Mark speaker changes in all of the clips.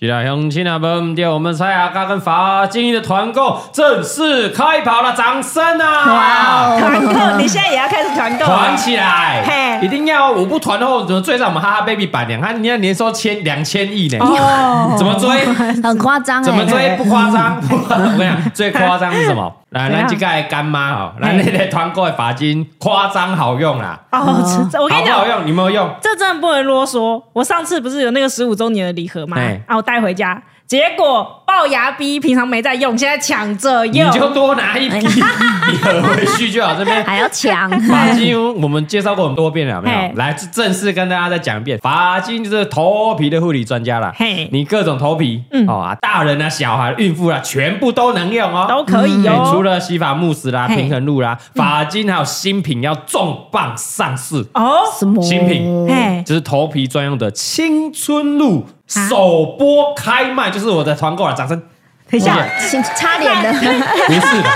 Speaker 1: 是啊，乡亲啊，们对我们蔡阿嘎跟法金的团购正式开跑了，掌声啊！
Speaker 2: 哦
Speaker 3: 团购，你现在也要开始团购了？
Speaker 1: 团起来，
Speaker 3: 嘿
Speaker 1: 一定要！我不团的话，我怎么追上我们哈哈 baby 版娘？他人家年收千两千亿呢，
Speaker 3: 哦
Speaker 1: 怎么追？
Speaker 2: 很夸张
Speaker 1: 怎么
Speaker 2: 哎，
Speaker 1: 追不夸张？我跟你讲，最夸张是什么？来，
Speaker 3: 怎
Speaker 1: 咱
Speaker 3: 样
Speaker 1: 这个干妈哦，咱那个团购的罚金夸张好用啦，
Speaker 3: 哦，这我跟
Speaker 1: 好
Speaker 3: 你
Speaker 1: 不
Speaker 3: 讲
Speaker 1: 好。用？你有没有用？
Speaker 3: 这真的不能啰嗦。我上次不是有那个十五周年的礼盒吗
Speaker 1: 哎？
Speaker 3: 啊，我带回家，结果龅牙逼平常没在用，现在抢着
Speaker 1: 你
Speaker 3: 用。
Speaker 1: 就多 拿一批，你合回去就好。这边
Speaker 2: 还要抢？
Speaker 1: 罚金我们介绍过很多遍了，有没
Speaker 3: 嘿
Speaker 1: 有？来，正式跟大家再讲一遍，罚金就是头皮的护理专家啦。
Speaker 3: 嘿
Speaker 1: 你各种头皮，
Speaker 3: 嗯
Speaker 1: 哦啊，大人啊、小孩、孕妇啊，全部都能用哦，
Speaker 3: 都可以哦
Speaker 1: 嘿除了洗发慕斯啦、
Speaker 3: 嘿嗯
Speaker 1: 平衡露啦、发金还有新品要重磅上市，
Speaker 3: 哦，
Speaker 2: 什么
Speaker 1: 新品
Speaker 3: 哎，
Speaker 1: 这是头皮专用的青春露
Speaker 3: 啊
Speaker 1: 首播开卖，就是我的团购了，掌 声。
Speaker 3: 等一下，
Speaker 2: 请擦脸 的，
Speaker 1: 不是的，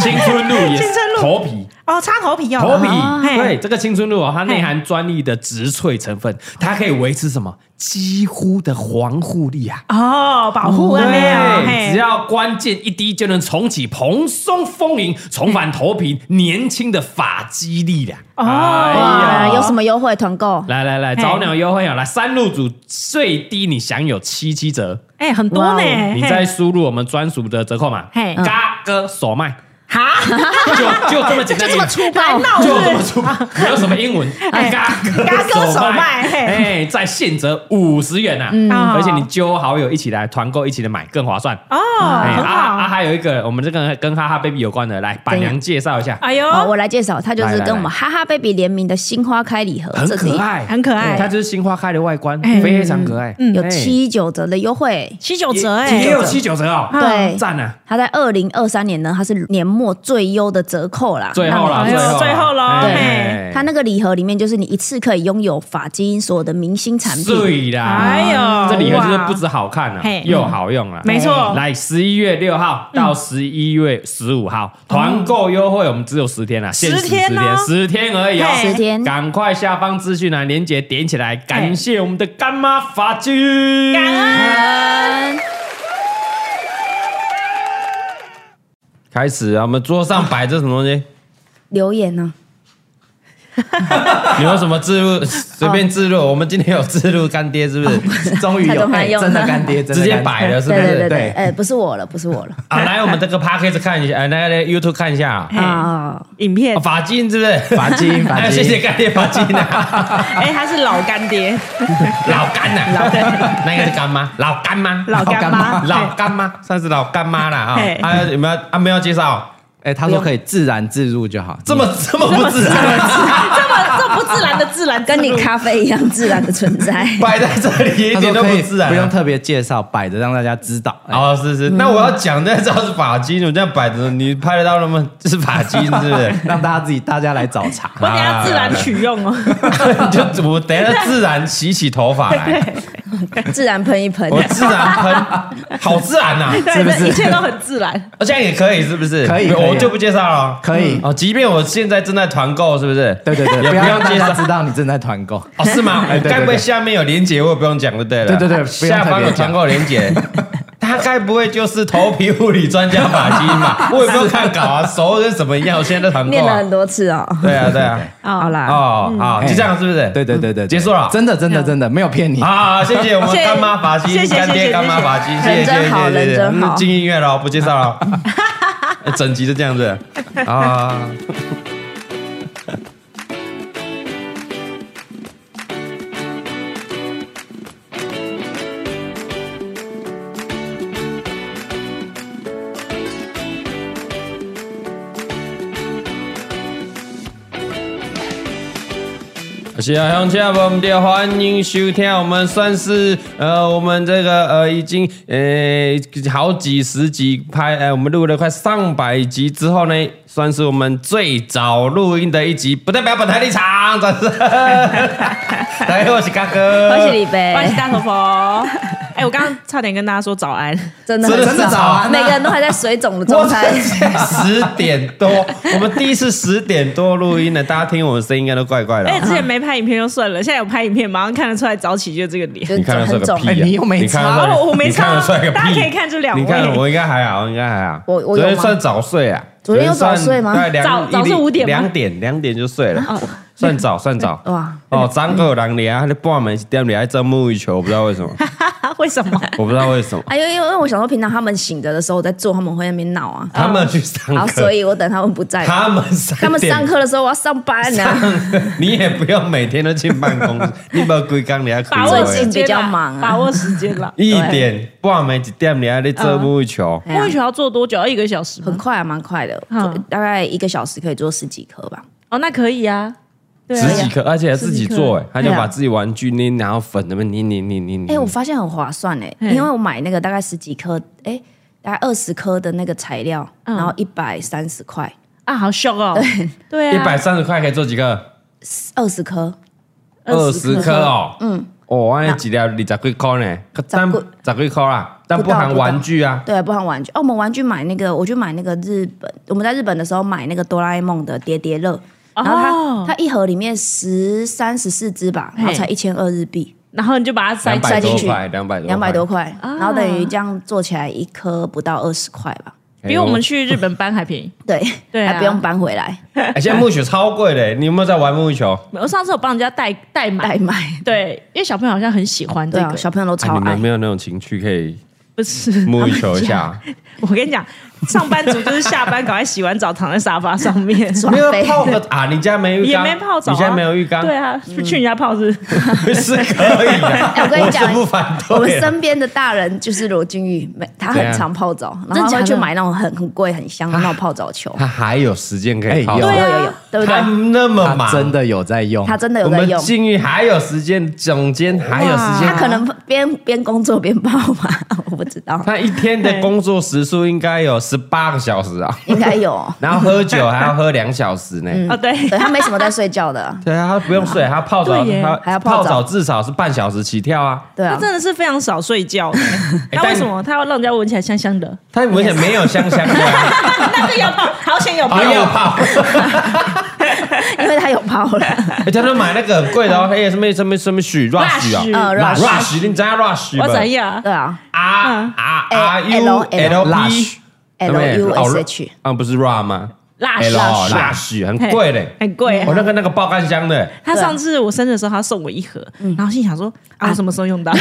Speaker 1: 青春露也是
Speaker 3: 青春露
Speaker 1: 头皮。
Speaker 3: 哦，擦头皮哦，
Speaker 1: 头皮
Speaker 3: 哦，嘿
Speaker 1: 对这个青春露哦，它内含专利的植萃成分，它可以维持什么几乎的防护力啊！
Speaker 3: 哦，保护啊，没有，嘿
Speaker 1: 哦对，只要关键一滴就能重启蓬松丰盈，重返头皮年轻的发肌力啦！
Speaker 3: 哦
Speaker 2: 哇，
Speaker 1: 哎
Speaker 2: 有
Speaker 1: 呀
Speaker 2: 什么优惠团购？
Speaker 1: 来来来，早鸟优惠啊！来三入组最低你享有七七折，
Speaker 3: 哎，很多呢
Speaker 2: 哇哦。
Speaker 1: 你
Speaker 3: 嘿
Speaker 1: 再输入我们专属的折扣码，
Speaker 3: 嘿
Speaker 1: 嘎哥首 卖，
Speaker 3: 哈，
Speaker 1: 就就这么简单，
Speaker 2: 就这么粗暴，
Speaker 3: 闹
Speaker 1: 就
Speaker 3: 事
Speaker 1: 这么粗，没有什么英文，
Speaker 3: 哦哎
Speaker 1: 嘎
Speaker 3: 嘎哥手卖嘿
Speaker 1: 哎，再现折五十元呐，
Speaker 3: 哦
Speaker 1: 而且你揪好友一起来团购，一起来买更划算。
Speaker 3: 哦，
Speaker 1: 哎
Speaker 3: 很
Speaker 1: 啊啊，
Speaker 3: 好。
Speaker 1: 还有一个我们这个跟哈哈 baby 有关的，来板娘介绍一下，
Speaker 3: 哎呦，
Speaker 2: 好，我来介绍，它就是
Speaker 1: 来来
Speaker 2: 跟我们
Speaker 1: 哦来
Speaker 2: 哈哈 baby 联名的新花开礼盒，
Speaker 1: 很
Speaker 2: 这是
Speaker 1: 可
Speaker 2: 一
Speaker 1: 爱，
Speaker 3: 很可爱
Speaker 1: 它就是新花开的外观，
Speaker 3: 哎
Speaker 1: 非常可爱，
Speaker 3: 嗯
Speaker 2: 有
Speaker 1: 哎
Speaker 2: 七九折的优惠。
Speaker 3: 七九
Speaker 1: 也
Speaker 3: 折哎，
Speaker 1: 也有七九折哦，
Speaker 2: 对
Speaker 1: 赞啊！
Speaker 2: 它在二零二三年呢，它是年末最优的折扣啦。
Speaker 1: 最后了，
Speaker 3: 哎呦
Speaker 1: 啦
Speaker 3: 最后咯
Speaker 1: 哎
Speaker 2: 它那个礼盒里面就是你一次可以拥有法金所有的明星产品，
Speaker 1: 碎啦，
Speaker 3: 哎呦
Speaker 1: 这礼盒就是
Speaker 3: 哇
Speaker 1: 不止好看啊
Speaker 3: 嘿，嗯
Speaker 1: 又好用啊，
Speaker 3: 没错
Speaker 1: 来，十一月六号到十一月十五号团购优惠，我们只有十天了，啊限时
Speaker 3: 嗯十
Speaker 1: 十
Speaker 3: 天哦
Speaker 1: 天，十天而已哦，
Speaker 3: 嘿
Speaker 2: 十天
Speaker 1: 赶快下方资讯栏连接点起来，感谢我们的干妈法君，
Speaker 3: 感恩。
Speaker 1: 开始啊，我们桌上摆这什么东 西？
Speaker 2: 留言呢、
Speaker 1: 你有什么自录？随便自 录。我们今天有自录干爹是不
Speaker 3: 啊
Speaker 1: 是？ 终于
Speaker 2: 蔡
Speaker 1: 有
Speaker 2: 宗，翰
Speaker 1: 哎
Speaker 2: 用
Speaker 1: 真的
Speaker 2: 的
Speaker 1: 干爹，直接摆了是不
Speaker 2: 对
Speaker 1: 是？
Speaker 2: 对对对，哎、不是我了，不是 我了
Speaker 1: 啊，来我们这个 p a c k a g e 看一下，呃，那个 YouTube 看一下 啊。
Speaker 3: 嘿
Speaker 2: 啊、
Speaker 3: 影片
Speaker 1: 哦，法金是不是？
Speaker 4: 罚金，
Speaker 1: 哎
Speaker 4: 罚
Speaker 1: 谢
Speaker 4: 金，
Speaker 1: 谢干爹法金啊，
Speaker 3: 哎，他是老干爹，
Speaker 1: 老干呐，老那个是干妈，老干妈，
Speaker 3: 老干妈
Speaker 1: 老干妈，算是老干妈了啊
Speaker 3: 嘿。
Speaker 1: 啊，有没有啊？没有介绍，
Speaker 4: 哎，他说可以自然自入就好，
Speaker 1: 这么这么不自然，
Speaker 3: 这
Speaker 2: 啊
Speaker 3: 么这么不自然的自然，。
Speaker 2: 跟你咖啡一样自然的存 在。
Speaker 1: 摆在这里一
Speaker 4: 他
Speaker 1: 点都
Speaker 4: 说可
Speaker 1: 不
Speaker 4: 以
Speaker 1: 自然啊。
Speaker 4: 不用特别介绍，摆着让大家知 道。哎
Speaker 1: 哦，是是，那我要讲那招是法金，我这样摆着，你拍得到那么是法金是不 是？
Speaker 4: 让大家自己大家来找茬
Speaker 3: 我等一下自然取用哦。
Speaker 1: 啊就我等一下自然洗洗头发 来，
Speaker 2: 自然喷一喷，啊
Speaker 1: 我自然喷，好自然呐、
Speaker 3: 对，
Speaker 4: 是不是
Speaker 3: 这一切都很自 然。
Speaker 1: 哦，这样也可以是不是？
Speaker 4: 可以可以
Speaker 1: 我就不介绍了。
Speaker 4: 可以
Speaker 1: 哦，即便我现在正在团购，是不是？
Speaker 4: 对对
Speaker 1: 也
Speaker 4: 对，
Speaker 1: 不
Speaker 4: 不要让
Speaker 1: 用
Speaker 4: 大
Speaker 1: 介
Speaker 4: 家
Speaker 1: 绍。
Speaker 4: 知道你正在团购。
Speaker 1: 哦，是吗？
Speaker 4: 哎对对对
Speaker 1: 该不会下面有连结，我也不用讲就对了。啊
Speaker 4: 对对对不用
Speaker 1: 下方有团购连 结。他该不会就是头皮护理专家马基 嘛？我也不用看稿啊，熟跟什么一样。我现在在团购
Speaker 2: 念了
Speaker 1: 啊
Speaker 2: 很。多次哦。
Speaker 1: 对啊，对啊。
Speaker 2: 好啦，
Speaker 1: 哦，好，就这样是不是？
Speaker 4: 嗯对对对对，对
Speaker 1: 结束了啊
Speaker 4: 真的真的真的没有骗你。
Speaker 1: 好，谢谢我们
Speaker 3: 谢谢
Speaker 1: 干妈法基
Speaker 3: 谢谢
Speaker 1: 干
Speaker 3: 谢
Speaker 1: 爹
Speaker 3: 谢
Speaker 1: 干妈法基，谢谢谢谢
Speaker 2: 人真好
Speaker 1: 谢谢
Speaker 2: 人
Speaker 1: 谢
Speaker 2: 真好
Speaker 1: 嗯，进音乐了，不介绍 了，哎整集就这样子啊。是啊，乡亲朋友们，欢迎收听我们算是呃，我们这个呃已经呃好几十集拍，呃我们录了快上百集之后呢，算是我们最早录音的一集，不代表本台立场， 掌声。大家好，我是嘎哥，
Speaker 2: 呃恭喜李
Speaker 3: 欢迎
Speaker 2: 贝，
Speaker 3: 大头佛，
Speaker 5: 哎，我刚刚差点跟大家说早安，
Speaker 2: 真的
Speaker 1: 真的
Speaker 2: 很
Speaker 1: 早啊
Speaker 2: 每个人都还在水肿的
Speaker 1: 我
Speaker 2: 状态。
Speaker 1: 十点多，我们第一次十点多录音的，大家听我的声音应该都怪怪的哦
Speaker 5: 而
Speaker 1: 吧。
Speaker 5: 且哎之前没拍影片就算了，现在有拍影片，马上看得出来早起就是这个脸。
Speaker 2: 就
Speaker 1: 你看得出来
Speaker 2: 很
Speaker 1: 个
Speaker 2: 肿
Speaker 1: 屁、啊！
Speaker 4: 哎你又没
Speaker 1: 你看得出来
Speaker 5: 差我我没
Speaker 1: 你看得出来个屁！啊
Speaker 5: 差大家可以看出两位
Speaker 1: 你看我应该还好，应该还好。
Speaker 2: 啊我我有
Speaker 1: 啊昨天
Speaker 2: 吗
Speaker 1: 算早睡啊。
Speaker 2: 昨天有早睡吗
Speaker 1: 昨天算对，
Speaker 5: 早
Speaker 1: 两
Speaker 5: 早是五点吗
Speaker 1: 两点两点就睡了，算早算早。
Speaker 2: 哇！
Speaker 1: 哦，张狗狼脸啊，他的半门点脸还真木一球，我不知道为什么，
Speaker 5: 啊为什么？
Speaker 1: 我不知道为什么，
Speaker 2: 哎呦，因为我想说，平常他们醒着的时候我在做，他们会在那边闹啊。
Speaker 1: 他们去上
Speaker 2: 好，
Speaker 1: 课
Speaker 2: 所，以我等他们不在，
Speaker 1: 他们上
Speaker 2: 他们上课的时候我要上班呢、啊。
Speaker 1: 你也不用每天都进办公室，你不要规纲，你还。
Speaker 5: 把握时
Speaker 2: 最近
Speaker 5: 间
Speaker 2: 比较
Speaker 5: 啦
Speaker 2: 忙啊
Speaker 5: 把握时间了
Speaker 1: 一点半暝一点，你还在做木一球，
Speaker 2: 哎呀
Speaker 5: 摸一球要做多久？要一个小时吗
Speaker 2: 很快啊，蛮快的，
Speaker 5: 嗯
Speaker 2: 做大概一个小时可以做十几颗吧。
Speaker 5: 哦，那可以啊。对
Speaker 1: 十几
Speaker 5: 啊，
Speaker 1: 颗，而且还自己做，哎，他就
Speaker 2: 对啊
Speaker 1: 把自己玩具捏，然后粉那边捏捏捏捏
Speaker 2: 哎、
Speaker 1: 捏
Speaker 2: 我。发现很划算哎、
Speaker 5: 嗯
Speaker 2: 因为我买那个大概十几颗，哎、大概二十颗的那个材料，
Speaker 5: 嗯
Speaker 2: 然后一百三十块，
Speaker 5: 啊，好凶哦。对
Speaker 1: 一
Speaker 5: 啊，
Speaker 1: 百三十块可以做几个？
Speaker 2: 二十颗，
Speaker 1: 二
Speaker 5: 20
Speaker 1: 十颗哦。嗯。哦，安尼一粒二十几块呢，但
Speaker 2: 十几
Speaker 1: 十几块啦，但不
Speaker 2: 不到
Speaker 1: 含
Speaker 2: 不到
Speaker 1: 玩具啊。
Speaker 2: 对，不含玩具。哦，我们玩具买那个，我去买那个日本，我们在日本的时候买那个哆啦 A 梦的叠叠乐，然后它、
Speaker 5: 哦
Speaker 2: 它一盒里面十三十四只吧，然后才一千二日币，
Speaker 5: 然后你就把它塞
Speaker 1: 两百
Speaker 2: 塞
Speaker 1: 多
Speaker 2: 进去
Speaker 1: 块，两百多，
Speaker 2: 两百多，块，然
Speaker 5: 啊
Speaker 2: 后等于这样做起来一颗不到二十块吧。
Speaker 1: 哎
Speaker 5: 比
Speaker 1: 呦
Speaker 5: 我们。去日本搬还便宜。
Speaker 2: 对，
Speaker 5: 对啊
Speaker 2: 还不用搬回来，
Speaker 1: 哎，现在木球超贵的，你有没有在玩木球？
Speaker 5: 我上次有帮人家代代买
Speaker 2: 代，买。
Speaker 5: 对，因为小朋友好像很喜欢这
Speaker 2: 对啊，
Speaker 5: 个。
Speaker 2: 小朋友都
Speaker 1: 哎
Speaker 2: 超
Speaker 1: 你
Speaker 2: 爱
Speaker 1: 们。没有那种情趣可以
Speaker 5: 不是
Speaker 1: 木球一下？
Speaker 5: 我跟你讲，上班族就是下班赶快洗完澡躺在沙发上 面，
Speaker 2: 爽
Speaker 1: 没有
Speaker 2: 飞
Speaker 1: 泡个啊？你家没浴
Speaker 5: 也
Speaker 1: 缸？
Speaker 5: 没泡澡、啊，
Speaker 1: 你家没有浴缸？
Speaker 5: 对啊，去去人家泡是
Speaker 1: 是可以的。
Speaker 2: 哎我跟你讲
Speaker 1: 是不反 对的。
Speaker 2: 我们身边的大人就是罗君玉，每他
Speaker 1: 对啊
Speaker 2: 很常泡澡，然
Speaker 5: 真
Speaker 2: 后他
Speaker 5: 假的
Speaker 2: 会去买那种很很贵很香的那种泡澡球，
Speaker 1: 他还有时间可以
Speaker 4: 哎
Speaker 1: 泡
Speaker 4: 有
Speaker 1: 澡
Speaker 2: 有
Speaker 5: 对啊
Speaker 2: 有有，对不
Speaker 1: 他
Speaker 2: 对？
Speaker 1: 那么
Speaker 4: 他
Speaker 1: 忙，
Speaker 4: 真的有在用，
Speaker 2: 他真的
Speaker 1: 我
Speaker 2: 有在
Speaker 1: 们
Speaker 2: 用，
Speaker 1: 静玉还有时间，总监还有时间
Speaker 2: 他，可能边边工作边泡吧， 我不知道，
Speaker 1: 他一天的工作时数应该 有十八个小时啊，
Speaker 2: 应该有。 嗯
Speaker 1: 然后喝酒还要喝两小时呢。
Speaker 5: 啊，对，
Speaker 2: 对他没什么在睡觉的，
Speaker 1: 对啊，他不用睡，他泡澡
Speaker 5: 对耶
Speaker 1: 他
Speaker 2: 还要
Speaker 1: 泡
Speaker 2: 泡澡
Speaker 1: 澡至少是半小时起跳啊。
Speaker 2: 对
Speaker 5: 他
Speaker 2: 啊，
Speaker 5: 真的是非常少睡觉
Speaker 1: 哎
Speaker 5: 的。那为什么他要让人家闻起来香香的？
Speaker 1: 他完全没有香 香的啊，
Speaker 5: 那个有泡，好想有泡啊
Speaker 1: 还，哦要泡，
Speaker 2: 因为他有泡 了，
Speaker 1: 而哎且他都买那个很贵的哦，他也什么什么什么许 rush 啊
Speaker 5: Rush
Speaker 2: 嗯，Rush
Speaker 1: rush，你知道 rush
Speaker 5: 我怎
Speaker 1: 吧
Speaker 5: 样？
Speaker 2: 对啊
Speaker 1: ？R R R
Speaker 2: L-
Speaker 1: U
Speaker 2: L-
Speaker 1: L
Speaker 4: Rush
Speaker 1: P。
Speaker 2: ，L U S H，
Speaker 1: 啊，不是 ra 吗
Speaker 5: 辣
Speaker 2: 哎
Speaker 1: ？L
Speaker 5: 香
Speaker 1: rush 很贵嘞，
Speaker 5: 很贵
Speaker 1: 我。那个那个爆干香的，
Speaker 5: 他上次我生日的时候，他送我一盒，然后心想说嗯啊，我什么时候用到？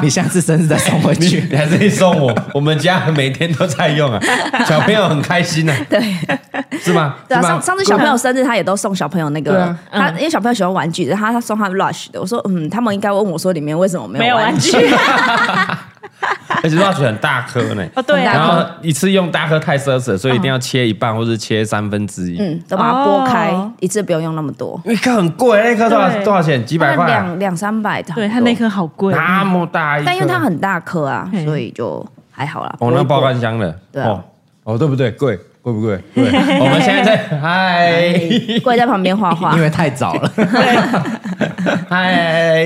Speaker 4: 你下次生日再送回
Speaker 1: 你
Speaker 4: 去。
Speaker 1: 你还是你送我，我们家每天都在用 啊，小朋友很开心啊，对，是吗？
Speaker 2: 对啊，
Speaker 1: 是吗
Speaker 2: 上上次小朋友生日，他也都送小朋友那
Speaker 1: 对
Speaker 2: 个
Speaker 1: 啊，
Speaker 2: 他因为小朋友喜欢玩具，然后他送他 Rush 的，我说嗯，他们应该问我说里面为什么没
Speaker 5: 没
Speaker 2: 有
Speaker 5: 有
Speaker 2: 玩
Speaker 5: 玩
Speaker 2: 具，
Speaker 5: 具
Speaker 1: 而且 rush 很大颗呢。
Speaker 5: 哦，对
Speaker 1: 然
Speaker 5: 啊，
Speaker 1: 后一次用大颗太奢侈了，所以一定要切一半或是切三分之一。
Speaker 2: 嗯嗯，都把它剥开
Speaker 5: 哦，
Speaker 2: 一次不用用那么多，
Speaker 1: 一颗很贵，那一颗多少
Speaker 5: 对
Speaker 1: 多少钱？几百
Speaker 2: 大
Speaker 1: 块
Speaker 2: 概
Speaker 1: 啊，
Speaker 2: 两两三百，差不多
Speaker 5: 对他那，颗好贵，
Speaker 1: 那么大一颗。
Speaker 2: 但因为它很大颗啊
Speaker 5: 嘿，
Speaker 2: 所以就还好啦。
Speaker 1: 哦，那
Speaker 2: 不会
Speaker 1: 爆
Speaker 2: 剥
Speaker 1: 干香的，
Speaker 2: 对啊
Speaker 1: 哦，哦，对不对？贵贵不贵？ 贵。我们现在在嗨
Speaker 2: 跪在旁边画画
Speaker 4: 因，为太 早了，
Speaker 1: 嗨，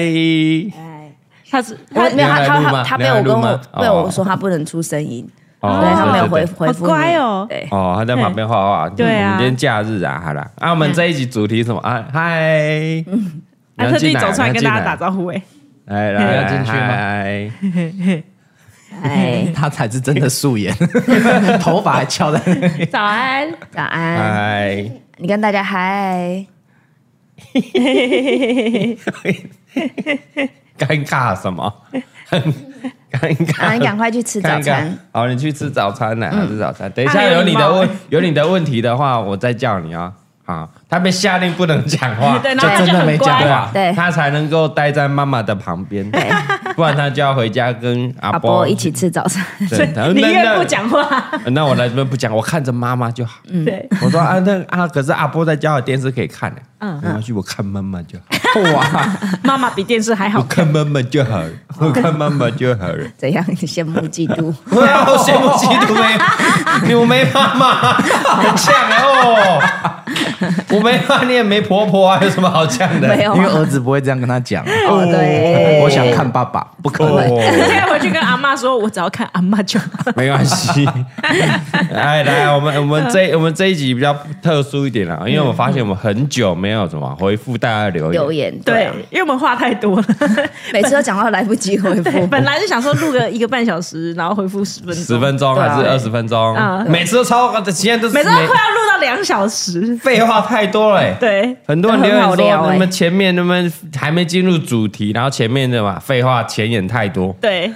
Speaker 5: 他是
Speaker 2: 我
Speaker 5: 他
Speaker 2: 没有
Speaker 1: 你
Speaker 2: 他
Speaker 1: 还录吗
Speaker 2: 他他被我
Speaker 1: 你还录
Speaker 2: 跟
Speaker 1: 吗
Speaker 2: 我
Speaker 1: 哦
Speaker 2: 被我说他不能出声音，
Speaker 1: 哦
Speaker 2: 对他没有
Speaker 1: 对对
Speaker 2: 回
Speaker 1: 对
Speaker 2: 回复
Speaker 5: 好
Speaker 2: 你
Speaker 5: 乖哦
Speaker 2: 对，
Speaker 1: 哦，他在旁边画画。
Speaker 5: 对
Speaker 1: 我
Speaker 5: 啊
Speaker 1: 们今天假日啊，好啦，啊，我们这一集主题是什么啊？嗨，
Speaker 5: 还嗯啊特地走出来跟大家打
Speaker 1: 招
Speaker 5: 招呼哎。
Speaker 1: 呼，来来
Speaker 4: 要进去吗
Speaker 1: 来去吗？
Speaker 2: 哎，
Speaker 4: 他才是真的素颜，头发还翘在那里。
Speaker 5: 早 安，
Speaker 2: 早安，
Speaker 1: 嗨，
Speaker 2: 你跟大家嗨，
Speaker 1: 尴尬什么？ 尴
Speaker 2: 啊，
Speaker 1: 尬，
Speaker 2: 你赶快去吃早
Speaker 1: 尴尬
Speaker 2: 餐，。
Speaker 1: 好，你去吃早餐呢？吃早餐。等一
Speaker 5: 啊
Speaker 1: 下
Speaker 5: 有
Speaker 1: 有你的问
Speaker 5: 礼貌
Speaker 1: 有你的问题的话，我再叫你啊。好，他被下令不能讲话，
Speaker 5: 对，然
Speaker 4: 就
Speaker 5: 后他
Speaker 4: 真
Speaker 5: 就
Speaker 4: 的
Speaker 5: 很
Speaker 4: 没讲
Speaker 5: 乖
Speaker 1: 对。 啊，
Speaker 2: 对
Speaker 1: 他才能够待在妈妈的旁边， 不然他就要回家跟阿
Speaker 2: 阿
Speaker 1: 波
Speaker 2: 波一。起吃早餐，
Speaker 1: 对，然后
Speaker 5: 宁
Speaker 1: 那
Speaker 5: 愿
Speaker 1: 那
Speaker 5: 不讲话。
Speaker 1: 那我来这边不讲，我看着妈妈就好。
Speaker 5: 对，
Speaker 1: 我说啊，那啊，可是阿波在家有电视可以看的，嗯，没关系，我看妈妈就好，
Speaker 4: 哇，
Speaker 5: 妈妈比电视还
Speaker 1: 我
Speaker 5: 好。
Speaker 1: 看妈妈就好 了，我看妈妈就 好了。
Speaker 2: 怎样？羡慕嫉妒？
Speaker 1: 我好啊羡慕嫉妒没，你我没妈妈，很呛哦。我没啊，你也没婆婆啊，有什么好讲的？
Speaker 2: 没有
Speaker 4: 因为
Speaker 2: 啊，
Speaker 4: 儿子不会这样跟他讲。啊
Speaker 2: 哦对，
Speaker 4: 我想看爸爸，不
Speaker 1: 哦
Speaker 4: 可 能。
Speaker 5: 现在回去跟阿妈说，我只要看阿妈就好。
Speaker 1: 没关 系。哎，来，我们我们这我们这一集比较特殊一点啦，因为我发现我们很久没有什么回复大家的留言
Speaker 2: 留。言对
Speaker 5: 对
Speaker 2: 啊，，
Speaker 5: 因为我们话太多了。
Speaker 2: 每次都讲到来不及回
Speaker 5: 对，
Speaker 2: 复，
Speaker 5: 本来是想说录个一个半小时，然后回复十分钟，
Speaker 1: 十分钟还是
Speaker 2: 对啊
Speaker 1: 二十分钟
Speaker 5: 嗯？
Speaker 1: 每次都超过，现在都是
Speaker 5: 每次都快要录到两小时。
Speaker 1: 废话太多了、欸。
Speaker 5: 对
Speaker 1: 很多人留
Speaker 2: 很
Speaker 1: 言
Speaker 2: 好聊
Speaker 1: 说，
Speaker 2: 欸
Speaker 1: 你们前面你们还没进入主题，然后前面的嘛废话前言太 多。
Speaker 5: 对，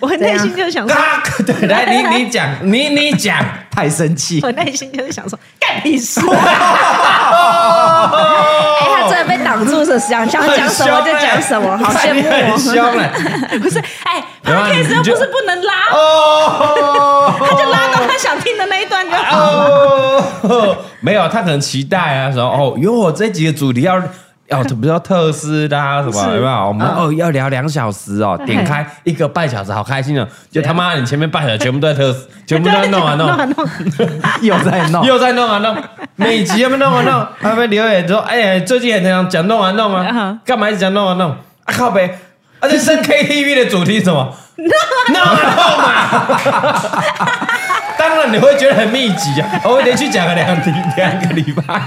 Speaker 5: 我很内心就是想说，
Speaker 1: 啊，对，来你你讲，你你讲，
Speaker 4: 太生气，
Speaker 5: 我内心就是想说，干屁事啊！
Speaker 2: 哎，他真的被挡住是想想讲什么就讲什么，好羡慕
Speaker 1: 很凶
Speaker 2: 哦。
Speaker 1: 哎、
Speaker 5: 不是，哎
Speaker 1: 没关系
Speaker 5: ，podcast 又
Speaker 1: 你就
Speaker 5: 不是不能拉，
Speaker 1: 哦，
Speaker 5: 他就拉到他想听的那一段就好。
Speaker 1: 哦，没有，他可能期待啊，说哦，有我这集的主题要 哦，比如说特斯拉什么，有没有？我们哦要聊两小时哦，点开一个半小时，好开心哦！就他妈你前面半小时全部都在 特斯，全部都在弄啊弄
Speaker 5: 弄，啊弄啊，
Speaker 4: 又在弄，
Speaker 1: 又在弄啊弄，每集要不弄啊弄，他们留言说，哎，最近很常讲弄啊弄啊
Speaker 5: 嗯，
Speaker 1: 干嘛一直讲弄啊弄？啊靠呗！而且升 KTV 的主题是什么？弄啊弄嘛！ 当然你会觉得很密集啊，我连续讲了两天两个礼拜。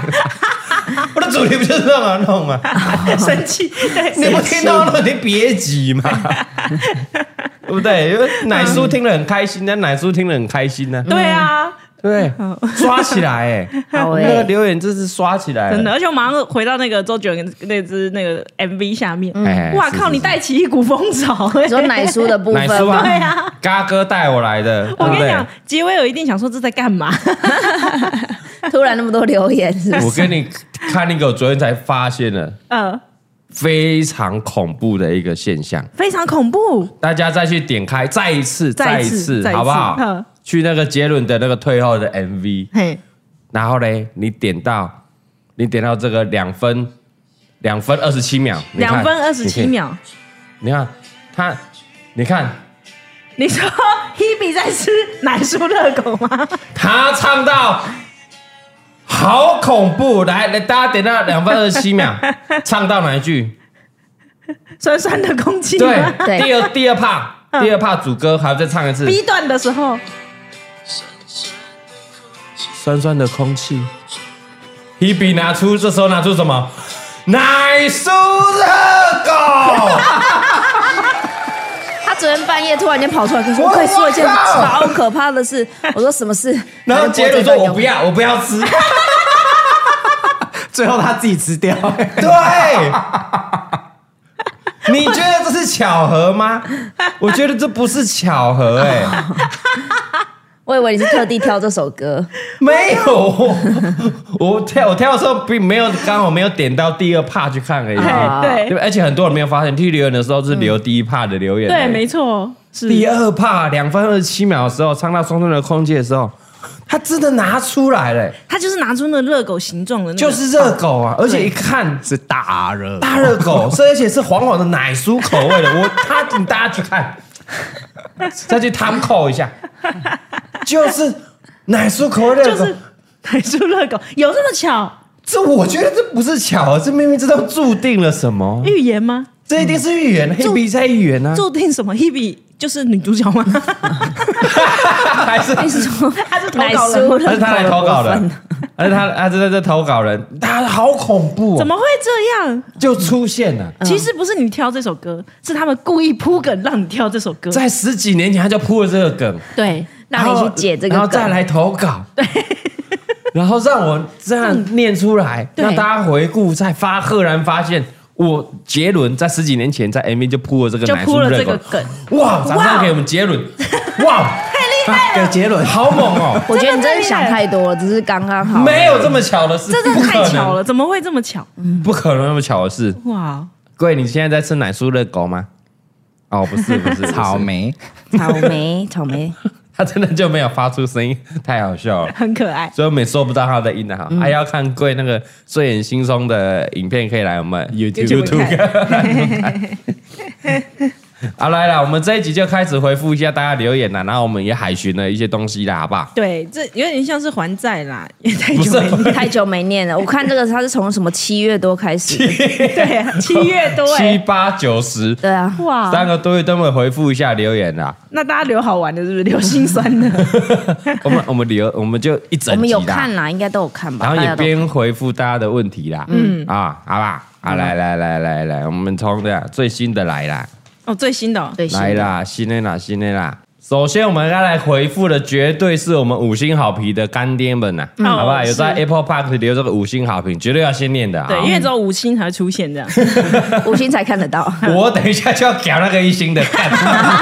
Speaker 1: 我的主题不就是弄啊弄吗？
Speaker 5: 生气，对，
Speaker 1: 你不听到了，你别急嘛，对不对？因为奶叔听了很开心，但奶叔听了很开心呢、
Speaker 5: 对啊，
Speaker 1: 对，刷起来哎、
Speaker 2: 好欸
Speaker 1: 那个留言真是刷起来了，
Speaker 5: 真的，而且我马上回到那个周杰伦那支那个 MV 下面，
Speaker 1: 哎。
Speaker 5: 嗯哇
Speaker 1: 是
Speaker 5: 靠，你带起一股风潮，哎
Speaker 2: 你说奶叔的部
Speaker 1: 奶
Speaker 2: 分
Speaker 1: 叔啊，
Speaker 2: 吗，
Speaker 5: 对啊，
Speaker 1: 嘎哥带我来的，
Speaker 5: 我
Speaker 1: 对不
Speaker 5: 跟你
Speaker 1: 对
Speaker 5: 讲，，结尾我一定想说这在干嘛？
Speaker 2: 突然那么多留言，是不是
Speaker 1: 我跟你看那个，我昨天才发现了
Speaker 5: 呃，
Speaker 1: 非常恐怖的一个现象，
Speaker 5: 非常恐怖，
Speaker 1: 大家再去点开，再一次，
Speaker 5: 再
Speaker 1: 再
Speaker 5: 一
Speaker 1: 一
Speaker 5: 次
Speaker 1: 次，
Speaker 5: 再一次
Speaker 1: 好不好
Speaker 5: 嗯？
Speaker 1: 去那个杰伦的那个退后的 MV，
Speaker 5: 嘿，
Speaker 1: 然后嘞，你点到，你点到这个两分。两分二十七秒，你看
Speaker 5: 两分二十七。秒。
Speaker 1: 你看你看他，你看
Speaker 5: 你说 Hebe 在吃奶酥热狗吗？
Speaker 1: 他唱到好恐怖，来来，大家点到两分二十七秒，唱到哪一句？
Speaker 5: 酸酸的空气吗？
Speaker 1: 对，
Speaker 2: 对
Speaker 1: 第二第二趴，第二趴主歌还要再唱一次。
Speaker 5: B 段的时候，
Speaker 1: 酸酸的空气，Hebe 拿出这时候拿出什么？奶酥热狗，
Speaker 2: 他昨天半夜突然间跑出来跟我说：“我可以说一件超可怕的事。”我说：“什么事？”
Speaker 1: 然后杰
Speaker 2: 结
Speaker 1: 伦
Speaker 2: 论
Speaker 1: 说：“我不。要，我不要吃。”
Speaker 4: 最后他自己吃掉。
Speaker 1: 对，你觉得这是巧合吗？我觉得这不是巧合、哎，
Speaker 2: 我以为你是特地挑这首 歌，
Speaker 1: 没有， 我跳我跳的时候并没有刚好没有点到第二趴去看而已。
Speaker 2: 啊
Speaker 1: 对
Speaker 5: 对
Speaker 1: 吧，而且很多人没有发现，去留言的时候是留第一趴的留言、
Speaker 5: 对，没错，是
Speaker 1: 第二趴两分二十七秒的时候，唱到双重的空气的时候，他真的拿出来了、哎
Speaker 5: 他就是拿出那个热狗形状的、那个，
Speaker 1: 就是热狗啊！而且一看
Speaker 4: 是大热
Speaker 1: 大热狗，是而且是黄黄的奶酥口味的。我他你大家去看，再去汤扣一下，就是奶酥口味的
Speaker 5: 就
Speaker 1: 热狗。
Speaker 5: 是奶酥热狗，有这么巧？
Speaker 1: 这我觉得这不是巧合，这明明知道注定了什么，
Speaker 5: 预言吗？
Speaker 1: 这一定是预言，黑皮在预言啊，
Speaker 5: 注定什么？Hebe 就是女主角 吗？
Speaker 1: 还是
Speaker 2: 你说
Speaker 5: 她是投
Speaker 2: 奶
Speaker 5: 稿
Speaker 2: 酥
Speaker 5: 人，
Speaker 1: 还是他来投稿
Speaker 2: 的
Speaker 1: 的
Speaker 2: 部分？，
Speaker 1: 还是他还是在这投稿人，他好恐怖、哦，
Speaker 5: 怎么会这样？
Speaker 1: 就出现了？
Speaker 5: 其实不是你挑这首歌，是他们故意铺梗让你挑这首歌。
Speaker 1: 在十几年前他就铺了这个梗，
Speaker 5: 对，
Speaker 2: 让你去解这
Speaker 1: 然
Speaker 2: 个梗
Speaker 1: 后再来投稿，对，然后让我这样念出来，
Speaker 5: 对
Speaker 1: 让大家回顾，再发赫然发现，我杰伦在十几年前在 MV 就铺了这个
Speaker 5: 就
Speaker 1: 奶
Speaker 5: 铺
Speaker 1: 酥
Speaker 5: 了
Speaker 1: 热
Speaker 5: 这
Speaker 1: 狗
Speaker 5: 个，梗，
Speaker 1: 哇！掌声给我们杰伦，哇，
Speaker 4: 给杰伦
Speaker 1: 好猛哦！
Speaker 2: 我觉得你真
Speaker 5: 真
Speaker 2: 的
Speaker 5: 的
Speaker 2: 想太多了，只是刚刚好。
Speaker 1: 没有这么巧的事，
Speaker 5: 这真的太巧
Speaker 1: 了，
Speaker 5: 了，怎么会这么巧？
Speaker 1: 不可能那么巧的事。
Speaker 5: 哇，
Speaker 1: 贵，你现在在吃奶酥热狗吗？哦，不是，不 是，不是
Speaker 4: 草，莓，
Speaker 2: 草莓，草莓，
Speaker 1: 他真的就没有发出声音， 太好笑了。
Speaker 5: 很可爱。
Speaker 1: 所以我们也收不到他的音的啊哈，还、要看贵那个睡眼惺忪的影片，可以来我们 YouTube
Speaker 5: YouTube 看
Speaker 1: 看。 好，来了，我们这一集就开始回复一下大家留言啦，然后我们也海巡了一些东西啦，好不好？
Speaker 5: 对，这有点像是还债啦，也太
Speaker 1: 不
Speaker 5: 久
Speaker 1: 是
Speaker 5: 没念
Speaker 2: 太久没念了。我看这个他是从什么七月多开始的，
Speaker 5: 对 啊，七月多
Speaker 1: 七
Speaker 5: 哎、
Speaker 1: 八九十
Speaker 2: 对啊，
Speaker 5: 哇，
Speaker 1: 三个多月都没有回复一下留言啦。
Speaker 5: 那大家留好玩的，是不是留心酸 的？
Speaker 1: 我们我们留我们就一整
Speaker 2: 我们
Speaker 1: 集
Speaker 2: 有
Speaker 1: 啦
Speaker 2: 看，啦，应该都有看吧？
Speaker 1: 然后
Speaker 2: 大
Speaker 1: 也
Speaker 2: 家都
Speaker 1: 边回复大家的问题啦。嗯啊，好吧，啊来来来来来，我们从这样最新的来啦。
Speaker 5: 哦，最新的、哦，
Speaker 2: 最新
Speaker 1: 来
Speaker 2: 的，
Speaker 1: 啦，新的啦，新的啦。首先，我们要来回复的绝对是我们五星好评的干爹们呐、
Speaker 5: 嗯
Speaker 1: 好不好？
Speaker 5: 哦
Speaker 1: 有在
Speaker 5: 是
Speaker 1: Apple Park 留这个五星好评，绝对要先念的啊！
Speaker 5: 对，因为只有五星才会出现这样。
Speaker 2: 五星才看得到。
Speaker 1: 我等一下就要搞那个一星的，干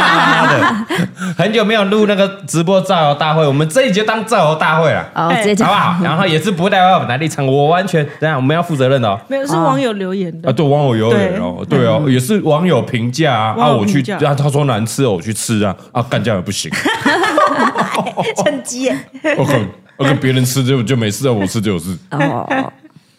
Speaker 1: 妈 的！很久没有录那个直播造谣大会，我们这一集就当造谣大会了，
Speaker 2: 哦，
Speaker 5: 哎
Speaker 2: 直 接
Speaker 1: 好啊不
Speaker 2: 讲
Speaker 1: 好？然后也是不代表我们来立场，我完全等一下我们要负责任的哦。
Speaker 5: 没有，是网友留言的。
Speaker 1: 啊，对，网友有言哦，对哦，也是网友评价啊，啊，
Speaker 5: 网友
Speaker 1: 我去
Speaker 5: 评，价
Speaker 1: 啊，他说难吃哦，我去吃啊，啊，干这样也不行， 啊
Speaker 2: 趁机耶
Speaker 1: 我跟我跟别人吃就就没事啊，我吃就有事。哎
Speaker 2: 哦，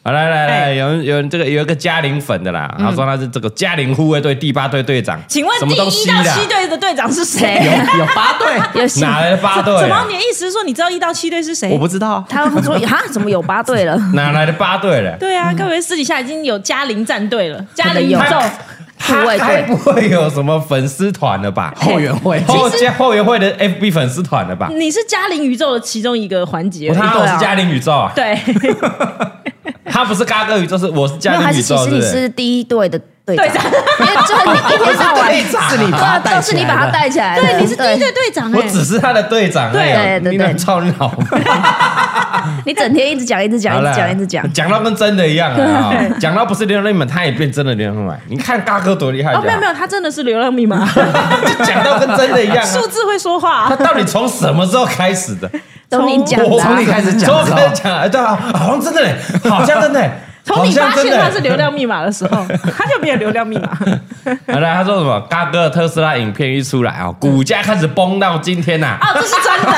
Speaker 1: 好，来来来，有人有人这个有一个嘉陵粉的啦，他说他是这个嘉陵护卫队第八队队长，
Speaker 5: 请问
Speaker 1: 什
Speaker 5: 第
Speaker 1: 么
Speaker 5: 一
Speaker 1: 东西
Speaker 5: 到七
Speaker 1: 啦？
Speaker 5: 队的队长是谁？
Speaker 2: 谁？
Speaker 4: 有八对，
Speaker 2: 有戏
Speaker 1: 哪来的八队
Speaker 5: 怎么
Speaker 1: 啊？
Speaker 5: 你的意思是说你知道一到七队是
Speaker 4: 我
Speaker 5: 谁？
Speaker 4: 不知道，
Speaker 2: 他们说哈，怎么有八队了？
Speaker 1: 哪来的八队嘞？
Speaker 5: 对啊，各位私底下已经有嘉陵战队了，嘉
Speaker 2: 可能
Speaker 5: 陵宇
Speaker 2: 有
Speaker 5: 宙
Speaker 2: 护卫
Speaker 1: 他该
Speaker 2: 队
Speaker 1: 不会有什么粉丝团了 吧？
Speaker 4: 后援会
Speaker 1: 后加后援会的 FB 粉丝团了吧？
Speaker 5: 你是嘉陵宇宙的其中一个环节
Speaker 1: 我。他
Speaker 2: 对
Speaker 1: 我
Speaker 2: 啊
Speaker 1: 是嘉陵宇宙啊，
Speaker 5: 对
Speaker 1: 他不是嘎哥宇宙，是我是
Speaker 2: 没
Speaker 1: 嘉
Speaker 2: 有，还
Speaker 1: 陵宇
Speaker 2: 是其
Speaker 1: 宙，
Speaker 2: 实
Speaker 1: 对不
Speaker 2: 你
Speaker 1: 对？
Speaker 2: 是第一队的队长，
Speaker 5: 队长
Speaker 2: 因为就是你一天 到晚，对
Speaker 4: 是你把他
Speaker 2: 啊，
Speaker 4: 带
Speaker 2: 都
Speaker 4: 起
Speaker 2: 是你把
Speaker 4: 来
Speaker 2: 他
Speaker 4: 的
Speaker 2: 带起来的，
Speaker 5: 对， 你是第一队队长
Speaker 1: 我
Speaker 5: 哎。
Speaker 1: 只是他的队长而已啊，
Speaker 2: 对对
Speaker 1: 你
Speaker 2: 对
Speaker 1: 能操你老母！
Speaker 2: 你整天一直讲，一直讲，
Speaker 1: 好
Speaker 2: 一
Speaker 1: 了
Speaker 2: 直讲，一直讲。
Speaker 1: 讲到跟真的一样了 啊！讲到不是流量密码，他也变真的流量密码。你看嘎哥多厉害！
Speaker 5: 哦，没有没有，他真的是流浪密码，
Speaker 1: 有，讲到跟真的一 样啊
Speaker 5: 数！字会说话
Speaker 1: 他
Speaker 5: 啊。
Speaker 1: 到底从什么时候开始的？
Speaker 2: 都你讲
Speaker 1: 我
Speaker 2: 的啊
Speaker 4: 从，你开始讲
Speaker 1: 从
Speaker 4: 的
Speaker 1: 我
Speaker 4: 时候
Speaker 1: 开始讲，哎，对啊，好像真的 嘞，好像真的嘞，
Speaker 5: 从
Speaker 1: 好
Speaker 5: 你
Speaker 1: 像
Speaker 5: 发
Speaker 1: 真
Speaker 5: 现
Speaker 1: 的
Speaker 5: 他
Speaker 1: 嘞
Speaker 5: 是流量密码的时 候，他就没有流量密码。
Speaker 1: 好来，他说什么？嘎哥的特斯拉影片一出来啊、哦，股价开始崩到今天呐、
Speaker 5: 哦，这是真的。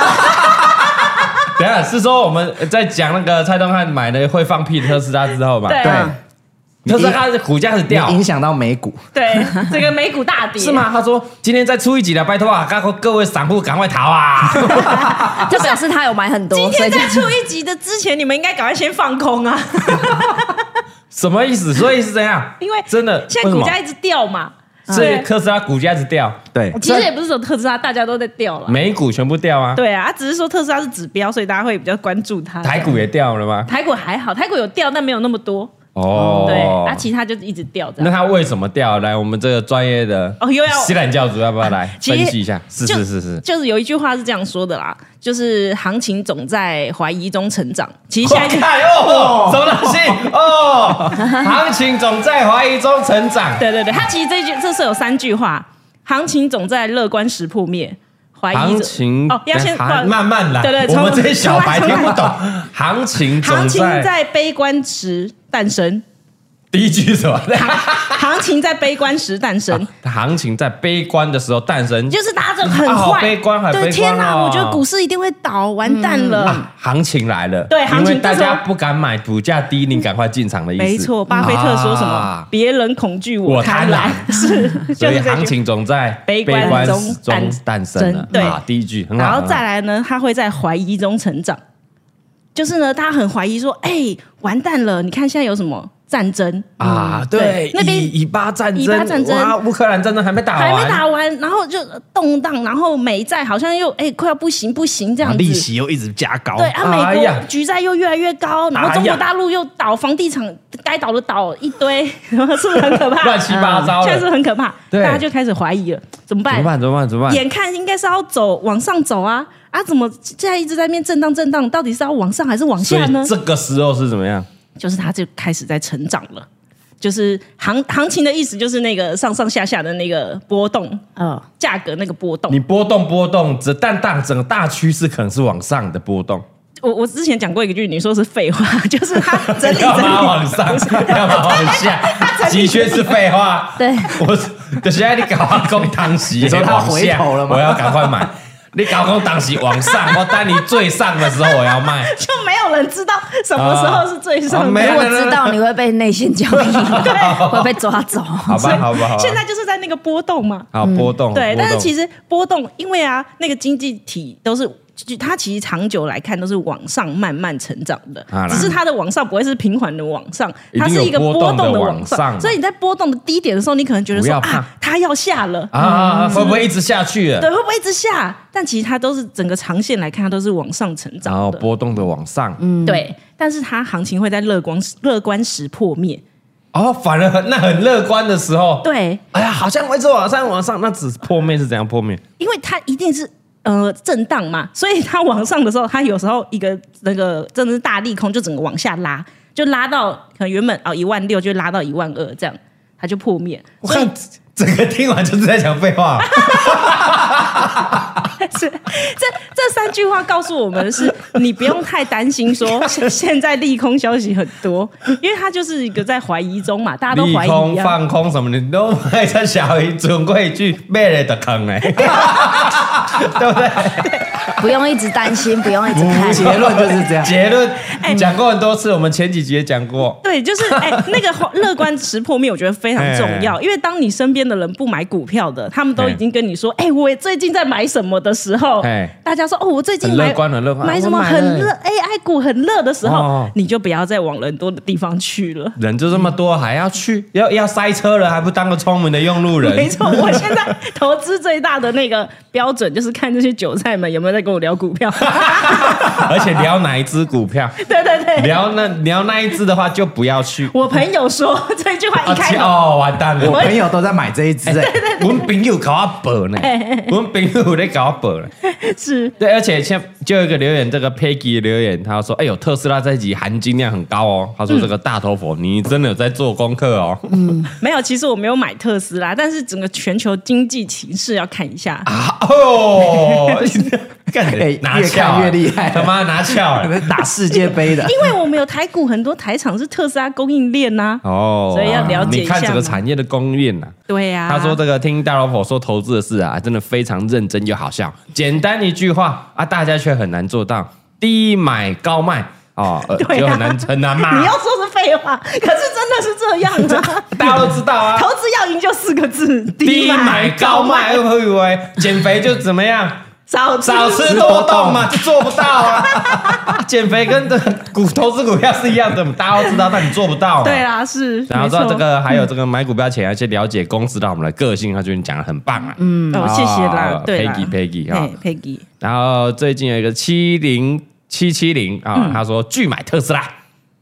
Speaker 1: 等一下是说我们在讲那个蔡东汉买了会放屁的特斯拉之后嘛？
Speaker 5: 对
Speaker 4: 对，
Speaker 1: 特斯拉的股价开始掉
Speaker 4: 你。影响到美股，
Speaker 5: 对，整个美股大跌
Speaker 1: 是？吗？他说今天再出一集了，拜托啊！各各位散户赶快逃啊！
Speaker 2: 就表示他有买很多，
Speaker 5: 今
Speaker 2: 所以
Speaker 5: 天
Speaker 2: 就
Speaker 5: 在出一集的之前，你们应该赶快先放空啊，
Speaker 1: 什么意思？所以是怎样？
Speaker 5: 因为
Speaker 1: 真的，
Speaker 5: 现在股价
Speaker 1: 为
Speaker 5: 一直掉嘛。
Speaker 1: 什么是特斯拉股价一直掉，
Speaker 4: 对
Speaker 5: 其实也不是说特斯拉大家都在掉了，
Speaker 1: 美股全部掉啊，
Speaker 5: 对啊，只是说特斯拉是指标，所以大家会比较关注它。
Speaker 1: 台股也掉了吗？
Speaker 5: 台股还好，台股有掉，但没有那么多。
Speaker 1: 哦，
Speaker 5: 对，啊，其他就一直掉这
Speaker 1: 那
Speaker 5: 样。
Speaker 1: 他为什么掉？来，我们这个专业的
Speaker 5: 哦又要啊
Speaker 1: 西兰教主要不要来
Speaker 5: 其实
Speaker 1: 分析一下？是
Speaker 5: 就是
Speaker 1: 是是，
Speaker 5: 就是有一句话是这样说的啦，就是行情总在怀疑中成长。其实
Speaker 1: 我
Speaker 5: 现在已 经
Speaker 1: 看哦，什么东西哦？ 行情总在怀疑中成长，
Speaker 5: 对对对，它其实这句这是有三句话：行情总在乐观时破灭，怀疑
Speaker 1: 行
Speaker 5: 者
Speaker 1: 情
Speaker 5: 哦，要先
Speaker 1: 哎行慢慢来。
Speaker 5: 对对，
Speaker 1: 我
Speaker 5: 从
Speaker 1: 们这些小白
Speaker 5: 从
Speaker 1: 听
Speaker 5: 来
Speaker 1: 不懂，行情总
Speaker 5: 行情
Speaker 1: 在
Speaker 5: 在悲观时诞生，
Speaker 1: 第一句是什么？
Speaker 5: 行情在悲观时 诞
Speaker 1: 啊
Speaker 5: 生，
Speaker 1: 行情在悲观的时候诞生，
Speaker 5: 就是大家真的很
Speaker 1: 啊好
Speaker 5: 坏，
Speaker 1: 悲观好悲
Speaker 5: 对，
Speaker 1: 观
Speaker 5: 天哪，
Speaker 1: 哦
Speaker 5: 我觉得股市一定会倒，完蛋了。
Speaker 1: 啊行情来了，
Speaker 5: 对行情
Speaker 1: 因为大
Speaker 5: 这时候
Speaker 1: 家不敢买，股价低，你赶快进场的意思。
Speaker 5: 没错，巴菲特说什么
Speaker 1: 啊？
Speaker 5: 别人恐惧，
Speaker 1: 我
Speaker 5: 贪
Speaker 1: 贪婪，
Speaker 5: 是
Speaker 1: 所
Speaker 5: 就
Speaker 1: 以
Speaker 5: 是这
Speaker 1: 行
Speaker 5: 句。
Speaker 1: 情总在
Speaker 5: 悲观中
Speaker 1: 中
Speaker 5: 诞
Speaker 1: 诞生了。
Speaker 5: 对
Speaker 1: 啊，第一句很好，
Speaker 5: 然后
Speaker 1: 很好
Speaker 5: 再来呢，他会在怀疑中成长，就是呢，他很怀疑说，哎，完蛋了，你看现在有什么战争，
Speaker 1: 啊，对
Speaker 5: 嗯对，那边
Speaker 1: 以以巴战争，
Speaker 5: 以巴战争
Speaker 1: 哇乌克兰战争还没打
Speaker 5: 还
Speaker 1: 完，
Speaker 5: 没打完，然后就动荡，然后美债好像又哎快要不行不行这样
Speaker 4: 然后
Speaker 5: 子，
Speaker 4: 利息又一直加高，
Speaker 5: 对啊，
Speaker 1: 哎
Speaker 5: 美
Speaker 1: 呀
Speaker 5: 国举债又越来越高，然后中
Speaker 1: 哎呀
Speaker 5: 国大陆又倒房地产，该倒的倒一堆，是不是很可怕？
Speaker 1: 乱七八糟了
Speaker 5: 现在是不是很可怕，
Speaker 1: 对
Speaker 5: 大家就开始怀疑了，怎么
Speaker 1: 怎
Speaker 5: 办
Speaker 1: 么？办？怎么办？怎么办？
Speaker 5: 眼看应该是要走往上走啊啊，怎么现在一直在面震荡震荡？到底是要往上还是往
Speaker 1: 所
Speaker 5: 下呢
Speaker 1: 以？这个时候是怎么样？
Speaker 5: 就是它就开始在成长了。就是行行情的意思，就是那个上上下下的那个波动，
Speaker 2: 嗯，
Speaker 5: 价格那个波动
Speaker 1: 你。波动波动，只但大整个大趋势可能是往上的波动，
Speaker 5: 我我之前讲过一句，你说是废话， 就是它整 理
Speaker 1: 要
Speaker 5: 整
Speaker 1: 么
Speaker 5: 理，
Speaker 1: 往上，要么往下，的确是废话。
Speaker 2: 啊对，
Speaker 1: 我就现在你搞到公汤洗，
Speaker 4: 你说他
Speaker 1: 往下
Speaker 4: 回头了吗
Speaker 1: 我要赶快买。你搞公当时往上，我当你最上的时候我要卖。
Speaker 5: 就没有人知道什么时候是最
Speaker 1: 啊
Speaker 5: 上
Speaker 1: 没
Speaker 5: 的。
Speaker 2: 如
Speaker 1: 有
Speaker 2: 果知道你会被内线交 易，会被抓走。
Speaker 1: 好吧，好吧，好吧。
Speaker 5: 现在就是在那个波动嘛，
Speaker 1: 好哦波动，
Speaker 5: 对，但是其
Speaker 1: 实
Speaker 5: 实波动，因为啊，那个经济体都是。就它其实长久来看都是往上慢慢成长的
Speaker 1: 啊啦，
Speaker 5: 只是它的往上不会是平缓的往上，
Speaker 1: 一
Speaker 5: 它
Speaker 1: 定有
Speaker 5: 是一个
Speaker 1: 波
Speaker 5: 波
Speaker 1: 动的
Speaker 5: 的
Speaker 1: 往
Speaker 5: 往
Speaker 1: 上啊
Speaker 5: 上。所以你在波动的低点的时候，你可能觉得
Speaker 1: 不
Speaker 5: 说
Speaker 1: 要怕
Speaker 5: 啊，它要下了，
Speaker 1: 啊，会不会一直下去了？
Speaker 5: 对，会不会一直下？但其实它都是整个长线来看，它都是往上成
Speaker 1: 然后
Speaker 5: 长的。
Speaker 1: 哦波动的往上，
Speaker 5: 对，但是它行情会在乐观乐观时破灭。
Speaker 1: 哦，反而很那很乐观的时候，
Speaker 5: 对，
Speaker 1: 哎呀，好像我一直往上往上，那只是破灭是怎样破灭？
Speaker 5: 因为它一定是呃震荡嘛，所以它往上的时候，它有时候一个那个真的是大利空，就整个往下拉，就拉到可能原本哦一万六，就拉到一万二这样，它就破灭。
Speaker 1: 我看整个听完就是在讲废话，
Speaker 5: 是这这三句话告诉我们的是，你不用太担心 说现现在利空消息很多，因为它就是一个在怀疑中嘛，大家都
Speaker 1: 利
Speaker 5: 怀
Speaker 1: 空
Speaker 5: 疑啊。
Speaker 1: 放空什么的，你都卖在小鱼准过去卖了的坑 嘞，对不对？
Speaker 2: 不用一直担心，不 用一直看。
Speaker 4: 结论就是
Speaker 5: 啊
Speaker 4: 这样。
Speaker 1: 结论讲过很多次，我们前几集也讲过，
Speaker 5: 对，就是哎、那个乐观识破面，我觉得非常重
Speaker 1: 哎
Speaker 5: 要，因为当你身边的人不买股票的，他们都已经跟你说，哎、我最近在买什么的时候
Speaker 1: 哎，
Speaker 5: 大家说哦，我最近
Speaker 1: 很
Speaker 5: 买
Speaker 1: 乐观很乐观啊
Speaker 5: 买什么
Speaker 1: 我买了哎
Speaker 5: 很热 AI 股很热的时候，
Speaker 1: 哦
Speaker 5: 你就不要再往人多的地方去了。
Speaker 1: 人就这么多，还要去要要塞车了，还不当个聪明的用路
Speaker 5: 没
Speaker 1: 人？
Speaker 5: 错，我现在投资最大的那个标准就是看这些韭菜们有没有在跟我聊股 票。
Speaker 1: 而且聊哪一只股票？
Speaker 5: 对对 对，
Speaker 1: 聊那聊那一只的话，就不要去。
Speaker 5: 我朋友说这句话一开头，
Speaker 1: 哦，完蛋了！
Speaker 4: 我朋友都在买这一只、哎，
Speaker 1: 阮朋友搞 我报 呢，阮朋友有在搞我报呢。
Speaker 5: 是
Speaker 1: 对，而且现就有一个留言，这个 Peggy 的留言，他说：“哎呦，特斯拉这一集含金量很高哦。”他
Speaker 5: 嗯
Speaker 1: 说：“这个大头佛，你真的有在做功课 哦。
Speaker 5: 没有，其实我没有买特斯拉，但是整个全球经济形势要看一下。
Speaker 1: 啊”哦， 干
Speaker 4: 哎
Speaker 1: 拿
Speaker 4: 越
Speaker 1: 翘啊
Speaker 4: 看越厉害
Speaker 1: 他妈拿翘了
Speaker 4: 可能打世界杯的。
Speaker 5: 因为我们有台股很多台厂是特斯拉供应链呐、
Speaker 1: 哦，
Speaker 5: 所以要了解一
Speaker 1: 你
Speaker 5: 下嘛
Speaker 1: 看整个产业的啊供应链呐。
Speaker 5: 对呀、
Speaker 1: 他说：“这个听大老婆说投资的事啊，真的非常认真又好笑。简单一句话啊，大家却很难做到低买高卖哦，呃
Speaker 5: 对啊
Speaker 1: 就很难很难嘛。。
Speaker 5: 你要说是废话，可是真的是这样啊
Speaker 1: 大家都知道啊，
Speaker 5: 投资要赢就四个字：
Speaker 1: 低买高卖，
Speaker 5: 高，
Speaker 1: 会不会减肥就怎么样？
Speaker 5: 少
Speaker 1: 少吃多动嘛，就做不到啊。 减肥跟这个股投资股票是一样的，大家都知道，但你做不到嘛。
Speaker 5: 对啦，是。
Speaker 1: 然后
Speaker 5: 没
Speaker 1: 知道
Speaker 5: 错嗯
Speaker 1: 这，个，还有这个买股票前要去了解公司的我们的个性，他觉得你讲的很棒啊。嗯，啊
Speaker 5: 哦，谢谢啦
Speaker 1: 哦，
Speaker 5: 对啦
Speaker 1: Peggy- Peggy，哈
Speaker 5: 嘿，Peggy，
Speaker 1: 然后最近有一个七零七七零啊，他说拒买特斯拉。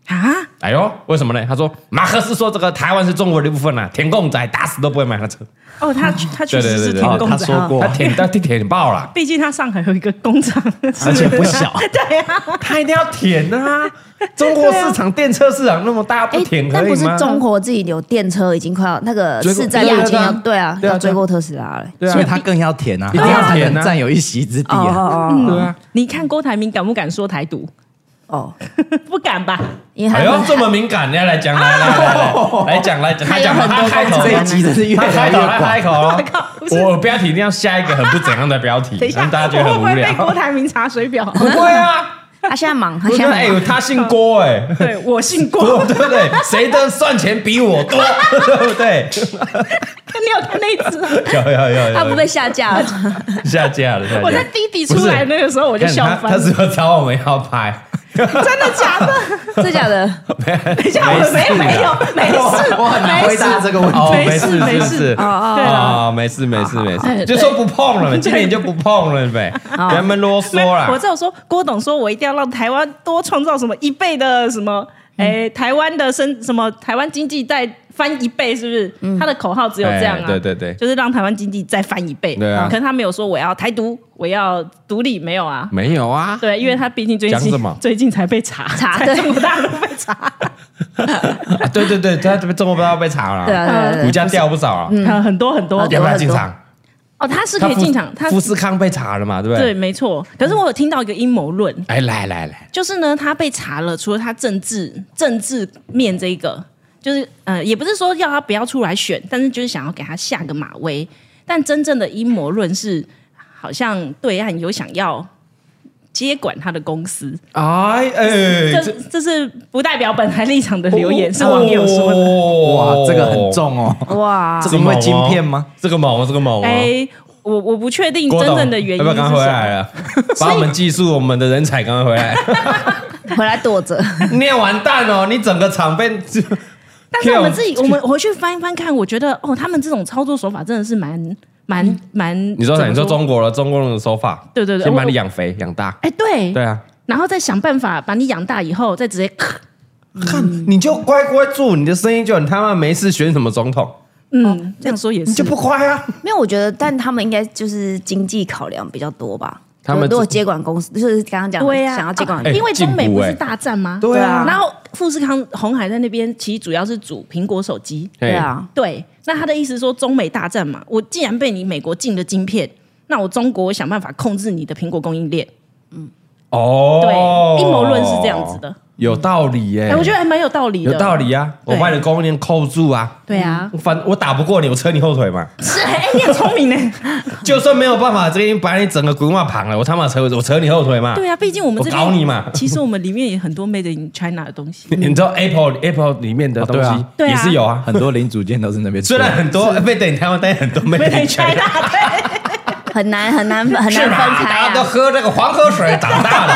Speaker 5: 啊，
Speaker 1: 哎呦，为什么呢？他说马克思说这个台湾是中国的一部分啊，舔共仔打死都不会买他车，
Speaker 5: 哦，他他确实是
Speaker 1: 对对对对
Speaker 5: 天
Speaker 4: 哦，
Speaker 5: 公
Speaker 4: 他
Speaker 5: 仔，
Speaker 4: 说过
Speaker 1: 他，舔他舔爆了。
Speaker 5: 毕竟他上海有一个工厂，
Speaker 4: 而且不小
Speaker 5: 对啊，
Speaker 1: 他一定要舔 啊！中国市场、电车市场那么大，不舔
Speaker 2: 但
Speaker 1: 可以
Speaker 2: 哎不是
Speaker 1: 吗？
Speaker 2: 中国自己有电车已经快要那个
Speaker 1: 追过
Speaker 2: 市占已经要
Speaker 1: 对
Speaker 2: 对啊，
Speaker 1: 对啊
Speaker 2: 要追过特斯拉了。
Speaker 1: 对啊
Speaker 4: 所以他更要舔啊，
Speaker 1: 一定要舔啊
Speaker 4: 占有一席之地
Speaker 2: 哦
Speaker 4: 啊。
Speaker 2: 哦
Speaker 1: 对啊，
Speaker 5: 你看郭台铭敢不敢说台独？
Speaker 2: 哦哦，
Speaker 5: 不敢吧？
Speaker 2: 因为
Speaker 1: 哎呦，
Speaker 2: 他
Speaker 1: 这么敏感，你要来讲，来来来来来讲来讲，他讲他开头，
Speaker 4: 这一集真是越
Speaker 1: 他
Speaker 4: 来
Speaker 1: 开
Speaker 4: 越
Speaker 1: 头，他
Speaker 4: 广
Speaker 1: 开。 头，我标题一定要下一个很不怎样的标题
Speaker 5: 等一，下，
Speaker 1: 让大家觉得
Speaker 5: 我
Speaker 1: 很无
Speaker 5: 会不会被郭
Speaker 1: 聊。
Speaker 5: 台铭查水表？
Speaker 1: 不会啊，
Speaker 2: 他现在忙，他
Speaker 1: 不
Speaker 2: 现
Speaker 1: 是
Speaker 2: 在
Speaker 1: 哎
Speaker 2: 忙
Speaker 1: 呦，他姓郭 哎，
Speaker 5: 对我姓
Speaker 1: 郭
Speaker 5: 郭，
Speaker 1: 对不对？谁的算钱比我多， 对不对？
Speaker 5: 你有看那一只啊？
Speaker 1: 有有有
Speaker 2: 他不
Speaker 1: 有，
Speaker 2: 被下架 了。
Speaker 1: 下架了，下
Speaker 5: 我在
Speaker 1: 架。
Speaker 5: 弟弟出来那个时候我就
Speaker 1: 看
Speaker 5: 笑
Speaker 1: 他，
Speaker 5: 翻
Speaker 1: 他
Speaker 5: 了，
Speaker 1: 是有找我们要拍，
Speaker 5: 真的假 的？
Speaker 2: 真假的？
Speaker 5: 等一下，我没有没有没事，
Speaker 4: 我很难回答这个问题。
Speaker 1: 哦，没
Speaker 5: 没事
Speaker 1: 事
Speaker 5: 没
Speaker 1: 是不是
Speaker 5: 事
Speaker 2: 哦
Speaker 5: 对哦
Speaker 2: 哦，
Speaker 1: 啊、没事没事没事，
Speaker 5: 对哦
Speaker 1: 就说不碰了，今年就不碰了呗，别那么啰嗦
Speaker 5: 没有我
Speaker 1: 啦。
Speaker 5: 只有说郭董说我一定要让台湾多创造什么一倍的什么，
Speaker 1: 嗯
Speaker 5: 哎，台湾的生什么台湾经济再翻一倍，是不是？他的口号只有这样
Speaker 1: 嗯哎
Speaker 5: 啊，
Speaker 1: 对对对
Speaker 5: 就是让台湾经济再翻一倍。
Speaker 1: 对啊
Speaker 5: 可是他没有说我要台独，我要独立，没有啊。
Speaker 1: 没有啊，
Speaker 5: 对，因为他毕竟最
Speaker 1: 讲什
Speaker 5: 近
Speaker 1: 么
Speaker 5: 最近才被查，
Speaker 2: 查
Speaker 5: 在
Speaker 2: 对
Speaker 5: 中国大陆被查，
Speaker 1: 啊对对对，他这边中国不知道被查
Speaker 2: 对
Speaker 1: 了，
Speaker 2: 啊对啊对
Speaker 1: 股
Speaker 2: 啊，
Speaker 1: 价掉不少啊，
Speaker 5: 很多很多
Speaker 2: 嗯
Speaker 1: 要不要进场？
Speaker 5: 哦，他是可以进场，他
Speaker 1: 富士康被查了嘛，对不
Speaker 5: 对，
Speaker 1: 对？
Speaker 5: 没错。可是我有听到一个阴谋论，
Speaker 1: 哎，来来来，
Speaker 5: 就是呢，他被查了，除了他政治政治面这一个，就是呃，也不是说要他不要出来选，但是就是想要给他下个马威。但真正的阴谋论是，好像对岸有想要接管他的公司，
Speaker 1: 哎哎，
Speaker 5: 这这是不代表本台立场的留
Speaker 1: 哦
Speaker 5: 言，是网友说的。
Speaker 1: 哇
Speaker 4: 哇，这个很，重哦，
Speaker 2: 哇
Speaker 4: 这，个因为晶片吗？
Speaker 1: 这个猛哦，这个猛哦。
Speaker 5: 哎，我我不确定真
Speaker 1: 郭董
Speaker 5: 正的原因
Speaker 1: 要不
Speaker 5: 是
Speaker 1: 要
Speaker 5: 什
Speaker 1: 刚回来
Speaker 5: 么。
Speaker 1: 了？把我们技术、我们的人才刚回来，
Speaker 2: 回来躲着。
Speaker 1: 你也完蛋哦！你整个场被，
Speaker 5: 但是我们自己，我们回去翻一翻看，我觉得哦，他们这种操作手法真的是蛮蛮蛮。
Speaker 1: 嗯你说
Speaker 5: 怎
Speaker 1: 啥？
Speaker 5: 么
Speaker 1: 你说中国了，中国人的手法，
Speaker 5: 对对对
Speaker 1: 先把
Speaker 5: 我
Speaker 1: 你养肥养大，
Speaker 5: 哎对
Speaker 1: 对，啊，
Speaker 5: 然后再想办法把你养大以后，再直接咳
Speaker 1: 看你就乖乖做你的生意就好，你他妈没事选什么总统，
Speaker 5: 嗯，这样说也。
Speaker 1: 哦你就是不乖啊？
Speaker 2: 没有，我觉得，但他们应该就是经济考量比较多吧。
Speaker 1: 他们
Speaker 2: 如果接管公司，就是刚刚讲的，
Speaker 5: 对呀、啊，
Speaker 2: 想要接管
Speaker 5: 啊
Speaker 2: 公司，
Speaker 5: 因为中美
Speaker 1: 进步
Speaker 5: 不
Speaker 1: 哎
Speaker 5: 是大战吗？
Speaker 1: 对啊
Speaker 5: 然后富士康、红海在那边其实主要是主苹果手机，
Speaker 2: 对啊，
Speaker 5: 对，那他的意思说中美大战嘛，我既然被你美国禁了晶片，那我中国我想办法控制你的苹果供应链。
Speaker 1: 嘿，哦，
Speaker 5: 对，阴谋论是这样子，的，
Speaker 1: 有道理耶、
Speaker 5: 哎、我觉得还蛮有道理的，
Speaker 1: 有道理。啊，我
Speaker 5: 对
Speaker 1: 把你的供应链扣住啊。
Speaker 5: 对啊，
Speaker 1: 我反我打不过你，我扯你后腿 嘛。
Speaker 5: 是哎、你很聪明呢。
Speaker 1: 就算没有办法，这边把你整个滚瓜盘了，我他妈扯我扯你后腿嘛。
Speaker 5: 对啊，毕竟我们这边
Speaker 1: 我搞你嘛
Speaker 5: 其实我们里面也很多 Made in China 的 东西。
Speaker 1: 你你知道 Apple Apple 里面的东
Speaker 4: 哦
Speaker 1: 西
Speaker 5: 对啊
Speaker 1: 也是有啊，
Speaker 4: 很多零组件都是那边出
Speaker 1: 虽然
Speaker 4: 来的。
Speaker 1: 很多被等台湾，但很多没
Speaker 5: Made
Speaker 1: 人
Speaker 5: in
Speaker 1: 讲。
Speaker 5: China，对，
Speaker 2: 很难很难很难
Speaker 1: 是
Speaker 2: 分
Speaker 1: 吧？
Speaker 2: 开
Speaker 1: 大家都
Speaker 2: 啊。
Speaker 1: 喝这个黄河水长大的。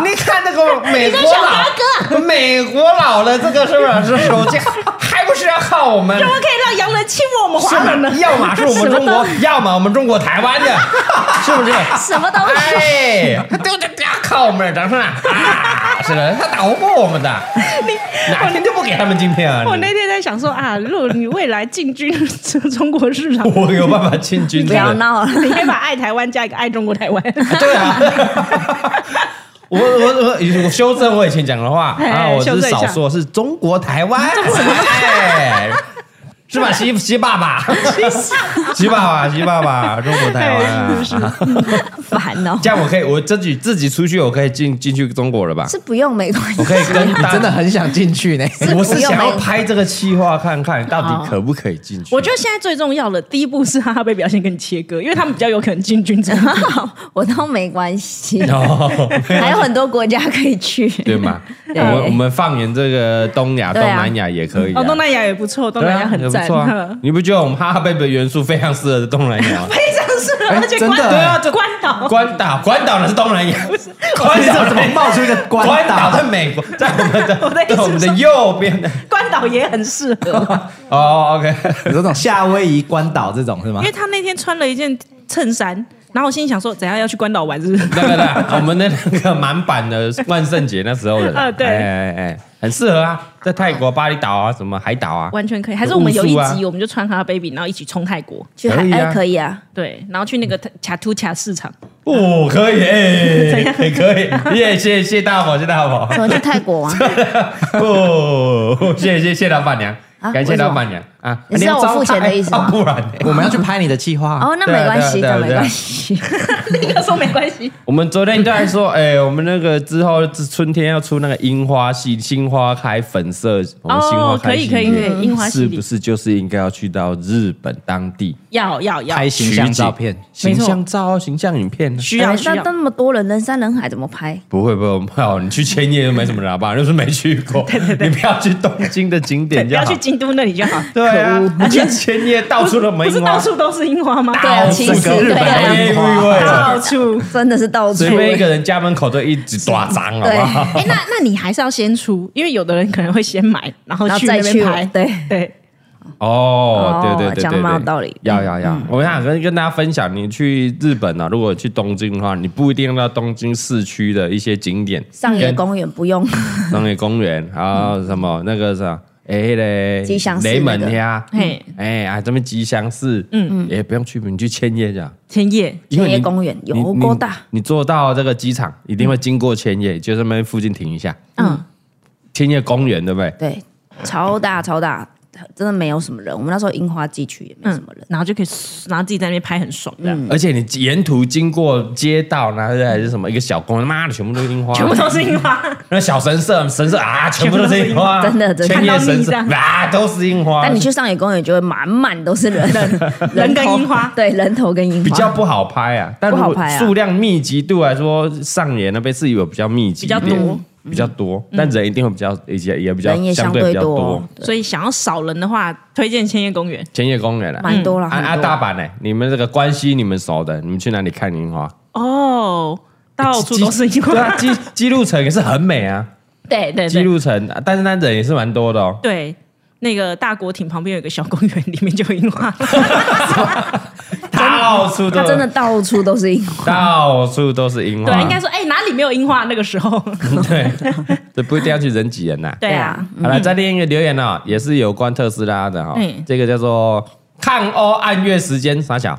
Speaker 1: 你看那个美国佬，美国佬的这个是不是手 机，还不是要靠我们？
Speaker 5: 怎么可以让洋人欺负我们
Speaker 1: 是
Speaker 5: 华人
Speaker 1: 吧
Speaker 5: 呢？
Speaker 1: 要么是我们中 国，要么我们中国台湾的，是不是？
Speaker 2: 什么东西？
Speaker 1: 哎，他都这样靠我们的掌声啊！啊是的，他打不过我们的，哪天就不给他们晶片啊？
Speaker 5: 我
Speaker 1: 你
Speaker 5: 那天在想说啊，如果你未来进军中国 市场，
Speaker 1: 我有办法进军
Speaker 2: 不
Speaker 1: 这
Speaker 2: 要
Speaker 1: 个？
Speaker 2: 闹了，
Speaker 5: 你可以把爱台湾加一个爱中国台湾。
Speaker 1: 对啊。我我我我修正我以前讲的话
Speaker 5: 哎
Speaker 1: 啊，我只
Speaker 5: 修
Speaker 1: 是
Speaker 5: 正一下
Speaker 1: 少说，是中国台湾，哎是吧？习习爸爸， 习爸爸，习爸爸，中国
Speaker 5: 哎
Speaker 1: 台湾啊，
Speaker 2: 烦哦。
Speaker 1: 这样我可以，我自己自己出去，我可以进进去中国了吧？
Speaker 2: 是不用没关系
Speaker 1: 我，可以跟
Speaker 4: 你
Speaker 1: 大
Speaker 4: 真的，很想进去呢，
Speaker 2: 是
Speaker 1: 哎我是
Speaker 2: 不用
Speaker 1: 想要
Speaker 2: 没
Speaker 1: 拍这个企划，看看到底可不可以进去。
Speaker 5: 我觉得现在最重要的第一步是哈哈被表现跟你切割，因为他们比较有可能进军中国。
Speaker 2: 我倒没关 系，
Speaker 1: 哦，
Speaker 2: 还有很多国家可以去。
Speaker 1: 对 吗？我
Speaker 2: 对
Speaker 1: 们我们放眼这个东亚、东
Speaker 2: 对啊
Speaker 1: 南亚也可以啊，
Speaker 5: 哦，东南亚也不错，东
Speaker 1: 对啊
Speaker 5: 南亚很
Speaker 1: 也
Speaker 5: 赞
Speaker 1: 不，错啊
Speaker 5: 呵。
Speaker 1: 你不觉得我们哈哈贝贝元素非常适合东南 亚吗？
Speaker 5: 非常适合，而且
Speaker 4: 真的
Speaker 5: 关
Speaker 1: 对啊，这
Speaker 5: 关岛
Speaker 1: 关岛，关岛的是东南 亚，关
Speaker 4: 你
Speaker 1: 岛
Speaker 4: 怎么冒出一个关
Speaker 1: 关岛
Speaker 4: 岛？
Speaker 1: 在美国，在我们的
Speaker 5: 我的意思
Speaker 1: 在我们的右边的。
Speaker 5: 关岛也很适合，
Speaker 1: 哦，OK，
Speaker 4: 有这种夏威夷关岛这种是吗
Speaker 5: 因为？他那天穿了一件衬衫，然后我心里想说，怎样要去关岛玩是不是？
Speaker 1: 那个的，我们的那个满版的万圣节那时候的啦，
Speaker 5: 啊对
Speaker 1: 哎哎哎，很适合啊，在泰国巴厘岛啊，什么海岛啊，
Speaker 5: 完全可以，还是我们有一
Speaker 1: 武术啊
Speaker 5: 集我们就穿哈哈 baby，然后一起冲泰国，
Speaker 2: 去海
Speaker 1: 可以啊
Speaker 2: 哎可以啊，
Speaker 5: 对，然后去那个卡图卡市场，
Speaker 1: 哦，可 以，哎，哎可以，耶，谢谢谢大宝，谢大宝，
Speaker 2: 怎么去泰 国啊？
Speaker 1: 哦， 谢谢谢老板娘，
Speaker 2: 啊
Speaker 1: 感谢
Speaker 2: 为什么
Speaker 1: 老板娘啊，
Speaker 2: 你是要我
Speaker 1: 招
Speaker 2: 付钱
Speaker 1: 待
Speaker 2: 的意思吗
Speaker 1: 啊不然呢
Speaker 4: 我们要去拍你的计划，
Speaker 2: 哦，那没关
Speaker 1: 对
Speaker 2: 系，这
Speaker 1: 啊对啊
Speaker 2: 没
Speaker 1: 对啊
Speaker 2: 关系。
Speaker 5: 那个说没关系，
Speaker 1: 我们昨天就在 说，哎、我们那个之后春天要出那个樱花系，新花开粉色，我们新花
Speaker 5: 哦，
Speaker 1: 开
Speaker 5: 可
Speaker 1: 系
Speaker 5: 以
Speaker 1: 列、
Speaker 5: 可以，可以，樱花系
Speaker 1: 是不
Speaker 5: 列
Speaker 1: 是就是应该要去到日本当地
Speaker 5: 要要要，
Speaker 4: 拍形象照片，
Speaker 1: 形
Speaker 5: 没错
Speaker 1: 象照、形象影片 呢？
Speaker 5: 需要
Speaker 2: 哎
Speaker 5: 需
Speaker 2: 那
Speaker 5: 要
Speaker 2: 那，么多人，人山人海怎么拍？
Speaker 1: 不会不会，我们好，你去千叶又没什么人好不好？就是没去 过，你不要去东京的景点
Speaker 5: 不
Speaker 1: 就好，
Speaker 5: 要去京都那里就好，
Speaker 1: 对啊
Speaker 5: 可恶，
Speaker 1: 你 去千叶到处都没
Speaker 5: 不是
Speaker 1: 樱
Speaker 5: 到
Speaker 1: 花，
Speaker 5: 处都是樱花吗？哦
Speaker 2: 对啊
Speaker 1: 到
Speaker 2: 其
Speaker 1: 整
Speaker 2: 实
Speaker 1: 个日本都
Speaker 2: 对
Speaker 1: 有
Speaker 4: 啊
Speaker 1: 樱花，
Speaker 5: 到处。
Speaker 2: 真的是到处
Speaker 1: 随。便一个人家门口就一直抓脏，好
Speaker 2: 对
Speaker 1: 不好？
Speaker 5: 哎，那那你还是要先出，因为有的人可能会先买，然后
Speaker 2: 然后
Speaker 5: 去
Speaker 2: 再
Speaker 5: 那
Speaker 2: 去
Speaker 5: 边拍。
Speaker 2: 对
Speaker 5: 对，
Speaker 1: 哦，
Speaker 2: 哦
Speaker 1: 对对对对
Speaker 2: 讲
Speaker 1: 对，
Speaker 2: 得蛮有道理嗯
Speaker 1: 要要要，我想跟跟大家分享，你去日本啊，如果去东京的话，你不一定要到东京市区的一些景点，
Speaker 2: 上野
Speaker 1: 跟
Speaker 2: 公园不用，
Speaker 1: 上野公园，还有什么那个啥，哎嘞，
Speaker 2: 吉祥寺
Speaker 1: 雷门
Speaker 2: 那个
Speaker 1: 呀，
Speaker 5: 嘿，
Speaker 1: 哎啊，这边吉祥寺，嗯嗯，也不用去，你去千叶就好。
Speaker 5: 千叶
Speaker 1: 因为你
Speaker 2: 千叶公园
Speaker 1: 你
Speaker 2: 有够大
Speaker 1: 你，你坐到这个机场一定会经过千叶，就在那边附近停一下。
Speaker 5: 嗯，
Speaker 1: 千叶公园对不对？
Speaker 2: 对，超大超大，真的没有什么人。我们那时候樱花季去也没什
Speaker 1: 嗯
Speaker 2: 么人，
Speaker 5: 嗯然后就可以，然后自己在那边拍很爽这样。
Speaker 1: 而且你沿途经过街道，然后还是什么一个小公园，妈的，全部都是樱花，
Speaker 5: 全部都是樱花，
Speaker 1: 那小神社，神社啊，全部都是樱花，
Speaker 2: 全部都是樱花真的真的
Speaker 1: 千叶神社
Speaker 5: 看到腻
Speaker 1: 啊，都是樱花。
Speaker 2: 但你去上野公园就会满满都 是人，人
Speaker 5: 人跟
Speaker 2: 头
Speaker 5: 樱花
Speaker 2: 对，人头跟樱花
Speaker 1: 比较不好拍啊，但如
Speaker 2: 不
Speaker 1: 果
Speaker 2: 好拍啊
Speaker 1: 数量密集度来说，上野那边是有比较密集一点，
Speaker 5: 比较多
Speaker 1: 比较多，但人一定会比较也也比较
Speaker 2: 人也
Speaker 1: 相
Speaker 2: 相
Speaker 1: 对比较
Speaker 2: 多
Speaker 1: 多。，
Speaker 5: 所以想要少人的话，推荐千叶公园。
Speaker 1: 千叶公园了，
Speaker 2: 蛮多了。
Speaker 1: 啊啊，
Speaker 2: 很多
Speaker 1: 大阪呢？你们这个关系你们熟的，你们去哪里看樱花？
Speaker 5: 哦，到处
Speaker 1: 基
Speaker 5: 都是樱
Speaker 1: 对啊，
Speaker 5: 花。
Speaker 1: 基基路城也是很美啊，
Speaker 5: 对 对
Speaker 1: 基
Speaker 5: 对
Speaker 1: 路城，啊但是那人也是蛮多的哦。
Speaker 5: 对，那个大国町旁边有一个小公园，里面就有樱 花。
Speaker 1: 到处都
Speaker 2: 它真的到处都是樱 花。
Speaker 1: 到处都是樱花，
Speaker 5: 对，应该说，哎，哪里没有樱花？那个时 候，
Speaker 1: 对，这不一定要去人挤人呐。
Speaker 5: 对啊，
Speaker 1: 好了，再另一个留言哦，也是有关特斯拉的哈、
Speaker 5: 嗯
Speaker 1: 这个叫做看欧按月时间傻小，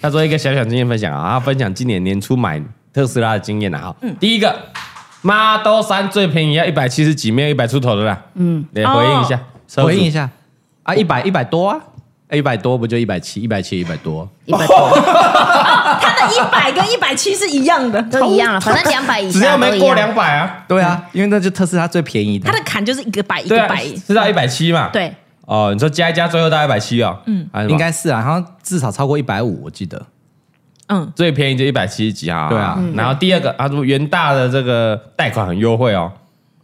Speaker 1: 他说一个小小经验分享啊，他分享今年年初买特斯拉的经验啊哈。第一个，Model 三最便宜要一百七十几，没有一百出头的啦。嗯，来回应一下，车主哎
Speaker 4: 回应一，下啊，一百一百多啊，一百多不就一百七，一百七一百多，
Speaker 2: 一百多
Speaker 5: 它的一百跟一百七是一样 的，
Speaker 2: 都一样了，反正两百以
Speaker 1: 只要
Speaker 2: 下都
Speaker 1: 没
Speaker 2: 一
Speaker 1: 过
Speaker 2: 样。
Speaker 1: 两百啊，
Speaker 4: 对啊，因为那就特斯拉最便宜的
Speaker 5: 它，的坎就是一个百一
Speaker 1: 对
Speaker 5: 个
Speaker 1: 啊
Speaker 5: 百，，
Speaker 1: 是到一百七嘛？。
Speaker 5: 对，
Speaker 1: 哦，你说加一加最后到一百七哦。嗯，
Speaker 4: 应该是啊，好像至少超过一百五，我记得。
Speaker 5: 嗯，
Speaker 1: 最便宜就一百七十几啊。
Speaker 4: 对啊
Speaker 1: 嗯然后第二个，他说元大的这个贷款很优惠哦，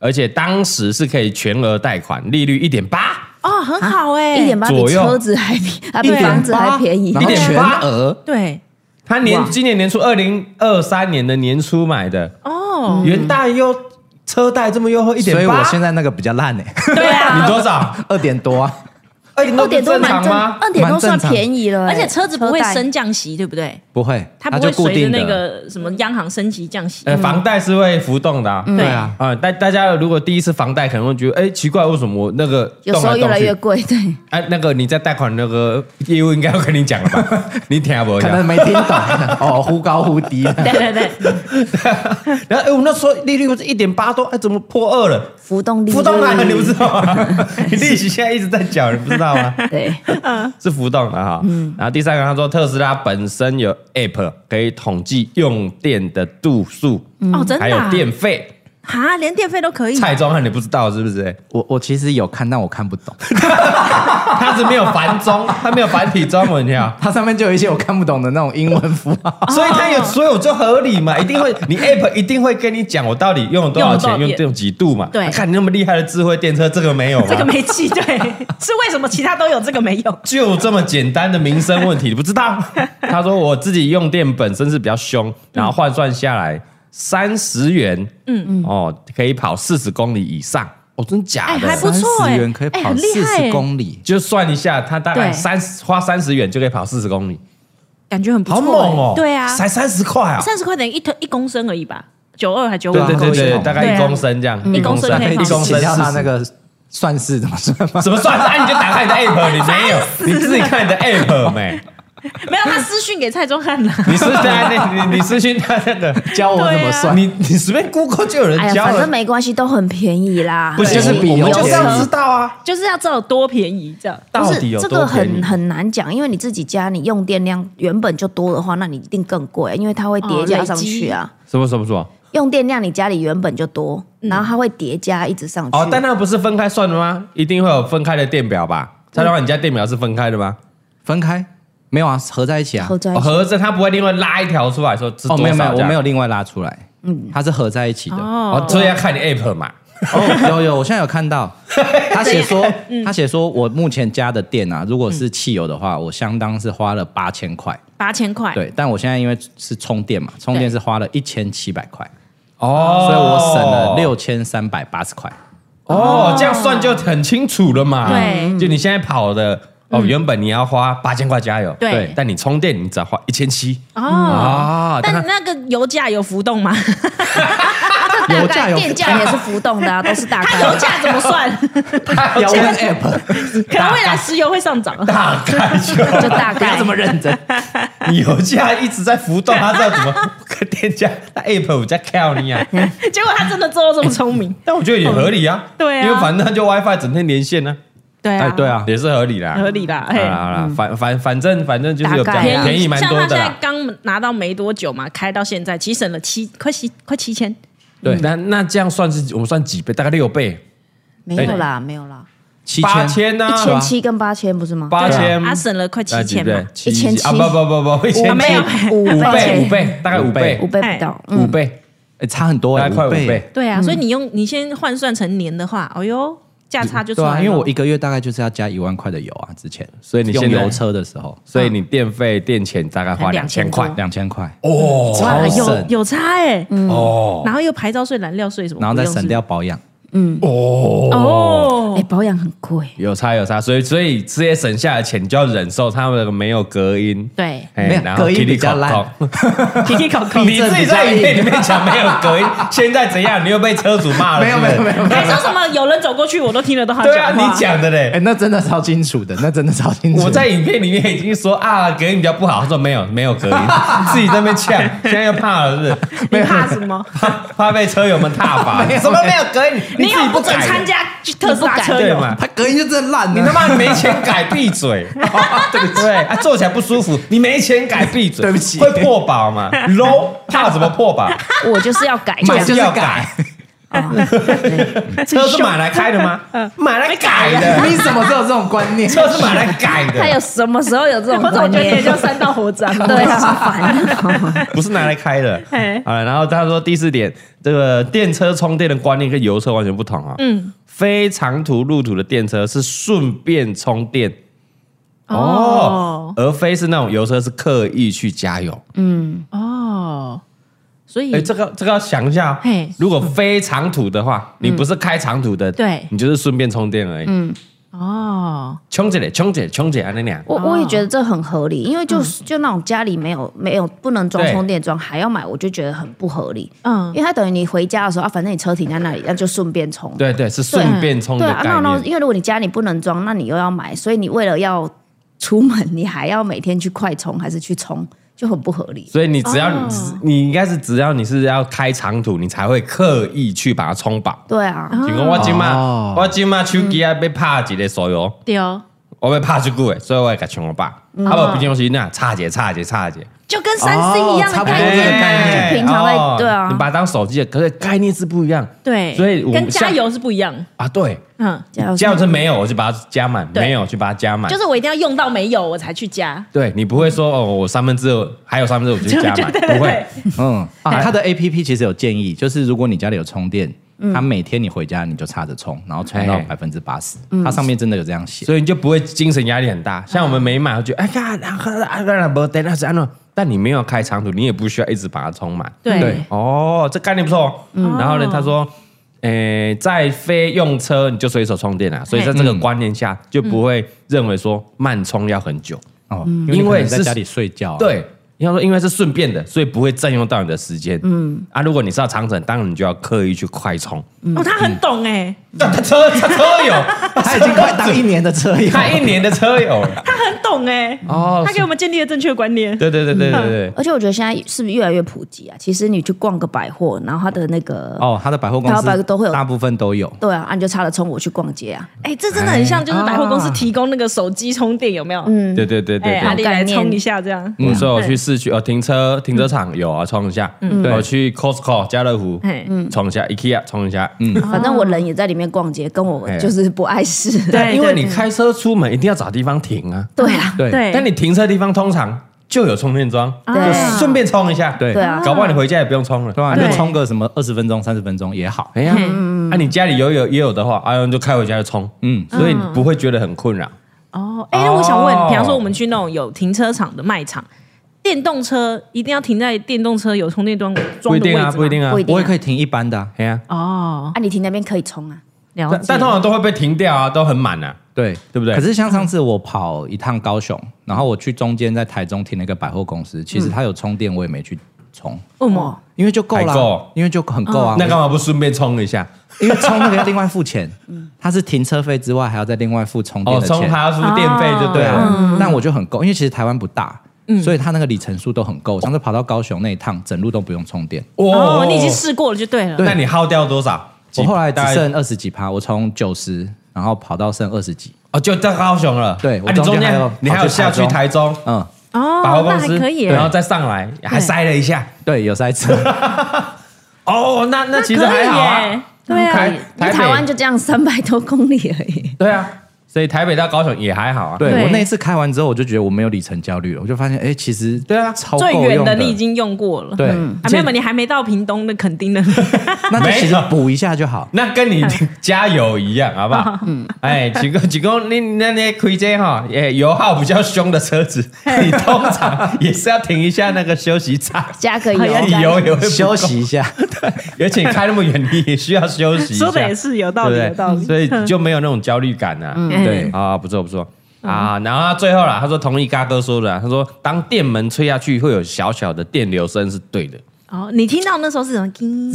Speaker 1: 而且当时是可以全额贷款，利率一点八，
Speaker 5: 哦，很好哎，
Speaker 2: 一点八比
Speaker 1: 左右
Speaker 2: 车子还便，啊，比房子还便宜
Speaker 4: 然。后
Speaker 1: 1.8
Speaker 4: 全额，
Speaker 5: 对，
Speaker 1: 他年
Speaker 2: 哇
Speaker 1: 今年年初二零二三年的年初买的，
Speaker 2: 嗯
Speaker 5: 哦，
Speaker 1: 元大优车贷这么优惠一
Speaker 4: 所以
Speaker 1: 点
Speaker 4: 我
Speaker 1: 八，
Speaker 4: 现在那个比较烂哎，
Speaker 5: 对
Speaker 1: 你
Speaker 5: 啊，
Speaker 1: 多少？
Speaker 4: 二点多啊，
Speaker 1: 二点
Speaker 2: 二点多
Speaker 1: 正
Speaker 2: 蛮
Speaker 1: 常
Speaker 2: 正，
Speaker 1: 吗？
Speaker 2: 二点多
Speaker 4: 蛮
Speaker 2: 算
Speaker 4: 正常
Speaker 2: 便宜了欸，
Speaker 5: 而且车子不会
Speaker 2: 贷
Speaker 5: 升降息，对不对？
Speaker 4: 不会，
Speaker 5: 它不
Speaker 4: 就
Speaker 5: 会
Speaker 4: 固
Speaker 5: 随着
Speaker 4: 定
Speaker 5: 那
Speaker 4: 的，
Speaker 5: 个什么央行升息降息。
Speaker 1: 呃，
Speaker 2: 嗯
Speaker 1: 房贷是会浮动的、啊，
Speaker 4: 对啊，
Speaker 1: 啊、大大家如果第一次房贷，可能会觉得，哎、奇怪，为什么我那个
Speaker 2: 有时
Speaker 1: 动
Speaker 2: 候越
Speaker 1: 动
Speaker 2: 来
Speaker 1: 去
Speaker 2: 越贵，对，
Speaker 1: 哎、那个你在贷款那个业务应该要跟你讲了 吧？你听不？
Speaker 4: 可能没听懂哦，忽高忽低。
Speaker 5: 对对对，
Speaker 1: 然后，哎、我们那时候利率不是一点八多，哎，怎么破二了？
Speaker 2: 浮动利率
Speaker 1: 浮动来了，你不知道吗？你利息现在一直在缴，你不知道吗？
Speaker 2: 对，
Speaker 1: 是浮动的哈。然后第三个，他说特斯拉本身有 App 可以统计用电的度数，
Speaker 5: 哦，真
Speaker 1: 还有
Speaker 5: 的啊
Speaker 1: 电费。
Speaker 5: 啊，连电费都可以。
Speaker 1: 蔡宗翰你不知道是不是？
Speaker 4: 我我其实有看，但我看不懂，
Speaker 1: 他是没有繁中， 他没有繁体中文呀。
Speaker 4: 它上面就有一些我看不懂的那种英文符号。
Speaker 1: 所以它有，所以我就合理嘛，一定会，你 app 一定会跟你讲我到底用了多少钱，
Speaker 5: 用了多少
Speaker 1: 用
Speaker 5: 电
Speaker 1: 用几度嘛。啊
Speaker 5: 对
Speaker 1: 看你那么厉害的智慧电车，这个没有吗？
Speaker 5: 这个煤气对， 是为什么其他都有，这个没有？
Speaker 1: 就这么简单的民生问题，你不知 道？他说我自己用电本身是比较
Speaker 5: 嗯
Speaker 1: 凶，然后换算下来三十元，嗯嗯，哦，可以跑四十公里以上，哦，真假
Speaker 5: 哎还
Speaker 1: 的？
Speaker 5: 不错哎
Speaker 4: 30元可以
Speaker 5: 哎
Speaker 4: 跑
Speaker 5: 很厉
Speaker 4: 四
Speaker 5: 害哎
Speaker 4: 十公里，
Speaker 1: 就算一下，他大概
Speaker 5: 对
Speaker 1: 三十花三十元就可以跑四十公里，
Speaker 5: 感觉很不
Speaker 1: 好
Speaker 5: 错欸，
Speaker 1: 猛哦！
Speaker 5: 对啊，
Speaker 1: 才三十块啊！
Speaker 5: 三十块等于一吨一公升而已吧，九二还九五？
Speaker 1: 对对对
Speaker 4: 对
Speaker 1: 对，
Speaker 4: 啊
Speaker 1: 大概一公升这样，一公升
Speaker 5: 嗯一公升可
Speaker 1: 一
Speaker 4: 哎
Speaker 5: 以
Speaker 1: 公
Speaker 5: 跑
Speaker 1: 升
Speaker 4: 请教他
Speaker 1: 40
Speaker 4: 那个算式怎么算 吗？
Speaker 1: 怎么算？哎，你就打开你的 app，你没有，你自己看你的 app 没？
Speaker 5: 没有他私讯给蔡宗啊翰了。
Speaker 1: 你是在那，你你私信他那个，
Speaker 4: 教我怎么算？
Speaker 1: 你你随便 Google 就有
Speaker 2: 哎
Speaker 1: 人
Speaker 2: 呀，
Speaker 1: 教
Speaker 2: 反正
Speaker 1: 了。
Speaker 2: 没关系，都很便宜啦。
Speaker 1: 不行，
Speaker 4: 就是比
Speaker 1: 我
Speaker 4: 油
Speaker 1: 们
Speaker 4: 钱
Speaker 1: 就是要
Speaker 4: 便宜
Speaker 1: 知道啊，
Speaker 5: 就是要知道有多便宜，这样
Speaker 1: 到
Speaker 2: 不
Speaker 1: 底
Speaker 2: 是
Speaker 1: 有
Speaker 2: 这
Speaker 1: 多
Speaker 2: 个
Speaker 1: 便宜
Speaker 2: 很？很难讲，因为你自己家你用电量原本就多的话，那你一定更贵，因为它会
Speaker 4: 哦
Speaker 2: 叠加上去啊。
Speaker 1: 什么什么什么？
Speaker 2: 用电量你家里原本就多，然后它会叠加一直上去。
Speaker 1: 哦，但那不是分开算的吗？一定会有分开的电表吧？蔡老板，你家电表是分开的吗？
Speaker 4: 分开没有啊？合在一起啊？
Speaker 2: 合在一
Speaker 1: 哦
Speaker 2: 起
Speaker 1: 合着它不会另外拉一条出来说是
Speaker 4: 哦，
Speaker 1: 多
Speaker 4: 没有没
Speaker 1: 少
Speaker 4: 有，
Speaker 1: 这
Speaker 4: 我
Speaker 1: 样
Speaker 4: 没有。另外拉出来，嗯，它是合在一起的。
Speaker 1: 哦，所以要看你 app 嘛。
Speaker 4: 哦，有有，我现在有看 到，他写说，他写说我目前加的电啊，如果是汽油的话，我相当是花了八千块，
Speaker 5: 八千块，
Speaker 4: 对，但我现在因为是充电嘛，充电
Speaker 5: 对
Speaker 4: 是花了一千七百块，
Speaker 1: 哦
Speaker 4: 所以我省了六千三百八十块。
Speaker 1: 哦，这样算就很清楚了嘛。
Speaker 5: 对
Speaker 1: 就你现在跑的哦，原本你要花八千块加油，
Speaker 5: 对
Speaker 1: 但你充电你只要花一千七
Speaker 5: 哦。
Speaker 1: 啊。
Speaker 5: 但那个油价有 浮动吗？
Speaker 2: 大
Speaker 4: 油
Speaker 2: 概
Speaker 4: 价有
Speaker 2: 电价也是浮动的啊，都是大
Speaker 5: 它
Speaker 2: 概。
Speaker 5: 油价怎么算？
Speaker 1: 他
Speaker 4: 要问 app，
Speaker 5: 可能未来石油会上涨。啊
Speaker 1: 大概就
Speaker 2: 就大
Speaker 4: 不要
Speaker 2: 概
Speaker 4: 这么认真，
Speaker 1: 油价一直在浮动，他知道怎么跟店家那 app 我在 c 你啊。
Speaker 5: 嗯 结果他真的做到这么聪明，
Speaker 1: 但我觉得也合理啊，
Speaker 5: 对啊
Speaker 1: 因为反正他就 WiFi 整天连线呢、啊。
Speaker 5: 对啊，
Speaker 4: 哎，对，啊，
Speaker 1: 也是合理啦，
Speaker 5: 合理啦，
Speaker 1: 好
Speaker 5: 嘿，啊
Speaker 1: 啦好啦，反反反正反正就是有比
Speaker 2: 大
Speaker 1: 较
Speaker 2: 概啦
Speaker 1: 便宜蛮
Speaker 5: 像
Speaker 1: 多
Speaker 5: 他
Speaker 1: 的
Speaker 5: 现
Speaker 1: 啦
Speaker 5: 在。刚拿到没多久嘛，开到现在，其实省了七，快七，快七千。
Speaker 1: 对，那那这样算是我们算几倍？大概六倍，
Speaker 2: 没有啦，没有啦，
Speaker 4: 七
Speaker 1: 八
Speaker 4: 千
Speaker 1: 千呢？
Speaker 2: 一千七跟八千不是吗？
Speaker 1: 啊八千，
Speaker 5: 他省了快七啊千嘛，
Speaker 1: 七
Speaker 2: 1700
Speaker 1: 啊不不不不，一千
Speaker 5: 没有
Speaker 1: 七
Speaker 2: 五
Speaker 1: 五倍五
Speaker 2: 倍，
Speaker 1: 倍，大概五倍
Speaker 2: 五倍不到，
Speaker 1: 五
Speaker 2: 嗯，
Speaker 1: 倍，
Speaker 4: 哎，差很多
Speaker 1: 大
Speaker 4: 哎，
Speaker 1: 概快五倍。
Speaker 5: 对啊，所以你用你先换算成年的话，哦呦，价差就出
Speaker 4: 对
Speaker 5: 来
Speaker 4: 啊，
Speaker 5: 了。
Speaker 4: 因为我一个月大概就是要加一万块的油啊，之前，
Speaker 1: 所以你
Speaker 4: 用
Speaker 1: 现在
Speaker 4: 油车的时候
Speaker 1: 所以你电费电钱大概花
Speaker 5: 两千
Speaker 1: 千块
Speaker 5: 多
Speaker 4: 两千块，
Speaker 1: 哦
Speaker 5: 哇
Speaker 4: 超
Speaker 5: 有
Speaker 4: 省
Speaker 5: 有差哎，
Speaker 1: 哦
Speaker 5: 然后又牌照税、燃料税什么，
Speaker 4: 然后再省掉
Speaker 5: 不
Speaker 4: 保养，
Speaker 1: 哦
Speaker 2: 哎，
Speaker 5: 用是哦，
Speaker 2: 保养很贵，
Speaker 1: 有差有差，所以所以这些省下的钱就要忍受他们的没有隔音，
Speaker 2: 对
Speaker 1: 哎
Speaker 4: 没有
Speaker 1: 然后
Speaker 4: 隔音
Speaker 1: kitty
Speaker 4: 比较
Speaker 1: cock
Speaker 4: 烂
Speaker 1: cock
Speaker 5: 可以考考
Speaker 1: 你自己在影片里面讲没有隔音，现在怎样？你又被车主骂了？
Speaker 4: 没有
Speaker 1: 是不是
Speaker 4: 没有没有
Speaker 5: 还说什么有人走过去，我都听得到他
Speaker 1: 对啊，
Speaker 5: 讲
Speaker 1: 你
Speaker 5: 话。
Speaker 1: 讲的嘞
Speaker 4: 哎，。那真的超清楚的，那真的超清楚。
Speaker 1: 我在影片里面已经说啊，隔音比较不好。他说没有，没有隔音，自己在那边呛，现在又怕了，是不是？
Speaker 5: 你怕什 么？
Speaker 1: 怕怕被车友们踏伐？什么没有隔音？
Speaker 5: 你
Speaker 1: 自己
Speaker 5: 有不准
Speaker 1: 改的
Speaker 5: 参加特斯拉车
Speaker 1: 对
Speaker 5: 友？
Speaker 1: 嘛？
Speaker 4: 他隔音就真的烂 了，
Speaker 1: 你他妈没钱改，闭嘴！ 对不对？啊，坐起来不舒服，你没钱改，闭嘴！
Speaker 4: 对不起
Speaker 1: 会破保 嘛？low 怕什么破保？
Speaker 2: 我就是要改这
Speaker 1: 买
Speaker 2: 样
Speaker 1: 就是要改，
Speaker 2: 啊，对
Speaker 1: 车是买来开的 吗？买来嗯改哎的，
Speaker 4: 你怎么都有这种观念？
Speaker 1: 车是买来改的。
Speaker 2: 他有什么时候有这种
Speaker 5: 我
Speaker 2: 观
Speaker 5: 总觉得也
Speaker 2: 念？
Speaker 5: 就三道火章。
Speaker 2: 对啊，好烦啊，
Speaker 1: 不是拿来开的。
Speaker 5: 嘿
Speaker 1: 好了，然后他说第四点，这个电车充电的观念跟油车完全不同啊、嗯，非长途路途的电车是顺便充电哦
Speaker 5: 哦，
Speaker 1: 而非是那种油车是刻意去加油。
Speaker 5: 哦，所以
Speaker 2: 嗯
Speaker 1: 哎、这个这个要想一下哦
Speaker 5: 嘿。
Speaker 1: 如果非长途的话，你
Speaker 2: 嗯
Speaker 1: 不是开长途的，
Speaker 5: 对
Speaker 1: 你就是顺便充电而已。嗯，
Speaker 5: 哦，
Speaker 1: 充姐嘞，充姐，充姐啊，那俩。
Speaker 2: 我我也觉得这很合理，因为就是就那种家里没有没有不能装
Speaker 1: 对
Speaker 2: 充电桩还要买，我就觉得很不合理，
Speaker 5: 嗯
Speaker 2: 因，为它等于你回家的时候啊，反正你车停在那里，那就顺便充。
Speaker 1: 对对，是顺便充的
Speaker 2: 对啊，
Speaker 1: 概
Speaker 2: 那
Speaker 1: 念。
Speaker 2: 那因为如果你家里不能装，那你又要买，所以你为了要出门，你还要每天去快充还是去充，就很不合理。
Speaker 1: 所以你只要、
Speaker 2: 哦
Speaker 1: 你你应该是只要你是要开长途，你才会刻意去把它充饱。
Speaker 2: 对啊，
Speaker 1: 就是讲我今嘛，
Speaker 4: 哦
Speaker 1: 我今嘛手机啊被拍一个手游，
Speaker 5: 对哦，
Speaker 1: 我被拍出久诶，所以我会甲抢我爸。
Speaker 2: 嗯
Speaker 1: 啊无平常时那差一个差一个差一个，
Speaker 5: 就跟三 C 一样
Speaker 4: 哦差
Speaker 5: 的
Speaker 4: 不多
Speaker 5: 概念啊。
Speaker 1: 哎
Speaker 2: 就平常在
Speaker 1: 哦
Speaker 2: 对啊
Speaker 1: 你把它当手机的，可是概念是不一样
Speaker 5: 对，
Speaker 1: 所以我
Speaker 5: 跟加
Speaker 1: 像
Speaker 5: 油是不一样。
Speaker 1: 啊。对，
Speaker 5: 嗯，
Speaker 2: 这样
Speaker 1: 加油车没有，我就把它加满；
Speaker 5: 对
Speaker 1: 没有就把它加满。
Speaker 5: 就是我一定要用到没有我才去加。
Speaker 1: 对你不会说哦，我三分之二还有三分之二我就加满，不会。
Speaker 4: 嗯，啊它的 A P P 其实有建议，就是如果你家里有充电，它每天你回家你就插着充，然后充到
Speaker 1: 嘿
Speaker 4: 百分之八十，它上面真的有这样写。
Speaker 1: 所以你就不会精神压力很大。像我们没买，我就哎呀，然后啊个人不等那是安诺，但你没有开长途，你也不需要一直把它充满。
Speaker 5: 对
Speaker 1: 哦，这概念不错哦。然后呢，他说，诶，在非用车你就随手充电啦，所以在这个
Speaker 4: 嗯
Speaker 1: 观念下就不会认为说慢充要很久。
Speaker 4: 哦，
Speaker 1: 因
Speaker 4: 因
Speaker 1: 为
Speaker 4: 为你可能在
Speaker 1: 是
Speaker 4: 家里睡觉啊，
Speaker 1: 对。要说，因为是顺便的，所以不会占用到你的时间。嗯啊，如果你是要长程，当然你就要刻意去快充。
Speaker 5: 哦，他很懂哎，
Speaker 1: 但他车他车 友，
Speaker 4: 他已经快当一年的车 友
Speaker 1: 他一年的车友了。
Speaker 5: 他很懂哎。
Speaker 1: 哦
Speaker 5: 他给我们建立了正确观念。
Speaker 1: 对对对对对对。
Speaker 2: 而且我觉得现在是不是越来越普及啊？其实你去逛个百货，然后它的那个，
Speaker 4: 哦，他的百货公
Speaker 2: 他的百货
Speaker 4: 司
Speaker 2: 都会有
Speaker 4: 大部分都有。
Speaker 2: 对啊，啊你就插了充我去逛街啊，
Speaker 5: 哎，这真的很像，就是百货公司提供那个手机充电，有没有？嗯，
Speaker 1: 对对对对
Speaker 5: 哎，
Speaker 1: 对
Speaker 5: 阿里
Speaker 2: 概
Speaker 5: 来
Speaker 2: 念
Speaker 5: 充一下这样。
Speaker 1: 我说我
Speaker 5: 对
Speaker 1: 去市区哦，停车停车场有啊，充一下。
Speaker 4: 对
Speaker 1: 我去 Costco 家乐福
Speaker 5: 嘿，
Speaker 1: 充一下，IKEA 充一下。嗯，
Speaker 2: 反正我人也在里面逛街，跟我
Speaker 1: 哎
Speaker 2: 就是不碍事。
Speaker 5: 对
Speaker 1: 因为你开车出门一定要找地方停啊。
Speaker 2: 对啊，
Speaker 4: 对
Speaker 5: 对
Speaker 1: 但你停车的地方通常就有充电桩，
Speaker 2: 对
Speaker 1: 就顺便充一下。
Speaker 4: 对
Speaker 2: 对啊
Speaker 1: 搞不好你回家也不用充了，
Speaker 4: 对吧？
Speaker 5: 对
Speaker 4: 啊你就充个什么二十分钟、三十分钟也好。
Speaker 1: 哎呀，
Speaker 5: 嗯
Speaker 1: 啊，你家里有有也有的话，阿用就开回家就充，
Speaker 4: 嗯，
Speaker 1: 所以你不会觉得很困扰。
Speaker 5: 哦，哎、那
Speaker 1: 哦
Speaker 5: 我想问，比方说我们去那种有停车场的卖场，电动车一定要停在电动车有充电桩
Speaker 1: 不
Speaker 5: 装
Speaker 1: 一
Speaker 5: 的位
Speaker 1: 定
Speaker 5: 置
Speaker 1: 啊，
Speaker 5: 吗
Speaker 1: 不一。定啊
Speaker 2: 不一。定
Speaker 4: 我
Speaker 2: 啊
Speaker 4: 也可以停一般的啊。
Speaker 1: 哎呀，
Speaker 5: 哦，
Speaker 2: 啊，你停那边可以充啊，
Speaker 5: 了
Speaker 1: 但
Speaker 5: 解。
Speaker 1: 但通常都会被停掉啊，都很满啊。
Speaker 4: 对
Speaker 1: 对不对
Speaker 4: 可是像上次我跑一趟高雄，然后我去中间在台中停了一个百货公司，其实它有充电，我也没去充，
Speaker 5: 为什么？
Speaker 4: 嗯因为就够
Speaker 1: 还
Speaker 4: 啦，
Speaker 1: 够
Speaker 4: 因为就很够啊。
Speaker 1: 那干嘛不顺便充一下？
Speaker 4: 因为充那个要另外付 钱，
Speaker 5: 嗯
Speaker 4: 它是停车费之外还要再另外付充电
Speaker 1: 哦，
Speaker 4: 的
Speaker 1: 充
Speaker 4: 钱。
Speaker 1: 它付电费就对
Speaker 4: 对
Speaker 1: 了。
Speaker 4: 啊，
Speaker 5: 嗯
Speaker 4: 那我就很够，因为其实台湾不大，所以它那个里程数都很够。上次跑到高雄那一趟，整路都不用充电，
Speaker 5: 哦，你已经试过了就对了。
Speaker 1: 那你耗掉多少？
Speaker 4: 我后来
Speaker 1: 几
Speaker 4: 只
Speaker 1: 大概
Speaker 4: 剩二十几趴，我从九十然后跑到剩二十几，
Speaker 1: 哦，就到高雄了。
Speaker 4: 对我
Speaker 1: 啊，你中
Speaker 4: 中间还有
Speaker 1: 间你还有下去
Speaker 4: 跑
Speaker 1: 台
Speaker 4: 去台
Speaker 1: 中
Speaker 4: 嗯，
Speaker 5: 哦
Speaker 1: 百货公
Speaker 5: 那还
Speaker 1: 司，
Speaker 5: 可以耶，
Speaker 1: 然后再上来，还塞了一下。
Speaker 4: 对，有塞 车，
Speaker 1: 哦，那那其实
Speaker 5: 可以
Speaker 1: 还好
Speaker 5: 耶
Speaker 1: 啊。
Speaker 5: 对啊
Speaker 1: 台
Speaker 2: 因为
Speaker 1: 台北
Speaker 2: 台湾就这样三百多公里而已。
Speaker 1: 对啊，所以台北到高雄也还好啊。
Speaker 4: 对
Speaker 5: 对
Speaker 4: 我那一次开完之后，我就觉得我没有里程焦虑了，我就发现，哎，其实
Speaker 1: 对啊
Speaker 4: 超
Speaker 5: 最
Speaker 4: 够
Speaker 5: 远
Speaker 4: 用
Speaker 5: 的你已经用过了，
Speaker 4: 对，
Speaker 5: 啊，没有嘛，你还没到屏东的垦丁 呢。
Speaker 4: 那就其实
Speaker 1: 没有
Speaker 4: 补一下 就好。
Speaker 1: 那跟你加油一样，好不好？嗯，哎，几个几公，你那那开车哈，也油耗比较凶的车子，你通常也是要停一下那个休息站，
Speaker 2: 加 个油，
Speaker 1: 你油也会不够
Speaker 4: 休息一下，
Speaker 1: 而且你开那么远，你也需要休息一下，
Speaker 5: 说的也是有道理，
Speaker 1: 对
Speaker 5: 有
Speaker 1: 不
Speaker 5: 道
Speaker 1: 对？
Speaker 5: 理。
Speaker 1: 所以就没有那种焦虑感啊。
Speaker 5: 嗯
Speaker 4: 对
Speaker 1: 啊，不错不错啊。然后他最后啦，他说同意嘎哥说的啊，他说当电门吹下去会有小小的电流声是对的。
Speaker 5: 哦，你听到那时候是什么？
Speaker 4: 嗯
Speaker 5: 叮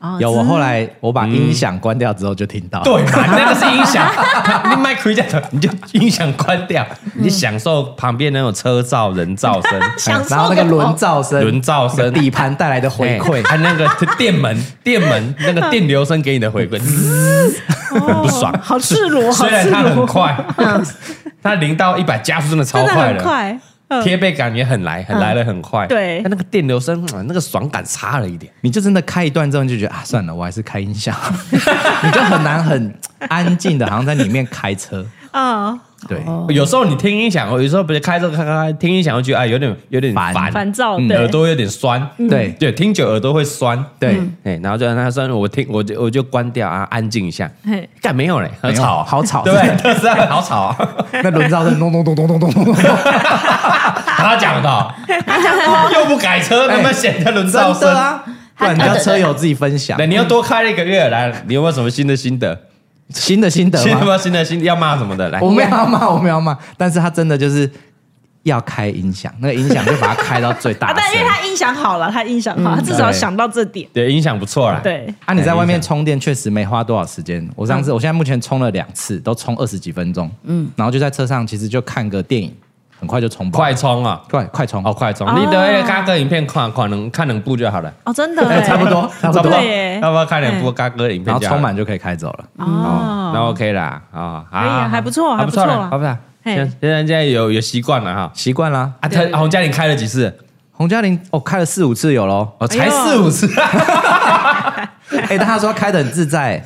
Speaker 5: 哦
Speaker 4: 有我后来我把
Speaker 1: 嗯
Speaker 4: 音响关掉之后就听到，
Speaker 1: 对嘛， 那个是音响，你麦开掉，你就音响关掉，你享受旁边那种车噪、人噪声、
Speaker 4: 嗯，然后那个轮噪声、
Speaker 1: 轮噪声
Speaker 4: 底盘带来的回馈，
Speaker 1: 还那个 电门、电门那个电流声给你的回馈，滋很
Speaker 5: 哦
Speaker 1: 不爽。
Speaker 5: 好赤裸，好
Speaker 1: 虽然
Speaker 5: 赤
Speaker 1: 它很
Speaker 5: 裸，
Speaker 1: 快， 它零到一百加速真的超
Speaker 5: 真的
Speaker 1: 快
Speaker 5: 很
Speaker 1: 了，
Speaker 5: 快。嗯
Speaker 1: 贴背感也很来，很来的很快。
Speaker 5: 对
Speaker 1: 但那个电流声，嗯那个爽感差了一点。
Speaker 4: 你就真的开一段之后你就觉得啊，算了，我还是开音响，你就很难很安静的，好像在里面开车。
Speaker 5: 嗯，
Speaker 4: 对，
Speaker 1: 有时候你听音响，有时候不是开车开开开听音响，会觉得哎，有点有点
Speaker 4: 烦
Speaker 1: 烦，
Speaker 5: 烦躁，
Speaker 4: 嗯
Speaker 5: 对，
Speaker 1: 耳朵有点酸，
Speaker 4: 对
Speaker 1: 对，听久耳朵会酸，
Speaker 4: 对
Speaker 1: 哎，然后就让它酸，我听我就我就关掉啊，安静一下
Speaker 5: 嘿，
Speaker 1: 干没有嘞，很
Speaker 4: 没有
Speaker 1: 吵，
Speaker 4: 好吵
Speaker 1: 对不对，就是很好吵啊，
Speaker 4: 那轮噪声咚咚咚咚咚咚咚，
Speaker 1: 他讲的哦，又不改车，那么显得轮噪
Speaker 4: 真
Speaker 1: 声
Speaker 4: 的啊，不然你叫车友自己分享
Speaker 1: 对，你又多开了一个月，来，你有没有什么新的心得？
Speaker 4: 新的心得
Speaker 1: 新的
Speaker 4: 吗？
Speaker 1: 吗？新的心得要骂什么的？来，
Speaker 4: 我没有要骂，我没有要骂，但是他真的就是要开音响，那个音响就把它开到最
Speaker 5: 啊
Speaker 4: 大，
Speaker 5: 但因
Speaker 4: 声嗯
Speaker 5: 为。他音响好了，他音响好，他至少
Speaker 1: 对
Speaker 5: 想到这点，
Speaker 1: 对，音响不错啦。，
Speaker 5: 对，
Speaker 4: 啊，你在外面充电确实没花多少时间。我上次，我现在目前充了两次，都充二十几分钟。嗯，然后就在车上，其实就看个电影，很快就充饱。
Speaker 1: 快充啊，
Speaker 4: 快快充
Speaker 1: 哦，快充
Speaker 5: 哦，
Speaker 1: 你等那个嘎哥影片看，可能看两部就好了，
Speaker 5: 哦，真的
Speaker 4: 哎
Speaker 5: 欸，
Speaker 4: 差不 多，差不多，嗯
Speaker 5: 对耶
Speaker 1: 要不要看两部嘎哥影
Speaker 4: 然
Speaker 1: 片
Speaker 4: 后
Speaker 1: 就好了？
Speaker 4: 充满就可以开走了。
Speaker 5: 哦，
Speaker 1: 那 OK 啦，啊，
Speaker 5: 以啊
Speaker 1: 啊
Speaker 5: 还不错
Speaker 1: 还不错
Speaker 5: 还不错
Speaker 1: 啦，
Speaker 5: 啊
Speaker 1: 还不错啦。
Speaker 5: 嘿
Speaker 1: 现在现在人家有有习惯了哈。
Speaker 4: 习惯啦。
Speaker 1: 啊，他洪嘉玲开了几次？
Speaker 4: 洪嘉玲哦，开了四五次有喽。
Speaker 1: 哦，
Speaker 5: 哎
Speaker 1: 才
Speaker 5: 呦
Speaker 1: 四五次，
Speaker 4: 哎，但他说开的很自在，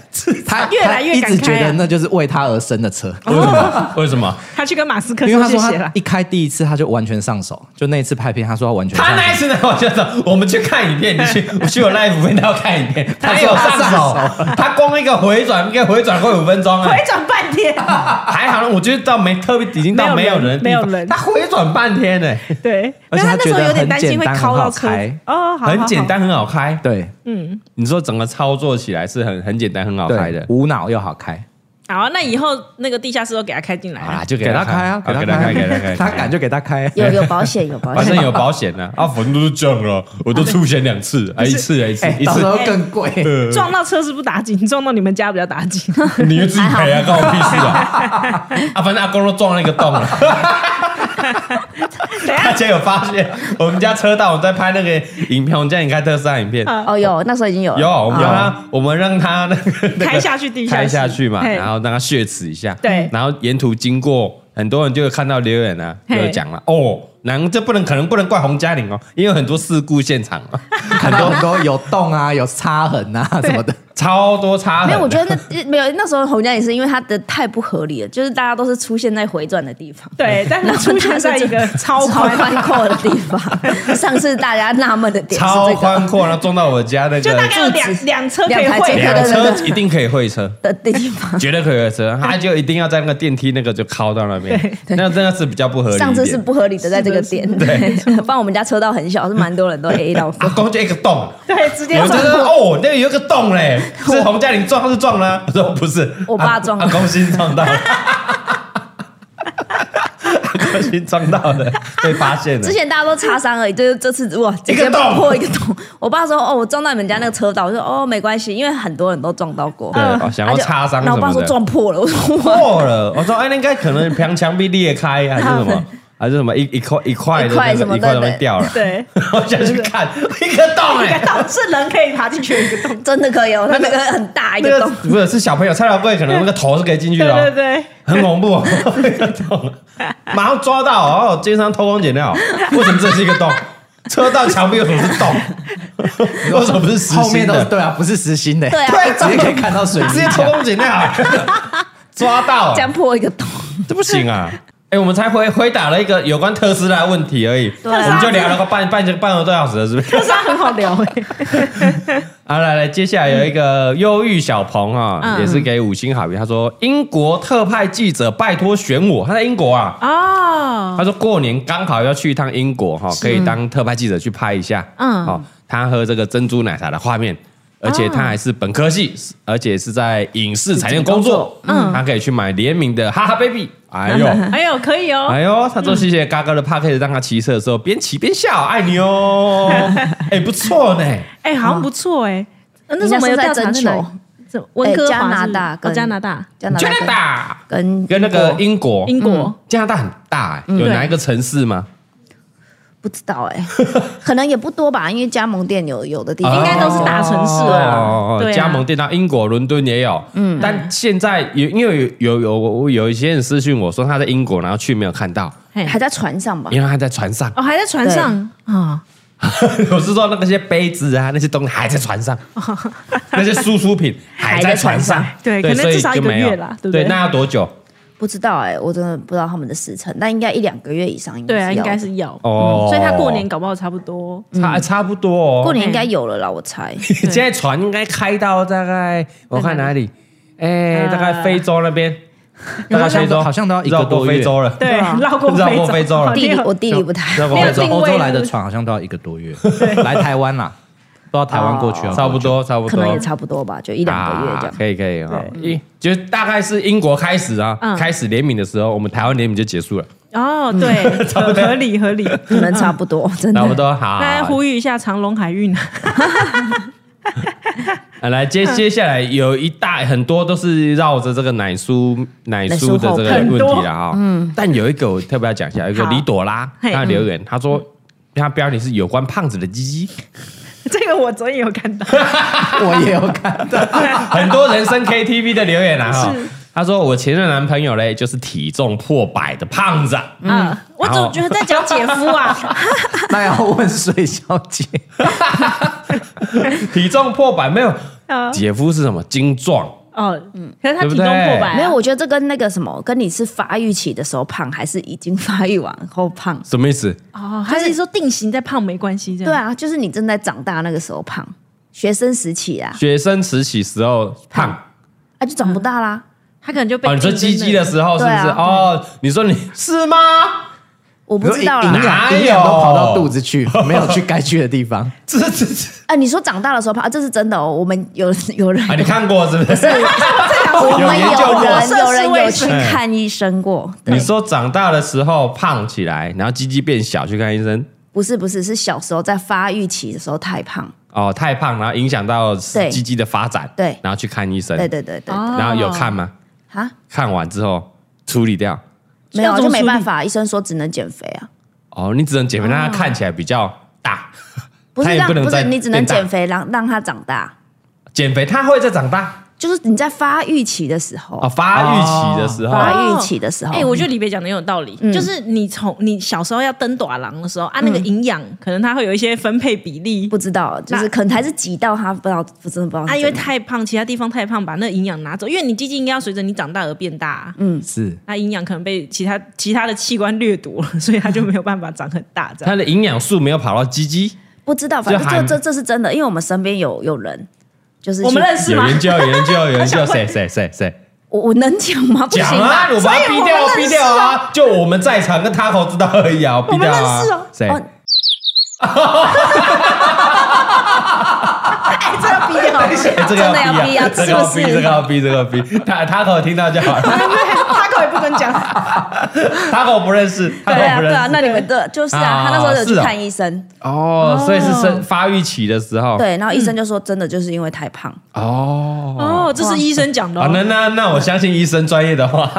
Speaker 4: 他
Speaker 5: 越来越
Speaker 4: 他一
Speaker 5: 敢
Speaker 4: 直觉
Speaker 5: 开啊
Speaker 4: 得那就是为他而生的车，
Speaker 5: 哦
Speaker 1: 为什 么？为什么？
Speaker 5: 他去跟马斯克
Speaker 4: 因
Speaker 5: 说
Speaker 4: 为他
Speaker 5: 谢
Speaker 4: 说
Speaker 5: 谢
Speaker 4: 他
Speaker 5: 了，
Speaker 4: 一开第一次他就完全上手，就那一次拍片，他说他完全
Speaker 1: 他
Speaker 4: 上
Speaker 1: 那一
Speaker 4: 手。
Speaker 1: 次呢？ 我觉得我们去看影片，你 去我去我 live 频道看影片，他有上手， 他光一个回转，一个回转快五分钟啊
Speaker 5: 回，转半天，
Speaker 1: 还好，我觉得到没特别已经到没
Speaker 5: 没有
Speaker 1: 有
Speaker 5: 人
Speaker 1: 人的地方，
Speaker 5: 没有人
Speaker 1: 他回转半天呢，
Speaker 5: 对，
Speaker 4: 而且
Speaker 5: 但他
Speaker 4: 他
Speaker 5: 那时
Speaker 4: 觉
Speaker 5: 候
Speaker 4: 得
Speaker 5: 有点
Speaker 4: 很
Speaker 5: 担心
Speaker 4: 简
Speaker 5: 会
Speaker 4: 单，很
Speaker 5: 敲到
Speaker 4: 好
Speaker 5: 车
Speaker 4: 开。
Speaker 5: 哦，好
Speaker 1: 很简，
Speaker 5: 好好
Speaker 1: 单，很好开。
Speaker 4: 对
Speaker 5: 嗯，
Speaker 1: 你说整个操作起来是很很简单，很好开
Speaker 4: 对
Speaker 1: 的，。
Speaker 4: 无脑又好开。
Speaker 5: 好，那以后那个地下室都给他开进来
Speaker 1: 好
Speaker 5: 啊
Speaker 1: 啦，，就
Speaker 4: 给他开啊，
Speaker 1: 给他开，给他开，
Speaker 4: 他敢就给他开。
Speaker 2: 有有保险，有保
Speaker 1: 反
Speaker 2: 险
Speaker 1: 正。有保险 呢、啊。反正都是这样了，我都出险两次，啊，一次啊，一次，
Speaker 5: 哎
Speaker 1: 一
Speaker 4: 哎到时
Speaker 1: 次，
Speaker 4: 候更贵，
Speaker 5: 撞到车是不打紧，撞到你们家比较打紧。
Speaker 1: 你就自己赔啊，关我屁事啊！ 啊，反正阿公都撞那个洞了。大家有发现，我们家车道我在拍那个影片，我们家也开特斯拉影片，
Speaker 2: 哦，有，那时候已经有了
Speaker 1: 有我们
Speaker 2: 哦
Speaker 1: 让他，我们让他那个那个
Speaker 5: 开下去地下室
Speaker 1: 开下去嘛，
Speaker 5: 嘿
Speaker 1: 然后让他血耻一下，
Speaker 5: 对
Speaker 1: 然后沿途经过。很多人就看到留言啊，
Speaker 5: 嘿
Speaker 1: 就讲了哦，难这不能可能不能怪洪嘉玲哦，因为有很多事故现场，
Speaker 4: 很多很多有洞啊，有擦痕啊什么的。
Speaker 1: 超多差。
Speaker 2: 没有，我觉得那呃没有那时候洪家也是因为他的太不合理了，就是大家都是出现在回转的地方。
Speaker 5: 对，但是出现在一个超
Speaker 2: 超
Speaker 5: 宽，
Speaker 2: 宽阔的地方， 上次大家纳闷的点是
Speaker 1: 超
Speaker 2: 这
Speaker 1: 宽
Speaker 2: 个
Speaker 1: 阔，然后撞到我家那
Speaker 5: 就大
Speaker 1: 个
Speaker 5: 概有两两车可以
Speaker 2: 两台
Speaker 5: 会
Speaker 2: 车
Speaker 1: 两
Speaker 5: 合。
Speaker 1: 车一定可以会车，
Speaker 2: 的地方。
Speaker 1: 绝对可以会车，他就一定要在那个电梯那个就靠到那边，
Speaker 2: 对
Speaker 1: 那真的是比较不合理一
Speaker 2: 上
Speaker 1: 点。
Speaker 2: 次是不合理的，在这个点， 对，不然我们家车道很小，是蛮多人都 A 到
Speaker 1: 阿
Speaker 2: 过。
Speaker 1: 啊公就一个洞，
Speaker 5: 对，直接
Speaker 1: 我就
Speaker 5: 撞
Speaker 1: 说哦，那个有一个洞 嘞，是洪嘉玲撞是撞了、我说不是，
Speaker 2: 我爸撞的
Speaker 1: 阿阿公新撞 到了，阿公新撞到的，被发现了
Speaker 2: 之。前大家都擦伤而已，就是这次哇，直
Speaker 1: 一
Speaker 2: 接
Speaker 1: 个洞
Speaker 2: 破一个洞。我爸说：“哦，我撞到你们家那个车道。”我说：“哦，没关系，因为很多人都撞到过。”
Speaker 1: 对哦想要
Speaker 2: 他就
Speaker 1: 擦伤
Speaker 2: 然后我爸
Speaker 1: 什么
Speaker 2: 说
Speaker 1: 的
Speaker 2: 撞破了。我说：“哇，
Speaker 1: 破了，我说哎，那应该可能墙墙壁裂开还是什么？还是什么一一块一块的
Speaker 2: 一块
Speaker 1: 那
Speaker 2: 什
Speaker 1: 个
Speaker 2: 么
Speaker 1: 一块
Speaker 2: 的
Speaker 1: 东西掉了，
Speaker 5: 对，
Speaker 1: 我想去看一个洞哎、欸，
Speaker 5: 倒是人可以爬进去的一个洞。
Speaker 2: 真的可以哦，它那个很大一
Speaker 1: 那
Speaker 2: 个洞
Speaker 1: 个，不是是小朋友蔡老贵，可能那个头是可以进去
Speaker 5: 对
Speaker 1: 的、
Speaker 5: 对
Speaker 1: 哦，
Speaker 5: 对，
Speaker 1: 很恐怖、哦， 一个洞，马上抓到哦，经常偷工减料，为什么这是一个洞？车道墙壁为什么是洞？为什么不是实
Speaker 4: 后
Speaker 1: 心
Speaker 4: 面都是
Speaker 1: 的？
Speaker 4: 对啊，不是实心的，
Speaker 2: 对啊，
Speaker 1: 对，啊
Speaker 4: 直接可以看到水
Speaker 1: 直
Speaker 4: 泥
Speaker 1: 接 偷
Speaker 4: 墙。
Speaker 1: 工减料，抓到
Speaker 2: 这样破一个洞，
Speaker 1: 这不行啊！哎、我们才回回答了一个有关特斯拉的问题而已，
Speaker 2: 对啊
Speaker 1: 我们就聊了个半半半个多小时了，是不是？
Speaker 5: 这很好聊哎、
Speaker 1: 啊，来来，接下来有一个忧郁小鹏啊，也是给五星好评。他说：“英国特派记者拜托选我，他在英国啊。
Speaker 5: 哦，
Speaker 1: 他说过年刚好要去一趟英国哈、可以当特派记者去拍一下。嗯，
Speaker 5: 嗯
Speaker 1: 哦，他喝这个珍珠奶茶的画面，而且他还是本科系，而且是在影视产业工作。嗯，他可以去买联名的哈哈 baby。哎 呦，
Speaker 5: 哎呦，可以哦，
Speaker 1: 哎呦，他说谢谢嘎嘎的 p a c k a g e 让他骑车的时候边骑边笑，爱你哦。哎，不错呢。”
Speaker 5: 哎、
Speaker 1: 嗯
Speaker 5: 好像不错哎、呃那时候我们有调查
Speaker 2: 人家
Speaker 5: 在
Speaker 2: 是在
Speaker 5: 哪
Speaker 2: 征
Speaker 5: 里
Speaker 2: 求？
Speaker 5: 这温哥华
Speaker 2: 哎加拿
Speaker 5: 是不是
Speaker 2: 大
Speaker 5: 哦、
Speaker 2: 跟
Speaker 5: 加拿大、
Speaker 2: 加拿
Speaker 1: 加拿
Speaker 2: 大
Speaker 1: 大
Speaker 2: 跟
Speaker 1: 跟那个
Speaker 2: 英国
Speaker 1: 英国，
Speaker 5: 英国，嗯
Speaker 1: 加拿大很大、欸，有
Speaker 5: 对
Speaker 1: 哪一个城市吗？
Speaker 2: 不知 道哎，可能也不多吧，因为加盟店有有的地方
Speaker 5: 应该都是大城市啊
Speaker 1: 哦
Speaker 5: 对啊
Speaker 1: 加盟店到英国伦敦也有，嗯，但现在有因为有有有我有一些人私讯我说他在英国，然后去没有看到，
Speaker 5: 嘿。
Speaker 2: 还在船上吧？
Speaker 1: 因为他在船上
Speaker 5: 哦哦，还在船上啊、
Speaker 1: 我是说那些杯子啊，那些东西还在船 上，那些输出品还在船上，
Speaker 5: 对可能
Speaker 1: 所以
Speaker 5: 至少一
Speaker 1: 就
Speaker 5: 个
Speaker 1: 没有
Speaker 5: 月啦对不
Speaker 1: 对？
Speaker 5: 对
Speaker 1: 那要多久？
Speaker 2: 不知道哎，我真的不知道他们的时辰，但应该一两个月以上，
Speaker 5: 对啊，应
Speaker 2: 要的
Speaker 5: 该是要、
Speaker 1: 哦
Speaker 5: 嗯所以他过年搞不好差不多。
Speaker 1: 差差不多哦。
Speaker 2: 过年应该有了啦，我猜。
Speaker 1: 现在船应该开到大概我看哪里？哎，
Speaker 5: 呃
Speaker 1: 大概非洲那
Speaker 2: 啊
Speaker 1: 边，大概非洲
Speaker 4: 好像都要一
Speaker 1: 绕
Speaker 4: 个
Speaker 1: 过
Speaker 4: 多月
Speaker 1: 非洲了。
Speaker 5: 对，啊绕过
Speaker 1: 绕过非洲了
Speaker 5: 好
Speaker 2: 地理
Speaker 5: 厉害
Speaker 2: 我地理不太
Speaker 1: 绕过
Speaker 2: 好，
Speaker 5: 没
Speaker 1: 非
Speaker 5: 有
Speaker 1: 洲
Speaker 5: 定位
Speaker 4: 欧洲来的船好像都要一个多月，来台湾啦，不知道台湾过去啊，
Speaker 1: 差不多，差不多，
Speaker 2: 可能也差不多吧，就一两个月这
Speaker 1: 啊
Speaker 2: 样。
Speaker 1: 可以可以哈，一就大概是英国开始啊，
Speaker 5: 嗯
Speaker 1: 开始联名的时候，我们台湾联名就结束了，
Speaker 5: 哦， 对，合合理合理。
Speaker 2: 可能差不多，真
Speaker 1: 差不
Speaker 2: 的。
Speaker 1: 多好。
Speaker 5: 大家呼吁一下长隆海运啊，
Speaker 1: 啊来接
Speaker 2: 嗯
Speaker 1: 接下来有一大很多都是绕着这个奶酥奶酥的这个
Speaker 5: 奶酥
Speaker 1: 问
Speaker 5: 后很
Speaker 1: 题
Speaker 5: 多
Speaker 1: 了啊。嗯，但有一个我特别要讲一下，有一个
Speaker 5: 好
Speaker 1: 李朵拉
Speaker 5: 嘿
Speaker 1: 她
Speaker 2: 嗯
Speaker 1: 留言，她说。她标题是有关胖子的鸡鸡，
Speaker 5: 这个我昨天有看到，
Speaker 4: 我也有看到。
Speaker 1: 很多人生 KTV 的留言啊哈。她说我前任男朋友嘞，就是体重破百的胖子啊，
Speaker 5: 嗯，我
Speaker 1: 然后
Speaker 5: 总觉得在讲姐夫 啊，
Speaker 4: 那要问水小姐，
Speaker 1: 体重破百没有？
Speaker 2: 啊
Speaker 5: 呃
Speaker 1: 姐夫是什么？精壮，
Speaker 5: 哦，可是他
Speaker 1: 对不
Speaker 5: 体重
Speaker 1: 对
Speaker 5: 破百啊，
Speaker 2: 没有，我觉得这跟那个什么，跟你是发育期的时候胖，还是已经发育完后
Speaker 5: 嗯
Speaker 2: 胖？
Speaker 1: 什么意思？
Speaker 5: 哦，还是说定型再胖没关系这
Speaker 2: 对
Speaker 5: 样？
Speaker 2: 啊，就是你正在长大那个时候胖，学生时期啊，
Speaker 1: 学生时期时候胖
Speaker 2: 啊就长不大啦。
Speaker 5: 他可能就被
Speaker 1: 哦，你说
Speaker 5: 定真
Speaker 1: 鸡鸡的时候是不是？
Speaker 2: 对啊
Speaker 1: 哦，你说你是吗？
Speaker 2: 我不知道
Speaker 4: 营
Speaker 2: 啦。
Speaker 1: 哪有
Speaker 4: 养营养都跑到肚子去，没有去该去的地方。
Speaker 1: 这这这
Speaker 2: 啊，你说长大的时候胖，啊这是真的哦。我们有 有人
Speaker 1: 啊，你看过是不 是？
Speaker 2: 我们
Speaker 1: 研究过哎
Speaker 2: 有人有
Speaker 5: 涉世
Speaker 2: 人
Speaker 5: 未
Speaker 2: 有去
Speaker 1: 深
Speaker 2: 看医生过， 对
Speaker 1: 你说长大的时候胖起来，然后鸡鸡变小，去看医生。
Speaker 2: 不是不是，是小时候在发育期的时候太胖，
Speaker 1: 哦，太胖，然后影响到
Speaker 2: 对
Speaker 1: 鸡鸡的发展，
Speaker 2: 对
Speaker 1: 然后去看医生，
Speaker 2: 对对对对
Speaker 5: 哦
Speaker 1: 然后有看吗？
Speaker 2: 啊，
Speaker 1: 看完之后处理掉。
Speaker 2: 没有
Speaker 5: 要
Speaker 2: 啊
Speaker 5: 怎
Speaker 2: 就
Speaker 5: 么
Speaker 2: 没
Speaker 5: 处理
Speaker 2: 办法，医生说只能减肥啊，
Speaker 1: 哦，你只能减肥，让它看起来比较大，
Speaker 2: 不是
Speaker 1: 它也
Speaker 2: 让
Speaker 1: 不能
Speaker 2: 不
Speaker 1: 再
Speaker 2: 是你只能
Speaker 1: 变大
Speaker 2: 减肥让让它长大，
Speaker 1: 减肥，它会再长大
Speaker 2: 就是你在发育期的时候
Speaker 1: 哦，，发育期的时候，
Speaker 2: 发育期的时候，
Speaker 5: 哎、我觉得李北讲的很有道理，
Speaker 2: 嗯
Speaker 5: 就是你从你小时候要登短廊的时候啊，那个营养、可能它会有一些分配比例
Speaker 2: 不，知道，就是
Speaker 5: 那
Speaker 2: 可能还是挤到他不知道，不真的不知道是怎么样。
Speaker 5: 啊，因为太胖，其他地方太胖，把那营养拿走，因为你鸡鸡应该要随着你长大而变大、嗯，
Speaker 4: 是
Speaker 5: 那营养可能被其他其他的器官掠夺了，所以它就没有办法长很大，这样
Speaker 1: 它的营养素没有跑到鸡鸡。
Speaker 2: 不知道，反
Speaker 1: 就还
Speaker 2: 正这这这是真的，因为我们身边有有人，就是
Speaker 5: 我们
Speaker 2: 去
Speaker 5: 认识
Speaker 1: 有
Speaker 5: 吗？
Speaker 1: 研究，有研究，有研究，谁谁谁谁
Speaker 2: 我我能讲吗？不
Speaker 1: 讲
Speaker 2: 行
Speaker 1: 啊
Speaker 2: 吧？？
Speaker 1: 我把它逼掉，逼掉啊！就我们在场跟 Taco 知道而已啊，我逼掉
Speaker 5: 我们认识
Speaker 1: 啊
Speaker 5: 哦！
Speaker 1: 谁？
Speaker 2: 哦 哎，这要逼
Speaker 1: 哎
Speaker 2: 掉，
Speaker 1: 这
Speaker 2: 真
Speaker 1: 个
Speaker 2: 的要逼
Speaker 1: 逼啊，这个
Speaker 2: 是
Speaker 1: 要
Speaker 2: 不
Speaker 1: 逼，这个
Speaker 2: 是？
Speaker 1: 要逼，这个要逼。他 Taco 听到就好 了
Speaker 5: 他可也不能讲，
Speaker 1: ，Taco 不认识
Speaker 2: 对
Speaker 1: ，Taco
Speaker 2: 啊，
Speaker 1: 不
Speaker 2: 对啊，
Speaker 1: 认
Speaker 2: 那
Speaker 1: 识。
Speaker 2: 你们的就是
Speaker 1: 啊
Speaker 2: 啊，他那时候有去
Speaker 1: 是哦
Speaker 2: 看医生，
Speaker 1: 哦，所以是生发育期的时候。
Speaker 2: 对，然后医生就说，真的就是因为太
Speaker 5: 啊
Speaker 2: 胖，
Speaker 1: 哦。
Speaker 5: 哦，这是医生讲的、
Speaker 1: 啊，
Speaker 5: 哦
Speaker 1: 那那那，我相信医生专业的话，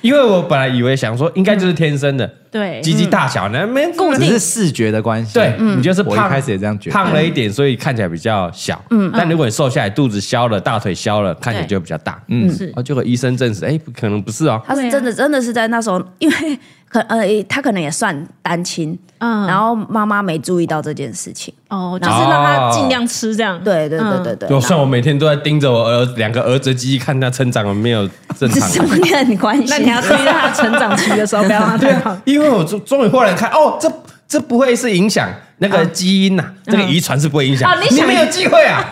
Speaker 1: 因为我本来以为想说应该就是天生的，
Speaker 5: 对
Speaker 1: 鸡鸡大小那没固
Speaker 4: 只是视觉的关系。
Speaker 1: 对，嗯你就是
Speaker 4: 我
Speaker 1: 胖，
Speaker 4: 一开始也这样觉得。
Speaker 1: 胖了一点，所以看起来比较小。嗯，但如果你瘦下来，肚子消了，大腿消了，看起来就会比较大。嗯，
Speaker 5: 是
Speaker 1: 哦，结果医生证实，哎，不可能不是哦。
Speaker 2: 他是
Speaker 5: 对啊
Speaker 2: 真的真的是在那时候，因为可呃他可能也算单亲，
Speaker 5: 嗯
Speaker 2: 然后妈妈没注意到这件事情，
Speaker 5: 哦，就是让他尽量吃这样。
Speaker 2: 对对对
Speaker 5: 嗯
Speaker 2: 对对，
Speaker 1: 就
Speaker 2: 然
Speaker 1: 算
Speaker 2: 后
Speaker 1: 我每天都在盯着我儿两个儿子鸡鸡，看他成长有没有正
Speaker 2: 这
Speaker 1: 常
Speaker 2: 是。什 么样的关系？啊
Speaker 5: 那你要注意到他成长期的时候，不要让他
Speaker 1: 对
Speaker 5: 太
Speaker 1: 啊
Speaker 5: 胖。，
Speaker 1: 因为我终终于后来看，哦，这这不会是影响那个基因呐、啊这个遗传是不会影响。
Speaker 5: 哦你想
Speaker 1: 没有机会啊？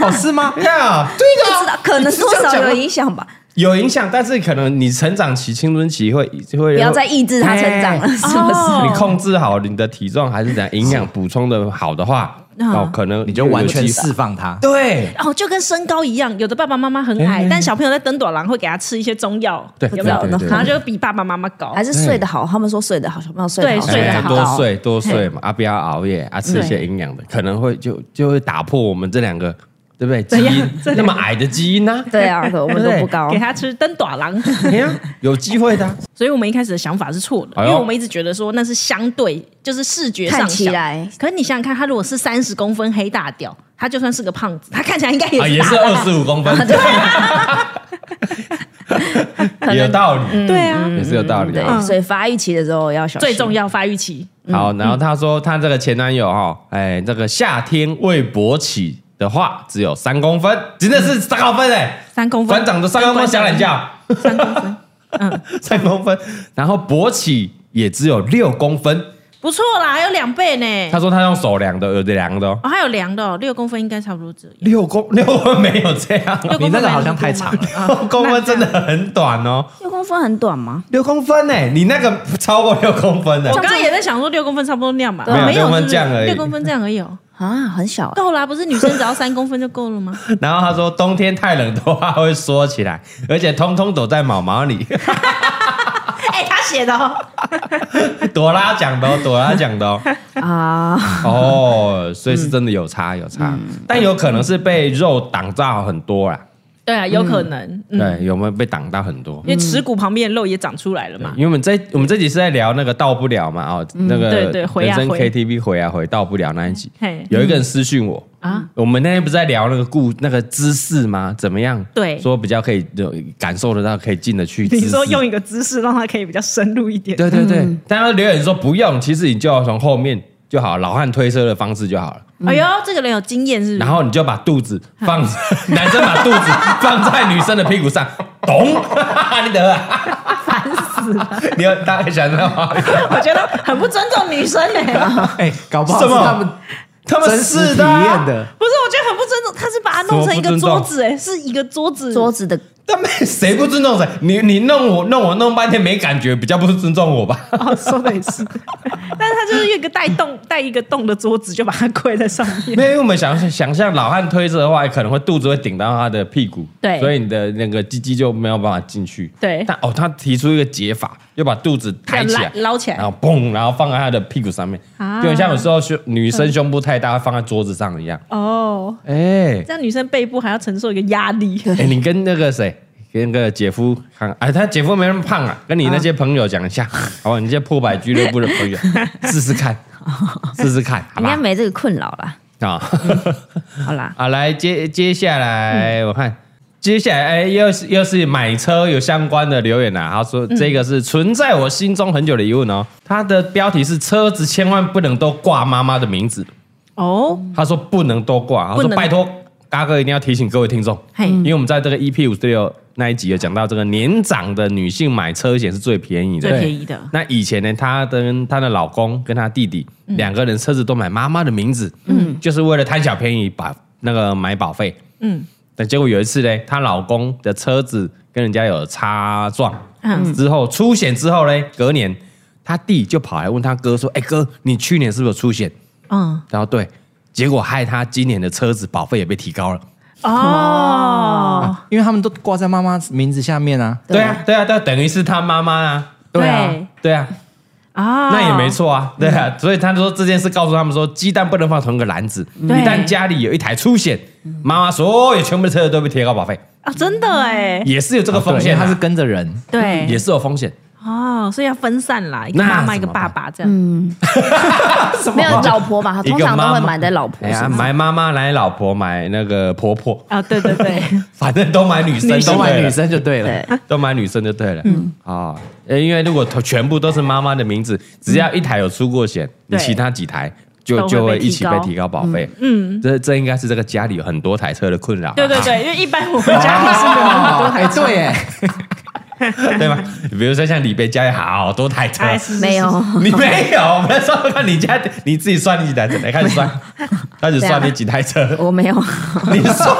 Speaker 4: 哦，是吗？
Speaker 1: 呀，对
Speaker 2: 不知
Speaker 1: 的
Speaker 2: 道
Speaker 1: 啊，
Speaker 2: 可能多
Speaker 1: 你是这样
Speaker 2: 少
Speaker 1: 讲吗
Speaker 2: 有影响吧，
Speaker 1: 有影响，但是可能你成长期、青春期会会
Speaker 2: 不要再抑制他成长了，
Speaker 1: 哎
Speaker 2: 是不是？
Speaker 5: 哦
Speaker 1: 你控制好你的体重还是怎样，营养补充的好的话，哦，可能
Speaker 4: 你就完全
Speaker 1: 有机会
Speaker 4: 释放它。
Speaker 1: 对
Speaker 5: 哦，就跟身高一样，有的爸爸妈妈很
Speaker 1: 哎
Speaker 5: 矮，但小朋友在登短廊会给他吃一些中药，
Speaker 1: 对
Speaker 5: 有没有
Speaker 1: 对对对？对
Speaker 5: 然后就比爸爸妈妈高
Speaker 2: 还。是睡得好？他们说睡得好，小朋友睡得好，
Speaker 5: 对睡得
Speaker 1: 哎
Speaker 5: 好
Speaker 1: 多睡多睡嘛，啊，不要熬夜啊，吃一些
Speaker 5: 对
Speaker 1: 营养的，可能会就就会打破我们这两个，对不对？基
Speaker 5: 怎样
Speaker 1: 因
Speaker 5: 这两个
Speaker 1: 那么矮的基因呢？
Speaker 2: 对啊，可我们都不高
Speaker 5: 给，他吃登 短廊，
Speaker 1: 哎呀，有机会的啊。
Speaker 5: 所以我们一开始的想法是错的，
Speaker 1: 哎
Speaker 5: 因
Speaker 1: 呦
Speaker 5: 为我们一直觉得说那是相对，就是视觉上
Speaker 2: 看起
Speaker 5: 小
Speaker 2: 来
Speaker 5: 可是你想想看，他如果是三十公分黑大屌，他就算是个胖子，他看起来应该也
Speaker 1: 啊，
Speaker 5: 是
Speaker 1: 也
Speaker 5: 大
Speaker 1: 是
Speaker 5: 的
Speaker 1: 二十五公分， 有道理，
Speaker 5: 对啊。
Speaker 1: 也是有道理的啊。
Speaker 2: 对，所以发育期的时候要小心。
Speaker 5: 最重要发育期，
Speaker 1: 好，然后他说他这个前男友哈，哎，这个夏天未勃起的话只有三公分，真的是三公分哎，
Speaker 5: 三公分，
Speaker 1: 馆长的三公分小懒觉，
Speaker 5: 三公分，嗯
Speaker 1: 三公分，然后勃起也只有六公分。
Speaker 5: 不错啦，还有两倍呢
Speaker 1: 他。说他用手量的，有的量的哦，
Speaker 5: 哦，还有量的哦，六公分应该差不多这样。
Speaker 1: 六公六公分没有这样哦，
Speaker 5: 六公分
Speaker 4: 你那个
Speaker 5: 没
Speaker 4: 好像
Speaker 5: 么多
Speaker 4: 太
Speaker 5: 嘛
Speaker 4: 长了
Speaker 5: 啊
Speaker 1: 六公分真的
Speaker 5: 那这样
Speaker 1: 很短哦，
Speaker 2: 六公分很短吗？
Speaker 1: 六公分哎，你那个超过六公分的
Speaker 5: 我，刚刚也在想说六公分差不多那样吧，
Speaker 1: 没有
Speaker 5: 没
Speaker 1: 六公分
Speaker 5: 是不是
Speaker 1: 这样而已
Speaker 5: 六公分这样而已哦，
Speaker 2: 啊，很小欸，
Speaker 5: 够啦，不是女生只要三公分就够了吗？
Speaker 1: 然后他说冬天太冷的话会缩起 来，而且通通躲在毛毛里。
Speaker 5: 哎，他写的哦，
Speaker 1: 朵拉讲的、哦，朵拉讲 的哦，
Speaker 2: 啊，
Speaker 1: 哦，所以是真的有差
Speaker 5: 嗯
Speaker 1: 有差，但有可能是被肉挡到很多啦，
Speaker 5: 对啊，有可能，嗯，
Speaker 1: 对，有没有被挡到很多？
Speaker 5: 因为耻骨旁边的肉也长出来了
Speaker 1: 对
Speaker 5: 嘛
Speaker 1: 因，为我们这我们这集是在聊那个到不了嘛，哦，那个
Speaker 5: 对对回
Speaker 1: 人
Speaker 5: 啊
Speaker 1: 生
Speaker 5: 回
Speaker 1: KTV 回啊回到不了那一集
Speaker 5: 嘿，
Speaker 1: 有一个人私讯我
Speaker 5: 啊，
Speaker 1: 我们那天不是在聊那个故那个姿势吗？怎么样？
Speaker 5: 对
Speaker 1: 说比较可以有感受得到，可以进得去姿势。
Speaker 5: 你说用一个姿势让它可以比较深入一点，嗯
Speaker 1: 对对对，但他留言说不用，其实你就要从后面就好，老汉推车的方式就好了。
Speaker 5: 哎呦，这个人有经验是不
Speaker 1: 然
Speaker 5: 是？
Speaker 1: 后你就把肚子 放，男生把肚子放在女生的屁股上，咚， 你得了，烦死了！你有大概想到吗？
Speaker 5: 我觉得很不尊重女生呢、
Speaker 4: 哎，搞不好
Speaker 1: 什
Speaker 4: 是
Speaker 1: 么
Speaker 4: 他们
Speaker 1: 他们
Speaker 4: 真实
Speaker 1: 是
Speaker 4: 体
Speaker 1: 的啊
Speaker 4: 验，的。
Speaker 5: 不是，我觉得很不尊重，他是把它弄成一个桌子、哎，是一个桌子，
Speaker 2: 桌子的
Speaker 1: 他们谁不尊重谁？你你弄我弄我弄半天没感觉，比较不尊重我吧？
Speaker 5: 哦，说的也是，但是它就是一个带动带一个洞的桌子，就把它跪在上面。
Speaker 1: 没有，因为我们想想象老汉推车的话，可能会肚子会顶到他的屁股，
Speaker 5: 对
Speaker 1: 所以你的那个鸡鸡就没有办法进去。
Speaker 5: 对
Speaker 1: 但哦，他提出一个解法，就把肚子抬起来
Speaker 5: 这样，拉捞起来
Speaker 1: 然后嘣，然后放在他的屁股上面，
Speaker 5: 啊
Speaker 1: 就很像有时候胸女生胸部太大会放在桌子上一样。
Speaker 5: 哦，
Speaker 1: 哎、
Speaker 5: 这样女生背部还要承受一个压力。
Speaker 1: 哎、你跟那个谁，跟那个姐夫看，哎，他姐夫没那么胖啊，跟你那些朋友讲一下，
Speaker 5: 啊
Speaker 1: 好吧？你这些破百俱乐部的朋 友，试试看，试试看，好
Speaker 2: 应该
Speaker 1: 吧？
Speaker 2: 没这个困扰啦。
Speaker 1: 啊。
Speaker 2: 好啦，
Speaker 1: 好，来接接下来、我看，接下来哎、又是又是买车有相关的留言啦、他说、这个是存在我心中很久的疑问哦。他的标题是车子千万不能都挂妈妈的名字。
Speaker 5: 哦，
Speaker 1: 他说不能都挂，他
Speaker 5: 不
Speaker 1: 说
Speaker 5: 能
Speaker 1: 拜托嘎哥一定要提醒各位听众，
Speaker 5: 嘿
Speaker 1: 因为我们在这个 EP 五十六那一集有讲到，这个年长的女性买车险是最便宜的，
Speaker 5: 最便宜的
Speaker 1: 对那以前呢，她跟她的老公跟她弟弟
Speaker 5: 嗯
Speaker 1: 两个人车子都买妈妈的名字，嗯，就是为了贪小便宜把那个买保费，
Speaker 5: 嗯，
Speaker 1: 但结果有一次呢，她老公的车子跟人家有擦撞，
Speaker 5: 嗯
Speaker 1: 之后出险之后呢，隔年她弟就跑来问她哥说：“哎、哥，你去年是不是有出险？”
Speaker 5: 嗯，
Speaker 1: 然后对，结果害他今年的车子保费也被提高了。
Speaker 5: 哦，
Speaker 4: 因为他们都挂在妈妈名字下面啊。
Speaker 1: 对啊，对啊，对啊，等于是他妈妈啊。
Speaker 4: 对啊，
Speaker 1: 对啊，
Speaker 2: 哦
Speaker 5: 啊，
Speaker 1: 那也没错啊，对啊，所以他说这件事告诉他们说，鸡蛋不能放同一个篮子，一旦家里有一台出险，妈妈所有全部的车都被提高保费。
Speaker 5: 啊，真的哎，
Speaker 1: 也是有这个风
Speaker 4: 哦对因
Speaker 1: 险
Speaker 4: 为
Speaker 1: 啊，
Speaker 4: 它是跟着人，
Speaker 5: 对，
Speaker 1: 也是有风险。
Speaker 5: 哦，所以要分散啦，一个
Speaker 1: 那
Speaker 5: 妈妈一个
Speaker 1: 怎么办
Speaker 5: 爸爸这样，
Speaker 2: 没有老婆吧？
Speaker 1: 一个
Speaker 2: 啊通常都
Speaker 1: 妈
Speaker 2: 会
Speaker 1: 妈
Speaker 2: 买在老婆
Speaker 1: 哎呀，
Speaker 2: 身上。
Speaker 1: 买妈妈，买老婆，买那个婆婆，
Speaker 5: 啊，对对对，
Speaker 1: 反正都买女生，
Speaker 4: 都
Speaker 1: 都
Speaker 4: 买
Speaker 1: 买
Speaker 4: 女
Speaker 1: 女生，
Speaker 4: 生就啊对了
Speaker 2: 对。
Speaker 5: 啊
Speaker 1: 都买女生就对了。嗯啊，呃因为如果头全部都是妈妈的名字，只要一台有出过险，你
Speaker 5: 嗯对
Speaker 1: 其他几台。就
Speaker 5: 都会
Speaker 1: 就会
Speaker 5: 被提
Speaker 1: 一起被
Speaker 5: 高
Speaker 1: 提高保费，嗯，这这应该是这个家里有很多台车的困扰啊，
Speaker 5: 对对对，因为一般我们家里是没有那 么多
Speaker 4: 哦，哎，对，哎，
Speaker 1: 对吧？比如说像李贝家有好多台车，
Speaker 5: 哎，是
Speaker 2: 没有，
Speaker 1: 你没有，我们算看你家，你自己算你几台车，来开始 算，开始算你几台车，
Speaker 5: 啊
Speaker 2: 我没有。
Speaker 1: 你算，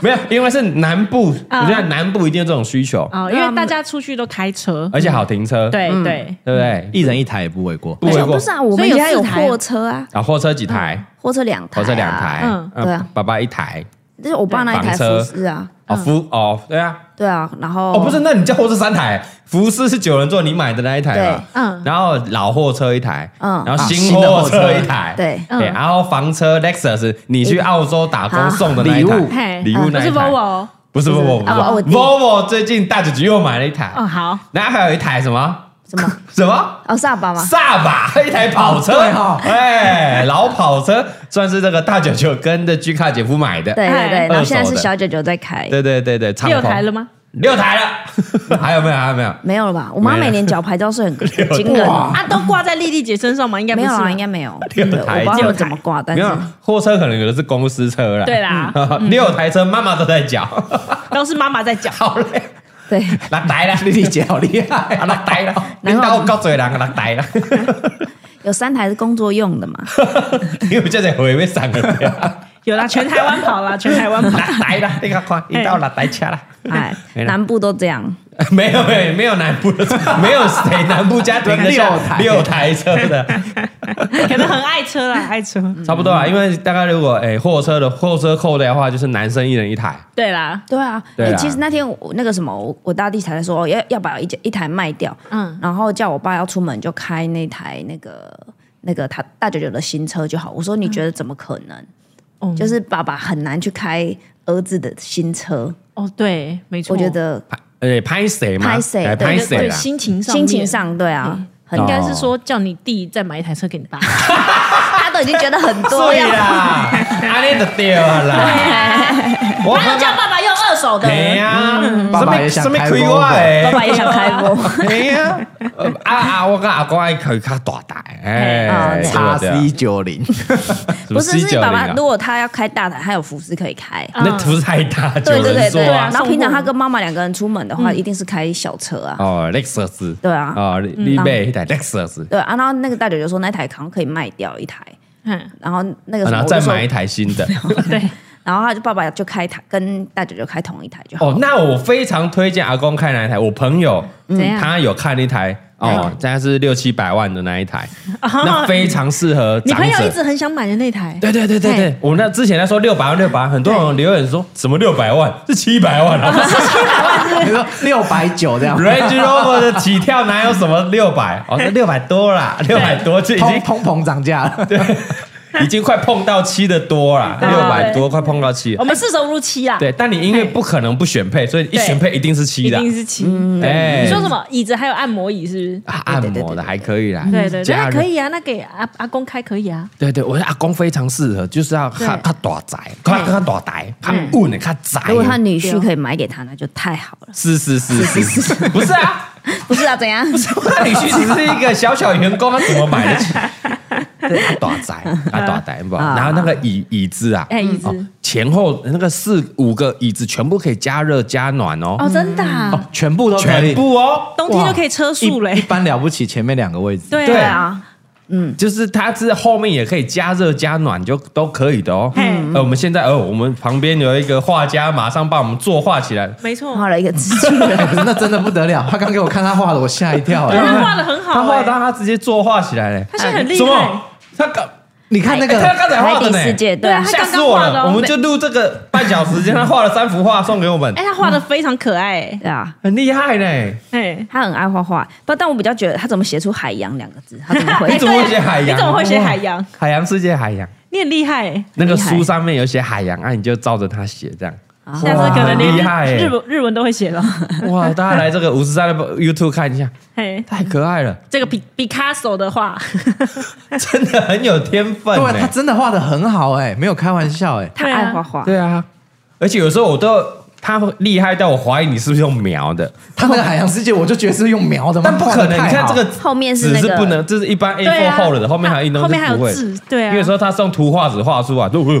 Speaker 1: 没有，因为是南部，
Speaker 5: 啊
Speaker 1: 我觉得南部一定有这种需求，
Speaker 5: 哦，因为大家出去都开车，
Speaker 1: 而且好停车，
Speaker 5: 对对，
Speaker 1: 对不对？
Speaker 4: 一人一台也不为过。
Speaker 1: 不为过
Speaker 2: 不是啊，我
Speaker 5: 所
Speaker 2: 们
Speaker 5: 以有
Speaker 2: 家有
Speaker 5: 四台
Speaker 2: 货车啊，
Speaker 1: 啊，货车几台，
Speaker 2: 货车两台，
Speaker 1: 货车两，台，呃
Speaker 5: 嗯
Speaker 2: 对啊，
Speaker 1: 爸爸一台，
Speaker 2: 就是我爸那一台
Speaker 1: 房车
Speaker 2: 福斯啊，
Speaker 1: 哦，福哦，对啊，
Speaker 2: 对啊，然后
Speaker 1: 哦，不是，，那你家货车三台，福斯是九人座你买的那一台嘛
Speaker 2: 对，
Speaker 5: 嗯
Speaker 1: 然后老货车一台，
Speaker 2: 嗯
Speaker 1: 然后
Speaker 4: 啊
Speaker 1: 新
Speaker 4: 新的
Speaker 1: 货
Speaker 4: 货
Speaker 1: 车
Speaker 4: 车
Speaker 1: 一台，
Speaker 2: 对
Speaker 1: 对，然后房车 Lexus，你去澳洲打工
Speaker 2: 啊
Speaker 1: 送的那一
Speaker 4: 礼
Speaker 1: 台
Speaker 4: 物
Speaker 5: 嘿，
Speaker 1: 礼物
Speaker 5: 不
Speaker 1: 那
Speaker 5: 是
Speaker 1: 一台
Speaker 5: Volvo，哦
Speaker 1: 不是 Volvo，
Speaker 2: 不是哦
Speaker 1: 不
Speaker 2: 我
Speaker 1: 是
Speaker 2: 弟
Speaker 1: Volvo，最近大姐姐又买了一台，
Speaker 5: 哦，好，
Speaker 1: 然后还有一台什么
Speaker 2: 什 么？
Speaker 1: 什么？
Speaker 2: 哦，萨巴吗？
Speaker 1: 萨巴一台跑车，
Speaker 4: 哦对哦
Speaker 1: 哎，老跑车算是这个大九九跟着 G 卡姐夫买的，
Speaker 2: 对对
Speaker 5: 哎
Speaker 2: 对，然后现在
Speaker 1: 二手
Speaker 2: 是
Speaker 1: 的
Speaker 2: 小九九在开，
Speaker 1: 对对对对，敞
Speaker 5: 六
Speaker 1: 篷
Speaker 5: 台了吗？
Speaker 1: 六台 了，还有没有？还有没有？
Speaker 2: 没有了吧？我妈
Speaker 1: 没了
Speaker 2: 每年缴牌照是很惊人，
Speaker 5: 啊，都挂在丽丽姐身上吗？应该不
Speaker 2: 没
Speaker 5: 是
Speaker 2: 有
Speaker 5: 吧，
Speaker 2: 啊，应该没有，
Speaker 1: 六
Speaker 2: 对我不知
Speaker 1: 台
Speaker 2: 道他
Speaker 1: 六
Speaker 2: 们
Speaker 1: 台
Speaker 2: 怎么挂，但
Speaker 1: 没
Speaker 2: 是
Speaker 1: 有货车，可能有的是公司车啦。
Speaker 5: 对啦，
Speaker 1: 六台车妈妈都在讲，
Speaker 5: 都是妈妈在讲。
Speaker 1: 好嘞，
Speaker 2: 对，
Speaker 1: 六台啦，
Speaker 4: 丽丽姐好厉害，
Speaker 1: 啊，六台 啦，
Speaker 2: 难怪
Speaker 1: 领导够多人啊，六台啦，
Speaker 2: 有三台是工作用的 嘛，
Speaker 1: 因为这在回尾上个，六
Speaker 5: 有 啦，全台湾跑啦，全台湾 跑。
Speaker 1: 台啦，你看看，一到六台车啦。
Speaker 2: 哎，
Speaker 1: 没了
Speaker 2: 南部都这样，
Speaker 1: 没有没有没有南部的，没有谁南部家停得下
Speaker 4: 六台
Speaker 1: 六台车的，
Speaker 5: 可能很爱车啦，爱车。
Speaker 1: 差不多啊。因为大概如果诶货车的货车扣掉的话，就是男生一人一台。
Speaker 5: 对啦，
Speaker 2: 对啊，
Speaker 1: 对啊
Speaker 2: 哎其实那天我那个什么，我我大弟才在说哦要要把一一台卖掉，
Speaker 5: 嗯
Speaker 2: 嗯，然后叫我爸要出门就开那台那个那个他大舅舅的新车就好。我说你觉得怎么可能？
Speaker 5: 哦
Speaker 2: 就是爸爸很难去开儿子的新车，
Speaker 5: 哦，对，没错。
Speaker 2: 我觉得
Speaker 1: 诶，拍谁嘛？
Speaker 2: 拍谁
Speaker 1: 哎
Speaker 2: 对
Speaker 1: 拍
Speaker 5: 对
Speaker 1: 谁
Speaker 5: 对，
Speaker 1: 啦？
Speaker 5: 心情上面
Speaker 2: 啊心情上对啊，很
Speaker 5: 应
Speaker 2: 难。
Speaker 5: 该
Speaker 1: 哦
Speaker 5: 是说叫你弟再买一台车给你爸。
Speaker 2: 他都已经觉得很多
Speaker 1: 对
Speaker 2: 要
Speaker 1: 啦，安尼就对了啦。我
Speaker 5: 他叫爸爸用二手的。
Speaker 1: 没呀，
Speaker 2: 嗯
Speaker 4: 爸爸也想
Speaker 1: 什么
Speaker 4: 开
Speaker 1: 开
Speaker 4: 波
Speaker 1: 我
Speaker 2: 爸
Speaker 1: 诶？
Speaker 2: 爸也想开 播，
Speaker 1: 没呀，呃啊啊，我跟阿公爱开较大台，哎
Speaker 2: 哦，对
Speaker 4: 叉
Speaker 1: 对啊
Speaker 4: C 九零，
Speaker 1: 什么
Speaker 2: 不是是
Speaker 1: C90
Speaker 2: 爸
Speaker 1: 啊
Speaker 2: 爸，如果他要开大台，他有福斯可以开。
Speaker 5: 嗯
Speaker 1: 那图太大，
Speaker 2: 对
Speaker 1: 九
Speaker 2: 对
Speaker 1: 人
Speaker 2: 对
Speaker 1: 座
Speaker 2: 对，
Speaker 1: 啊
Speaker 2: 然。后平常他跟妈妈两个人出门的话，一定是开小车啊。
Speaker 1: 哦，Lexus，
Speaker 2: 对啊
Speaker 1: 哦，你买一台 Lexus，
Speaker 2: 对啊，然后那个大姐就说那台好像可以卖掉一台，
Speaker 5: 嗯，
Speaker 2: 然后那个
Speaker 1: 啊
Speaker 2: 什
Speaker 1: 然
Speaker 2: 么
Speaker 1: 后
Speaker 2: 我
Speaker 1: 再
Speaker 2: 就说
Speaker 1: 买一台新 的。
Speaker 5: 对，
Speaker 2: 然后他就爸爸就开台跟大姐就开同一台就好。
Speaker 1: 哦，那我非常推荐阿公看哪一台？我朋友、
Speaker 5: 怎样
Speaker 1: 他有看一台哦，
Speaker 5: 嗯
Speaker 1: 大概是六七百万的那一台，那非常适合
Speaker 5: 哦你
Speaker 1: 长
Speaker 5: 朋友一
Speaker 1: 者。
Speaker 5: 直很想买的那台。
Speaker 1: 对对对对对，我们那之前在说六百万六百万，很多人留言说什么六百万是七百万啊
Speaker 4: 你说 六百九这样，
Speaker 1: ，Range Rover 的起跳哪有什么六百？哦，六百多啦，六百多就已
Speaker 4: 通
Speaker 1: 经
Speaker 4: 通膨涨价了。
Speaker 1: 已经快碰到七的多啦，
Speaker 5: 对
Speaker 1: 六百多快碰到七
Speaker 5: 我。们视手如棋啊，
Speaker 1: 对，但你因为不可能不选配，所以一
Speaker 5: 对
Speaker 1: 选配一定是七
Speaker 5: 一
Speaker 1: 的啊。
Speaker 5: 定是棋。
Speaker 1: 哎
Speaker 5: 你说什么椅子还有按摩椅是不是？
Speaker 1: 啊按
Speaker 2: 对对
Speaker 1: 摩
Speaker 2: 对
Speaker 1: 的
Speaker 2: 对
Speaker 1: 还可以啦，
Speaker 5: 对对，对，
Speaker 1: 家
Speaker 5: 那
Speaker 1: 人
Speaker 5: 可以啊，那给阿阿公开可以啊。
Speaker 1: 对对，我觉得阿公非常适合，就是要看他大宅，看他大宅，他稳的，他宅。
Speaker 2: 如果他女婿可以买给他，那就太好了。
Speaker 1: 是是是是是，不是啊？
Speaker 2: 不是啊，怎样？
Speaker 1: 他女婿只是一个小小员工，他怎么买得起？他大宅，他大宅不？然后那个椅椅子啊，
Speaker 5: 哎，椅子
Speaker 1: 哦，前后那个四五个椅子全部可以加热加暖
Speaker 5: 哦，
Speaker 1: 哦，
Speaker 5: 真的啊，
Speaker 4: 全部都可
Speaker 1: 全
Speaker 4: 以
Speaker 1: 部哦。
Speaker 5: 冬天就可以车
Speaker 4: 一
Speaker 5: 速嘞
Speaker 4: 一。般了不起前面两个位置。
Speaker 5: 对
Speaker 1: 对
Speaker 5: 啊，
Speaker 2: 啊，
Speaker 1: 就是它是后面也可以加热加暖，就都可以的哦。
Speaker 5: 嘿
Speaker 1: 呃，我们现在呃，我们旁边有一个画家，马上帮我们作画起来。
Speaker 5: 没 错，
Speaker 2: 画了一个自己的。
Speaker 4: 哎那真的不得了，他刚给我看他画的，我吓一跳。哎
Speaker 5: 他画的很
Speaker 1: 他
Speaker 5: 好
Speaker 1: 画到
Speaker 5: 欸，
Speaker 1: 他直接作画起来嘞，
Speaker 5: 他现在很厉
Speaker 1: 什
Speaker 5: 害
Speaker 1: 么。？他刚
Speaker 4: 你看 那
Speaker 1: 哎他
Speaker 4: 个，
Speaker 1: 刚才画
Speaker 2: 海
Speaker 1: 的
Speaker 2: 底
Speaker 1: 呢，
Speaker 2: 世界，对啊，
Speaker 1: 吓死我
Speaker 5: 他刚刚画的
Speaker 1: 了！
Speaker 5: 哦
Speaker 1: 我们就录这个半小时，间，他画了三幅画送给我们
Speaker 5: 哎，，他画的非常可爱欸，
Speaker 2: 对啊，
Speaker 1: 很厉害呢。
Speaker 5: 哎，
Speaker 2: 他很爱画画，不，但我比较觉得他怎么写出“海洋”两个字，他怎么
Speaker 1: 你
Speaker 2: 会
Speaker 1: 怎么会写海洋？
Speaker 5: 你怎么会写海洋
Speaker 1: 哇？海洋世界，海洋
Speaker 5: 你很厉害欸，
Speaker 1: 那个
Speaker 2: 厉害
Speaker 1: 书上面有写海洋，啊，你就照着它写这样。
Speaker 5: 下次可能连
Speaker 1: 哇厉害
Speaker 5: 日
Speaker 1: 耶
Speaker 5: 日文日文都会写了。
Speaker 4: 哎
Speaker 1: 哇，大家来这个五十三的 YouTube 看一下，
Speaker 5: 嘿，
Speaker 1: 太可爱了，
Speaker 5: 哎这个比比卡索 的话，
Speaker 1: 真的很有天分、
Speaker 4: 对啊，他
Speaker 1: 欸。
Speaker 4: 真的画的很好哎、没有开玩笑哎、
Speaker 2: 他爱画画，
Speaker 1: 对啊，而且有时候我都他厉害到我怀疑你是不是用描的，
Speaker 4: 他那个海洋世界，我就觉得是用描的嘛，
Speaker 1: 但不可能。你看这个
Speaker 2: 后面是
Speaker 1: 纸
Speaker 2: 那
Speaker 1: 是
Speaker 2: 个
Speaker 1: 不能，这是一般 A4
Speaker 5: 啊
Speaker 1: 厚了的，后面还有一弄
Speaker 5: 后面
Speaker 1: 是
Speaker 5: 还有
Speaker 1: 不会
Speaker 5: 字，对啊。
Speaker 1: 因为有时候他是用图画纸画出来，呃都 啊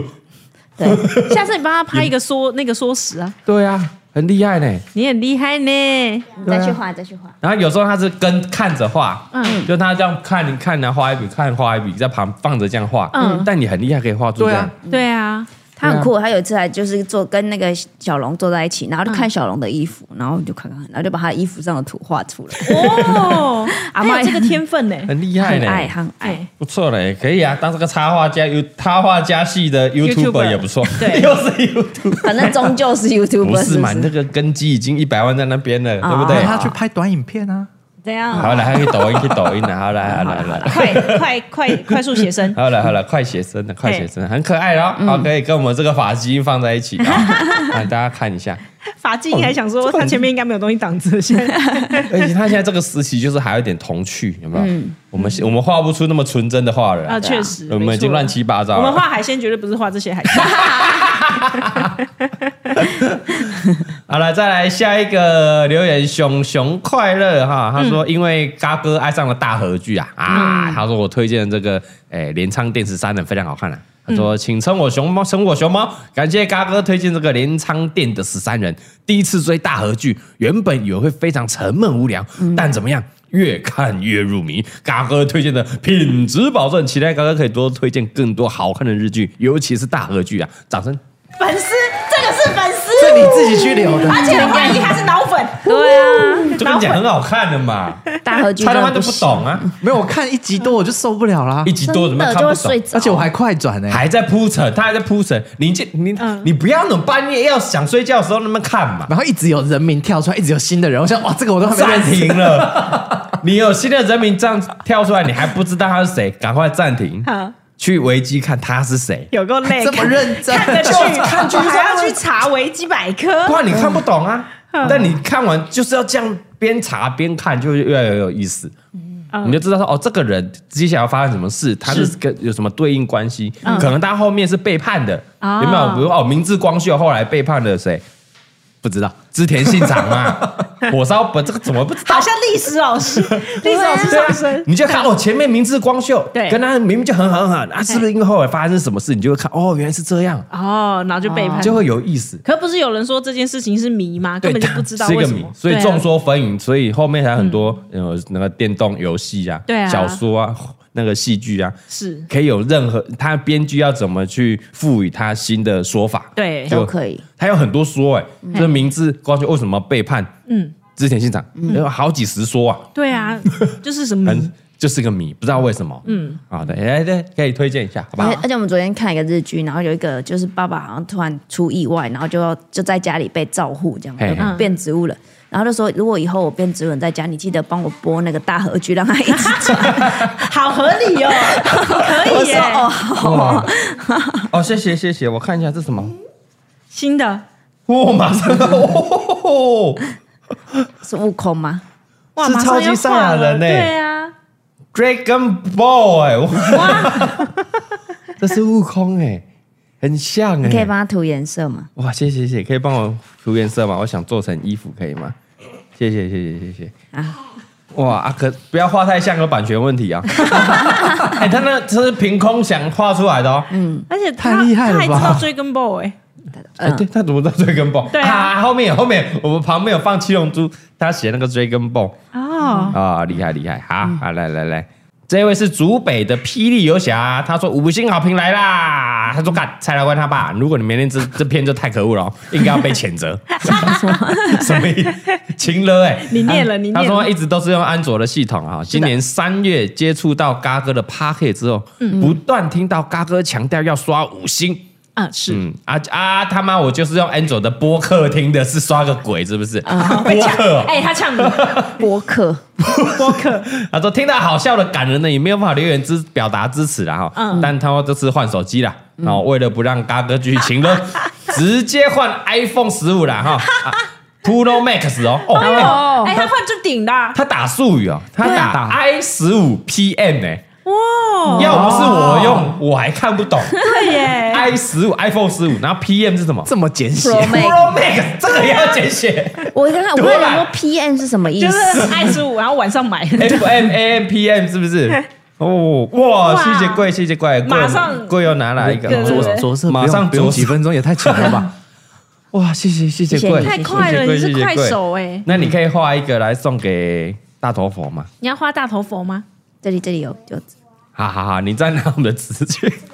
Speaker 2: 对，
Speaker 5: 下次你帮他拍一个缩那个缩时啊，
Speaker 1: 对啊，很厉害呢。
Speaker 5: 你很厉害呢。
Speaker 1: 对啊
Speaker 2: 再去画，再去画。
Speaker 1: 然后有时候他是跟看着画，
Speaker 5: 嗯
Speaker 1: 就他这样看一看，然后画一笔，看画一笔，在旁放着这样画。
Speaker 5: 嗯
Speaker 1: 但你很厉害，可以画出这
Speaker 4: 对
Speaker 1: 样
Speaker 4: 啊。
Speaker 5: 对 啊，
Speaker 2: 他很酷，他有一次还就是坐跟那个小龙坐在一起，然后就看小龙的衣服，然后就看看，然后就把他衣服上的图画出来，
Speaker 5: 哦，
Speaker 2: 阿
Speaker 5: 阿
Speaker 2: 嬷
Speaker 5: 妈这个天分呢。
Speaker 1: 很厉害
Speaker 2: 很爱，
Speaker 1: 呢，
Speaker 2: 很爱
Speaker 5: 哎。
Speaker 1: 不错嘞，可以啊，当这个插画家、有插画家系的 YouTuber
Speaker 5: YouTuber
Speaker 1: 也不错，
Speaker 5: 对
Speaker 1: 又是 YouTube，
Speaker 2: 反正终究是 YouTube，
Speaker 1: 不是嘛？
Speaker 2: 不
Speaker 1: 你那个根基已经一百万在那边了，对不
Speaker 4: 对
Speaker 1: 对？
Speaker 4: 啊他去拍短影片啊，
Speaker 2: 怎样？
Speaker 1: 好了，还可以抖音，可以抖音了，好了，好了，好了。
Speaker 5: 快快快快速 写生，
Speaker 1: 好了好了，快写生了，快写生了，很可爱哦。好，可以跟我们这个发型放在一起，啊，大家看一下。
Speaker 5: 法镜还想说
Speaker 1: 哦这个
Speaker 5: 他前面应该没有东西挡着，现 在
Speaker 1: 而且他现在这个时期就是还有点童趣，有没有？我们我们画不出那么纯真的画了
Speaker 5: 啊，
Speaker 1: 啊，
Speaker 5: 确实，
Speaker 1: 我们已经
Speaker 5: 没错
Speaker 1: 乱七八糟
Speaker 5: 我
Speaker 1: 了。
Speaker 5: 们画海鲜绝对不是画这些海鲜，
Speaker 1: 好了，再来下一个留言，熊熊快乐哈，他说因为嘎哥爱上了大和剧啊啊，他说我推荐这个诶联唱电视三人非常好看啊。他说：“请称我熊猫，称我熊猫。感谢嘎哥推荐这个镰仓店的十三人。第一次追大和剧，原本以为会非常沉闷无聊，但怎么样，越看越入迷。嘎哥推荐的品质保证，期待嘎哥可以多推荐更多好看的日剧，尤其是大和剧啊！掌声。
Speaker 5: 粉丝，这个是粉丝，
Speaker 4: 这你自己去留的。
Speaker 5: 而且我怀疑他是脑粉，
Speaker 2: 对啊，
Speaker 1: 就跟你讲很好看的嘛，
Speaker 2: 大和剧
Speaker 1: 他他妈都
Speaker 2: 真的
Speaker 1: 不
Speaker 2: 行，
Speaker 1: 懂啊。”
Speaker 4: 没有，我看一集多我就受不了啦
Speaker 1: 一，集多怎
Speaker 2: 真
Speaker 1: 么看
Speaker 2: 的就
Speaker 1: 不
Speaker 2: 会睡
Speaker 1: 懂？
Speaker 2: 着，
Speaker 4: 而且我还快转欸呢、
Speaker 1: 还在铺陈，他还在铺陈。你这你、
Speaker 2: 嗯
Speaker 1: 你不要那种半夜要想睡觉的时候那么看嘛，
Speaker 4: 然后一直有人名跳出来，一直有新的人，我想哇，这个我都还没
Speaker 1: 暂
Speaker 4: 认识。
Speaker 1: 停了。你有新的人名这样跳出来，你还不知道他是谁，赶快暂停，
Speaker 5: 好
Speaker 1: 去维基看他是谁，
Speaker 5: 有够累，
Speaker 4: 这么认真
Speaker 5: 看得去，
Speaker 1: 看剧
Speaker 5: 还要去查维基百科
Speaker 1: 不，然你看不懂啊。但你看完就是要这样边查边看，就会越来越有意思。
Speaker 5: 嗯
Speaker 1: 你就知道说哦，这个人接下来发生什么事，他是跟有什么对应关系？可能他后面是背叛的，
Speaker 5: 哦
Speaker 1: 有没有？比如哦，明治光秀后来背叛了谁？不知道，织田信长嘛，火烧本这个怎么不知道
Speaker 5: 好？像历史 老师，历史老师
Speaker 1: 对
Speaker 5: 上
Speaker 1: 啊
Speaker 5: 身，，
Speaker 1: 你就看哦，前面明治光秀，
Speaker 5: 对
Speaker 1: 跟他明明就很很很啊，是不是因为后来发生什么事，你就会看哦，原来是这样，
Speaker 5: 哦，然后就背叛，
Speaker 1: 就会有意思。
Speaker 5: 可不是有人说这件事情是谜吗？根
Speaker 1: 对，
Speaker 5: 本 就不知道
Speaker 1: 是一
Speaker 5: 为
Speaker 1: 个
Speaker 5: 什
Speaker 1: 谜
Speaker 5: 么，，
Speaker 1: 所以
Speaker 5: 对啊嗯
Speaker 1: 众说纷纭，所以后面还有很多呃那个电动游戏啊、
Speaker 5: 对啊
Speaker 1: 小说啊、 那个戏剧啊，
Speaker 5: 是
Speaker 1: 可以有任何他编剧要怎么去赋予他新的说法，
Speaker 5: 对
Speaker 1: 就
Speaker 2: 都可以。
Speaker 1: 他有很多说哎、这名字光秀为什么背叛
Speaker 5: 嗯，
Speaker 1: 织田信长，有好几十说啊，
Speaker 5: 对啊，就是什么谜
Speaker 1: 很就是个谜，不知道为什么。嗯，好的，哎对，可以推荐一下，好不
Speaker 2: 而
Speaker 5: 哎
Speaker 2: 且
Speaker 1: 好？
Speaker 2: 而且我们昨天看一个日剧，然后有一个就是爸爸好像突然出意外，然后就要就在家里被照护这样，
Speaker 1: 嘿
Speaker 2: 就变植物人。然后就说，如果以后我变植物人在家，你记得帮我播那个大和剧，让他一直转。
Speaker 5: 好合理哦， 可
Speaker 2: 我
Speaker 5: 以耶
Speaker 2: 说，哦，好
Speaker 1: 哇哦，谢谢谢谢，我看一下这是 什么，
Speaker 5: 新的
Speaker 1: 哦，马上 哦，
Speaker 2: 是悟空吗？
Speaker 5: 哇，
Speaker 1: 是
Speaker 5: 马上
Speaker 1: 超级
Speaker 5: 要
Speaker 1: 赛
Speaker 5: 换
Speaker 1: 亚
Speaker 5: 了
Speaker 1: 人呢欸
Speaker 5: 对啊，
Speaker 1: Dragon Ball 哎、哇， 这是悟空哎、很像哎、
Speaker 2: 你可以帮他涂颜色吗？
Speaker 1: 哇，谢谢谢谢，可以帮我涂颜色吗？我想做成衣服，可以吗？谢谢谢谢谢谢
Speaker 2: 啊
Speaker 1: 哇啊，可不要画太像，有版权问题啊！ 哎、他那这是凭空想画出来的哦。
Speaker 2: 嗯
Speaker 5: 而且他
Speaker 4: 太厉害了吧
Speaker 5: 他还知道追根 ball 哎，
Speaker 1: 哎、对，他怎么知道 Dragon Ball？
Speaker 5: 对啊
Speaker 1: 后面有后面我们旁边有放七龙珠，他写那个 Dragon Ball
Speaker 5: 哦，
Speaker 1: 啊，厉害厉害！好，
Speaker 5: 嗯
Speaker 1: 好来来来，这位是竹北的霹雳游侠，他说五星好评来啦。他说干，蔡老官他爸，如果你明天这这篇就太可恶了哦，应该要被谴责。 什么意情了哎、
Speaker 5: 你念了，你
Speaker 1: 他
Speaker 5: 念
Speaker 1: 说
Speaker 5: 了
Speaker 1: 一，直都是用安卓的系统啊，今年三月接触到嘎哥的 p a c k e t 之后，不断听到嘎哥强调要刷五星。
Speaker 5: 嗯，是
Speaker 1: 嗯啊啊他妈！我就是用安卓的播客听的，是刷个鬼是不是？播客哦，
Speaker 5: 哎，他呛你，
Speaker 2: 博客
Speaker 1: 他说听到好笑的、感人的，也没有办法留言支哦表达支持啦哈。但他说这次换手机啦，然后为了不让嘎哥继续情了，直接换 iPhone 十五啦哈、啊、，Pro Max 哦，哦，哎
Speaker 2: 哦
Speaker 5: 哎，他换就顶啦，
Speaker 1: 他打术语哦，他
Speaker 4: 对
Speaker 1: 打
Speaker 4: 啊
Speaker 1: i 十五 PM 呢、
Speaker 5: 哇，
Speaker 1: 要不是我用，我还看不懂。
Speaker 5: 对耶，
Speaker 1: i 十五 iPhone 十五，然后 PM 是什么
Speaker 4: 这么简写
Speaker 2: Pro Max，
Speaker 1: ？Pro Max 这个也要简写
Speaker 2: 我刚刚我
Speaker 1: 多
Speaker 2: 问
Speaker 1: 懒
Speaker 2: 说 PM 是什么意
Speaker 5: 就是
Speaker 2: 思？
Speaker 5: 爱十五，然后晚上买，
Speaker 1: ，FM AM PM 是不 是？哦，哇，
Speaker 5: 哇
Speaker 1: 谢谢贵，谢谢贵，贵
Speaker 5: 马上
Speaker 1: 贵又拿来一个，
Speaker 5: 对对
Speaker 4: 左
Speaker 5: 对
Speaker 4: 左色
Speaker 1: 马上
Speaker 4: 不用
Speaker 1: 着
Speaker 4: 几分钟也太强了 吧？
Speaker 1: 哇，谢谢谢谢
Speaker 2: 谢谢
Speaker 1: 贵，
Speaker 2: 你
Speaker 5: 太
Speaker 1: 谢谢
Speaker 5: 快了，
Speaker 1: 贵
Speaker 5: 你
Speaker 1: 谢
Speaker 5: 是
Speaker 1: 谢
Speaker 5: 快
Speaker 1: 贵
Speaker 5: 手哎，
Speaker 1: 那你可以画一个来送给大头佛嘛？
Speaker 5: 你要画大头佛吗？
Speaker 2: 这里这里有就
Speaker 1: 好好好，你再拿我们的纸去。
Speaker 5: 嗯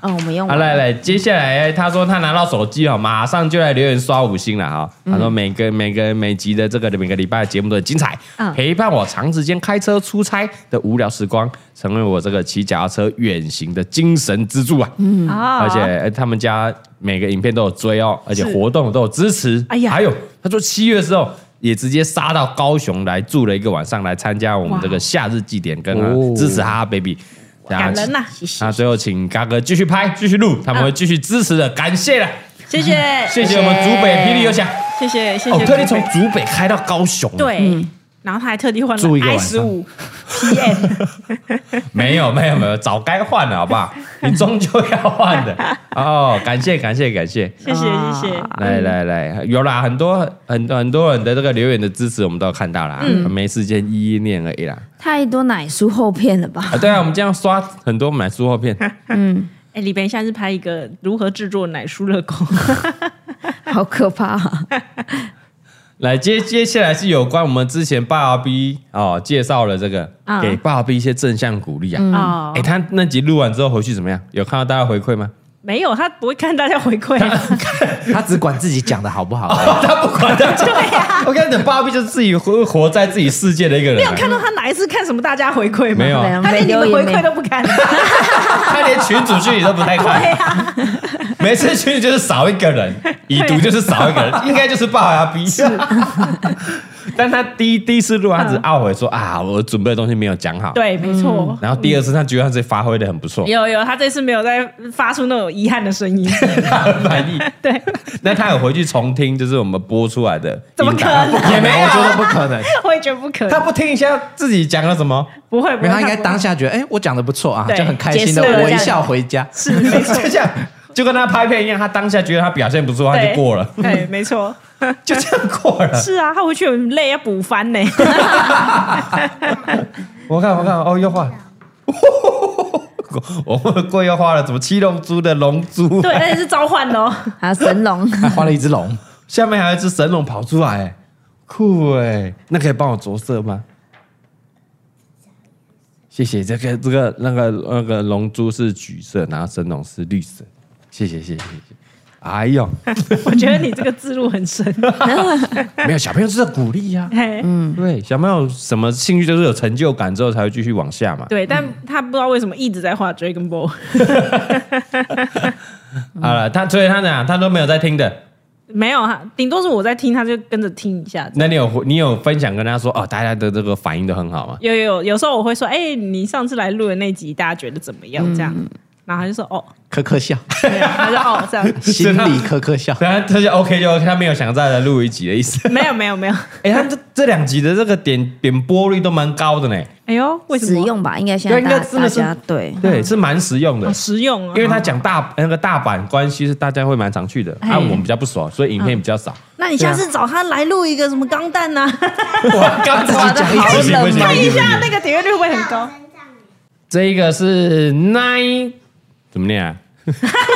Speaker 2: 哦，我们用
Speaker 1: 好，
Speaker 2: 完
Speaker 1: 来来，接下来哎他说他拿到手机哦，马上就来留言刷五星了啊、
Speaker 5: 嗯
Speaker 1: 他说每个每个每集的这个每个礼拜的节目都很精彩，
Speaker 2: 嗯
Speaker 1: 陪伴我长时间开车出差的无聊时光，成为我这个骑脚踏车远行的精神支柱啊！嗯，
Speaker 5: 啊
Speaker 1: 而且呃他们家每个影片都有追哦，而且
Speaker 5: 是
Speaker 1: 活动都有支持。
Speaker 5: 哎呀
Speaker 1: 还有他说七月的时候。也直接杀到高雄来住了一个晚上，来参加我们这个夏日祭典，跟他
Speaker 4: 哦
Speaker 1: 支持哈哈 baby，然后
Speaker 5: 感人呐，啊
Speaker 2: 谢谢
Speaker 1: 那。最后请嘎哥继续拍，继续录，他们会继续支持的，感谢了，
Speaker 5: 谢谢，
Speaker 1: 谢谢我们竹北霹雳游侠，
Speaker 5: 谢谢，谢
Speaker 1: 哦
Speaker 5: 谢，，
Speaker 1: 特地从嗯竹北开到高雄，，
Speaker 5: 对，然后他还特地换
Speaker 4: 住一
Speaker 5: 了
Speaker 4: 个
Speaker 5: i
Speaker 4: 晚
Speaker 5: 十
Speaker 4: 上
Speaker 5: 五 PM，
Speaker 1: 没有没有没有，早该换了，好不 好？你终究要换的，哦，感谢感谢感谢，
Speaker 5: 谢谢谢谢，
Speaker 1: 来来来，有啦，很多很多很多人的这个留言的支持，我们都有看到啦，没时间一一念而已啦。
Speaker 2: 太多奶酥厚片了吧
Speaker 1: 啊，？对啊，我们这样刷很多买书后片，
Speaker 5: 哎，李边下次拍一个如何制作奶酥热狗，
Speaker 2: 好可怕、啊！
Speaker 1: 来接接下来是有关我们之前爸爸 B 哦介绍了这个，
Speaker 5: 啊
Speaker 1: 给爸爸 B 一些正向鼓励啊。
Speaker 4: 嗯
Speaker 5: 哦
Speaker 1: 哎、他那集录完之后回去怎么样？有看到大家回馈吗？
Speaker 5: 没有，他不会看大家回馈，
Speaker 4: 他只管自己讲的好不 好而已？
Speaker 1: 他不管他，对呀、 我跟你讲，爸比就是自己活活在自己世界的一个人
Speaker 5: 你
Speaker 1: 啊、
Speaker 5: 有看到他哪一次看什么大家回馈吗？
Speaker 1: 没有啊
Speaker 5: 他连你们回馈
Speaker 2: 都
Speaker 5: 都不看，
Speaker 1: 他连群主去你都不太看，每次群主就是少一个人，已读就是少一个人，应该就是爸爸 B。但他第一第一次录，他只懊悔说啊，我准备的东西没有讲好。。
Speaker 5: 对，没错。
Speaker 1: 然后第二次，他觉得他自己发挥的很不
Speaker 4: 嗯
Speaker 1: 错，
Speaker 5: 有有，他这次没有再发出那种遗憾的声 音，
Speaker 1: 他很满意。
Speaker 5: 对，
Speaker 1: 那他有回去重听，就是我们播出来的，
Speaker 5: 怎么可能？
Speaker 1: 也没有
Speaker 4: 我觉
Speaker 1: 啊
Speaker 4: 得不可 能，
Speaker 5: 我也觉得不可
Speaker 1: 他
Speaker 5: 能，
Speaker 1: 不听一下自己讲了什么？
Speaker 5: 不会，不
Speaker 4: 因为
Speaker 5: 会，
Speaker 4: 他应该
Speaker 5: 不会
Speaker 4: 当下觉得，哎，我讲的不错啊，
Speaker 5: 对
Speaker 4: 就很开心的
Speaker 5: 结束了
Speaker 4: 微
Speaker 5: 这
Speaker 4: 笑
Speaker 5: 样
Speaker 4: 回家。
Speaker 5: 是没错，
Speaker 1: 就这样，就跟他拍片一样，他当下觉得他表现不错，他就
Speaker 5: 对
Speaker 1: 过了，
Speaker 5: 对，没错，
Speaker 1: 就这样过了。
Speaker 5: 是啊，他回去很累，要补番呢。
Speaker 1: 我看，我看，哦，又画了。 我们贵又画了什么七龙珠的龙珠，
Speaker 5: 对，而且是召唤的哦。
Speaker 2: 还有啊神龙，
Speaker 4: 还画了一只龙，
Speaker 1: 下面还有一只神龙跑出来，哎酷哎！那可以帮我着色吗？谢谢，这个这个那个那个龙珠是橘色，然后神龙是绿色，谢谢谢谢谢谢。哎呦，
Speaker 5: 我觉得你这个自入很 深。
Speaker 1: 没有小朋友就是要鼓励呀、
Speaker 5: 嘿
Speaker 4: 嗯
Speaker 1: 对，小朋友什么兴趣都是有成就感之后才会继续往下嘛。
Speaker 5: 对，但他不知道为什么一直在画 Dragon Ball，
Speaker 1: 好了，他所以他讲他都没有在听的。
Speaker 5: 没有哈，顶多是我在听，他就跟着听一下。
Speaker 1: 那你有你有分享跟他说哦，大家的这个反应都很好吗？
Speaker 5: 有有有时候我会说，哎、你上次来录的那集，大家觉得怎么样？这样，然后他就说，哦，
Speaker 4: 咯咯笑，
Speaker 5: 没有，他就哦这样，
Speaker 4: 心里咯咯笑。
Speaker 1: 对啊，他就 OK 就 OK，他没有想再来录一集的意思。
Speaker 5: 没有没有没有，
Speaker 1: 哎、他这这两集的这个点点播率都蛮高的呢，
Speaker 5: 哎呦，为什
Speaker 2: 实
Speaker 5: 么？
Speaker 2: 用吧？应该现在
Speaker 1: 对应
Speaker 2: 大
Speaker 1: 该真的
Speaker 2: 大
Speaker 1: 是
Speaker 2: 家对
Speaker 1: 对，嗯是蛮实用的
Speaker 5: 好。实用啊，
Speaker 1: 因为他讲大那个大阪关系是大家会蛮常去的，啊，我们比较不熟，所以影片比较 少。
Speaker 5: 那你下次找他来录一个什么钢弹呐、啊？
Speaker 1: 我刚自己讲
Speaker 2: 好
Speaker 1: 不行不
Speaker 2: 冷
Speaker 1: 行，
Speaker 2: 啊
Speaker 1: 不
Speaker 5: 看一
Speaker 1: 行
Speaker 5: 下那个点阅率会不会很高？
Speaker 1: 这一个是 nine 怎么念 啊？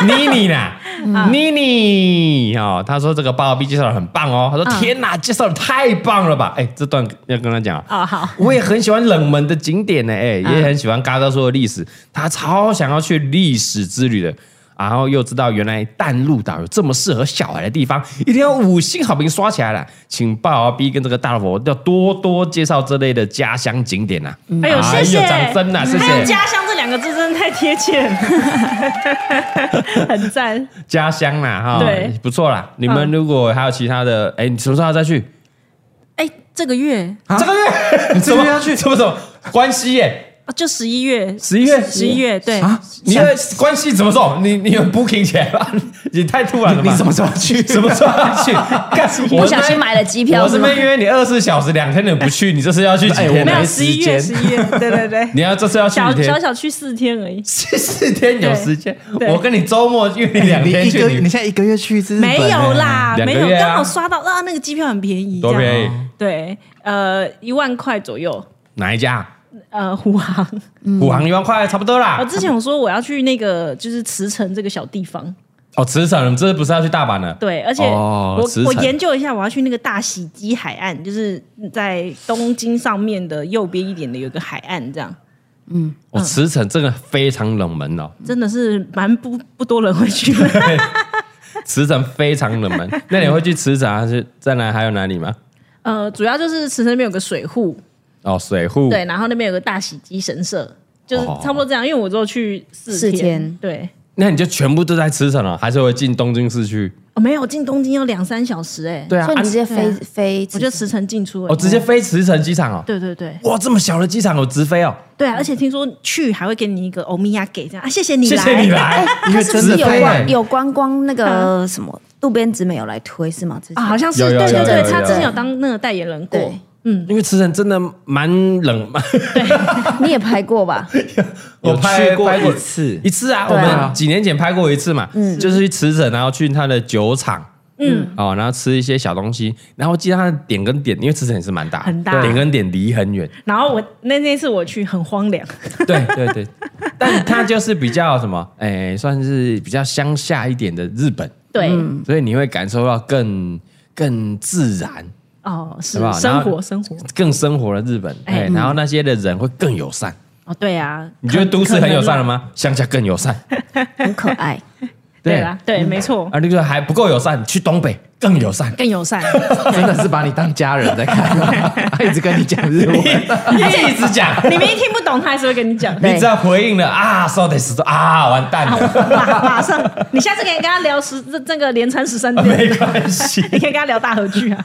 Speaker 1: 妮妮啦，
Speaker 5: 嗯
Speaker 1: 妮妮哦，他说这个爸爸 B 介绍的很棒哦，他
Speaker 5: 嗯
Speaker 1: 说天哪，介绍的太棒了吧？哎，这段要跟他讲啊，
Speaker 5: 哦，好，
Speaker 1: 我也很喜欢冷门的景点呢，
Speaker 5: 嗯
Speaker 1: 哎，也很喜欢嘎嘎说的历史，他超想要去历史之旅的。然后又知道原来淡路岛有这么适合小孩的地方，一定要五星好评刷起来了！请爸爸 B 跟这个大老婆要多多介绍这类的家乡景点啊！
Speaker 5: 哎呦，谢谢，
Speaker 1: 掌声啊，谢
Speaker 5: 还有
Speaker 1: 谢！
Speaker 5: 家乡这两个字真的太贴切了，很赞。
Speaker 1: 家乡啦，哈
Speaker 5: 对，
Speaker 1: 不错啦。你们如果还有其他的，哎、你什么时候要再去？啊
Speaker 5: 哎、这个月
Speaker 1: 这个月你这个月要去？什么什么关系耶？
Speaker 5: 啊就十一月，
Speaker 1: 十一月
Speaker 5: 十一月，对，
Speaker 4: 啊，
Speaker 1: 你的关系怎么走？你你有 booking 起来吗？ 你太突然了吧？
Speaker 4: 你什么时候去？
Speaker 1: 什么时候要去？干
Speaker 2: 不小心买了机票
Speaker 1: 我这
Speaker 2: 是吗
Speaker 1: 边约你二十四小时，两天你不去，你这次要去几
Speaker 4: 哎我
Speaker 1: 天呢？
Speaker 5: 没有
Speaker 4: 没
Speaker 5: 十一
Speaker 4: 时
Speaker 5: 月，
Speaker 4: 间
Speaker 5: 十一月，对对对，
Speaker 1: 你要这次要去
Speaker 5: 小
Speaker 1: 几
Speaker 5: 小
Speaker 1: 天？
Speaker 5: 小去四天而已，
Speaker 1: 去四天有时间，
Speaker 5: 对
Speaker 1: 我跟你周末约你两
Speaker 4: 你
Speaker 1: 天
Speaker 4: 一
Speaker 1: 去
Speaker 4: 个，你
Speaker 1: 你
Speaker 4: 现在一个月去一次日本
Speaker 5: 没有
Speaker 4: 欸
Speaker 5: 啦，
Speaker 1: 两个
Speaker 5: 没有
Speaker 1: 月，啊
Speaker 5: 刚好刷到啊，那个机票很便宜，
Speaker 1: 多
Speaker 5: 这样
Speaker 1: 便宜？
Speaker 5: 对，呃，一万块左右，
Speaker 1: 哪一家？
Speaker 5: 呃，虎航。
Speaker 1: 虎航一万块差不多
Speaker 5: 我
Speaker 1: 啦。
Speaker 5: 之前有说我要去那个就是慈城这个小地方，
Speaker 1: 哦，驰骋，你这不是要去大阪啊了？
Speaker 5: 对，而且
Speaker 1: 哦
Speaker 5: 我
Speaker 1: 慈
Speaker 5: 我
Speaker 1: 城
Speaker 5: 研究一下，我要去那个大喜基海岸，就是在东京上面的右边一点的有个海岸，这样
Speaker 1: 我哦驰骋这个非常冷门哦，
Speaker 5: 真的是蛮不不多人会去的。
Speaker 1: 驰骋非常冷门。那你会去驰骋还是在哪？还有哪里吗？
Speaker 5: 呃，主要就是慈城那边有个水户，
Speaker 1: 哦，水户。
Speaker 5: 对，然后那边有个大喜基神社，就是
Speaker 1: 哦
Speaker 5: 差不多这样。因为我只有去四
Speaker 2: 四天
Speaker 5: 对，
Speaker 1: 那你就全部都在驰骋了，还是会进东京市区？
Speaker 5: 哦，没有进东京要两三小时哎、
Speaker 1: 对啊
Speaker 2: 所以，你
Speaker 1: 啊
Speaker 2: 直接飞
Speaker 5: 对啊
Speaker 2: 飞，
Speaker 5: 我就驰骋进出而已，
Speaker 1: 哦，直接飞驰骋机场哦。
Speaker 5: 对对对
Speaker 1: 哇，这么小的机场有直飞哦，
Speaker 5: 对啊！而且听说去还会给你一个欧米亚给这样啊，谢谢你
Speaker 1: 谢
Speaker 5: 来，
Speaker 1: 谢你来，
Speaker 4: 因为
Speaker 2: 是不
Speaker 4: 真
Speaker 2: 是
Speaker 4: 的
Speaker 2: 有
Speaker 1: 飞
Speaker 2: 观
Speaker 1: 欸
Speaker 2: 有观光那个什么渡边直美有来推是吗？之前
Speaker 5: 啊，好像是
Speaker 1: 有有
Speaker 5: 对
Speaker 1: 有
Speaker 5: 对
Speaker 1: 有有
Speaker 5: 对，他
Speaker 1: 有
Speaker 5: 之前有当那个代言人过，
Speaker 2: 对，
Speaker 1: 因为驰骋真的蛮冷 门。
Speaker 2: 你也拍过吧？
Speaker 1: 我
Speaker 4: 有
Speaker 1: 拍
Speaker 4: 去过
Speaker 1: 拍过
Speaker 4: 一次
Speaker 1: 一，次啊，我
Speaker 2: 对啊
Speaker 1: 们几年前拍过一次嘛，就是去驰骋，然后去他的酒厂。嗯，哦，然后吃一些小东西，然后记得它的点跟点，因为驰骋也是蛮大的，
Speaker 5: 很大
Speaker 1: 点跟点离很远，
Speaker 5: 然后我那那次我去很荒凉，
Speaker 1: 对对对，但它就是比较什么， 哎，算是比较乡下一点的日本，
Speaker 5: 对，
Speaker 2: 嗯
Speaker 1: 所以你会感受到更更自然、
Speaker 5: 哦，是
Speaker 1: 好不好
Speaker 5: 生
Speaker 1: 然后
Speaker 5: 活生活，
Speaker 1: 更生活的日本，哎，
Speaker 5: 哎
Speaker 1: 然后那些的人会更友善。
Speaker 5: 哦，对啊，
Speaker 1: 你觉得都市
Speaker 5: 可
Speaker 1: 很友善了？
Speaker 5: 可能啦
Speaker 1: 吗？乡下更友善，
Speaker 2: 很可爱，
Speaker 5: 对啦，对，没错，
Speaker 1: 啊，那个还不够友善，去东北更友善。
Speaker 5: 更 友善，
Speaker 4: 真的是把你当家人在看，他一直跟你讲日文。
Speaker 1: 一直讲，
Speaker 5: 你明明听不懂，他还是会跟你讲。
Speaker 1: 你只要回应了啊，so this 啊，完蛋
Speaker 5: 好，
Speaker 1: 了，
Speaker 5: 马马上，你下次可以跟他聊十这这个连餐十三
Speaker 1: 啊 没
Speaker 5: 店，
Speaker 1: 关 系，
Speaker 5: 你可以跟他聊大和 剧啊。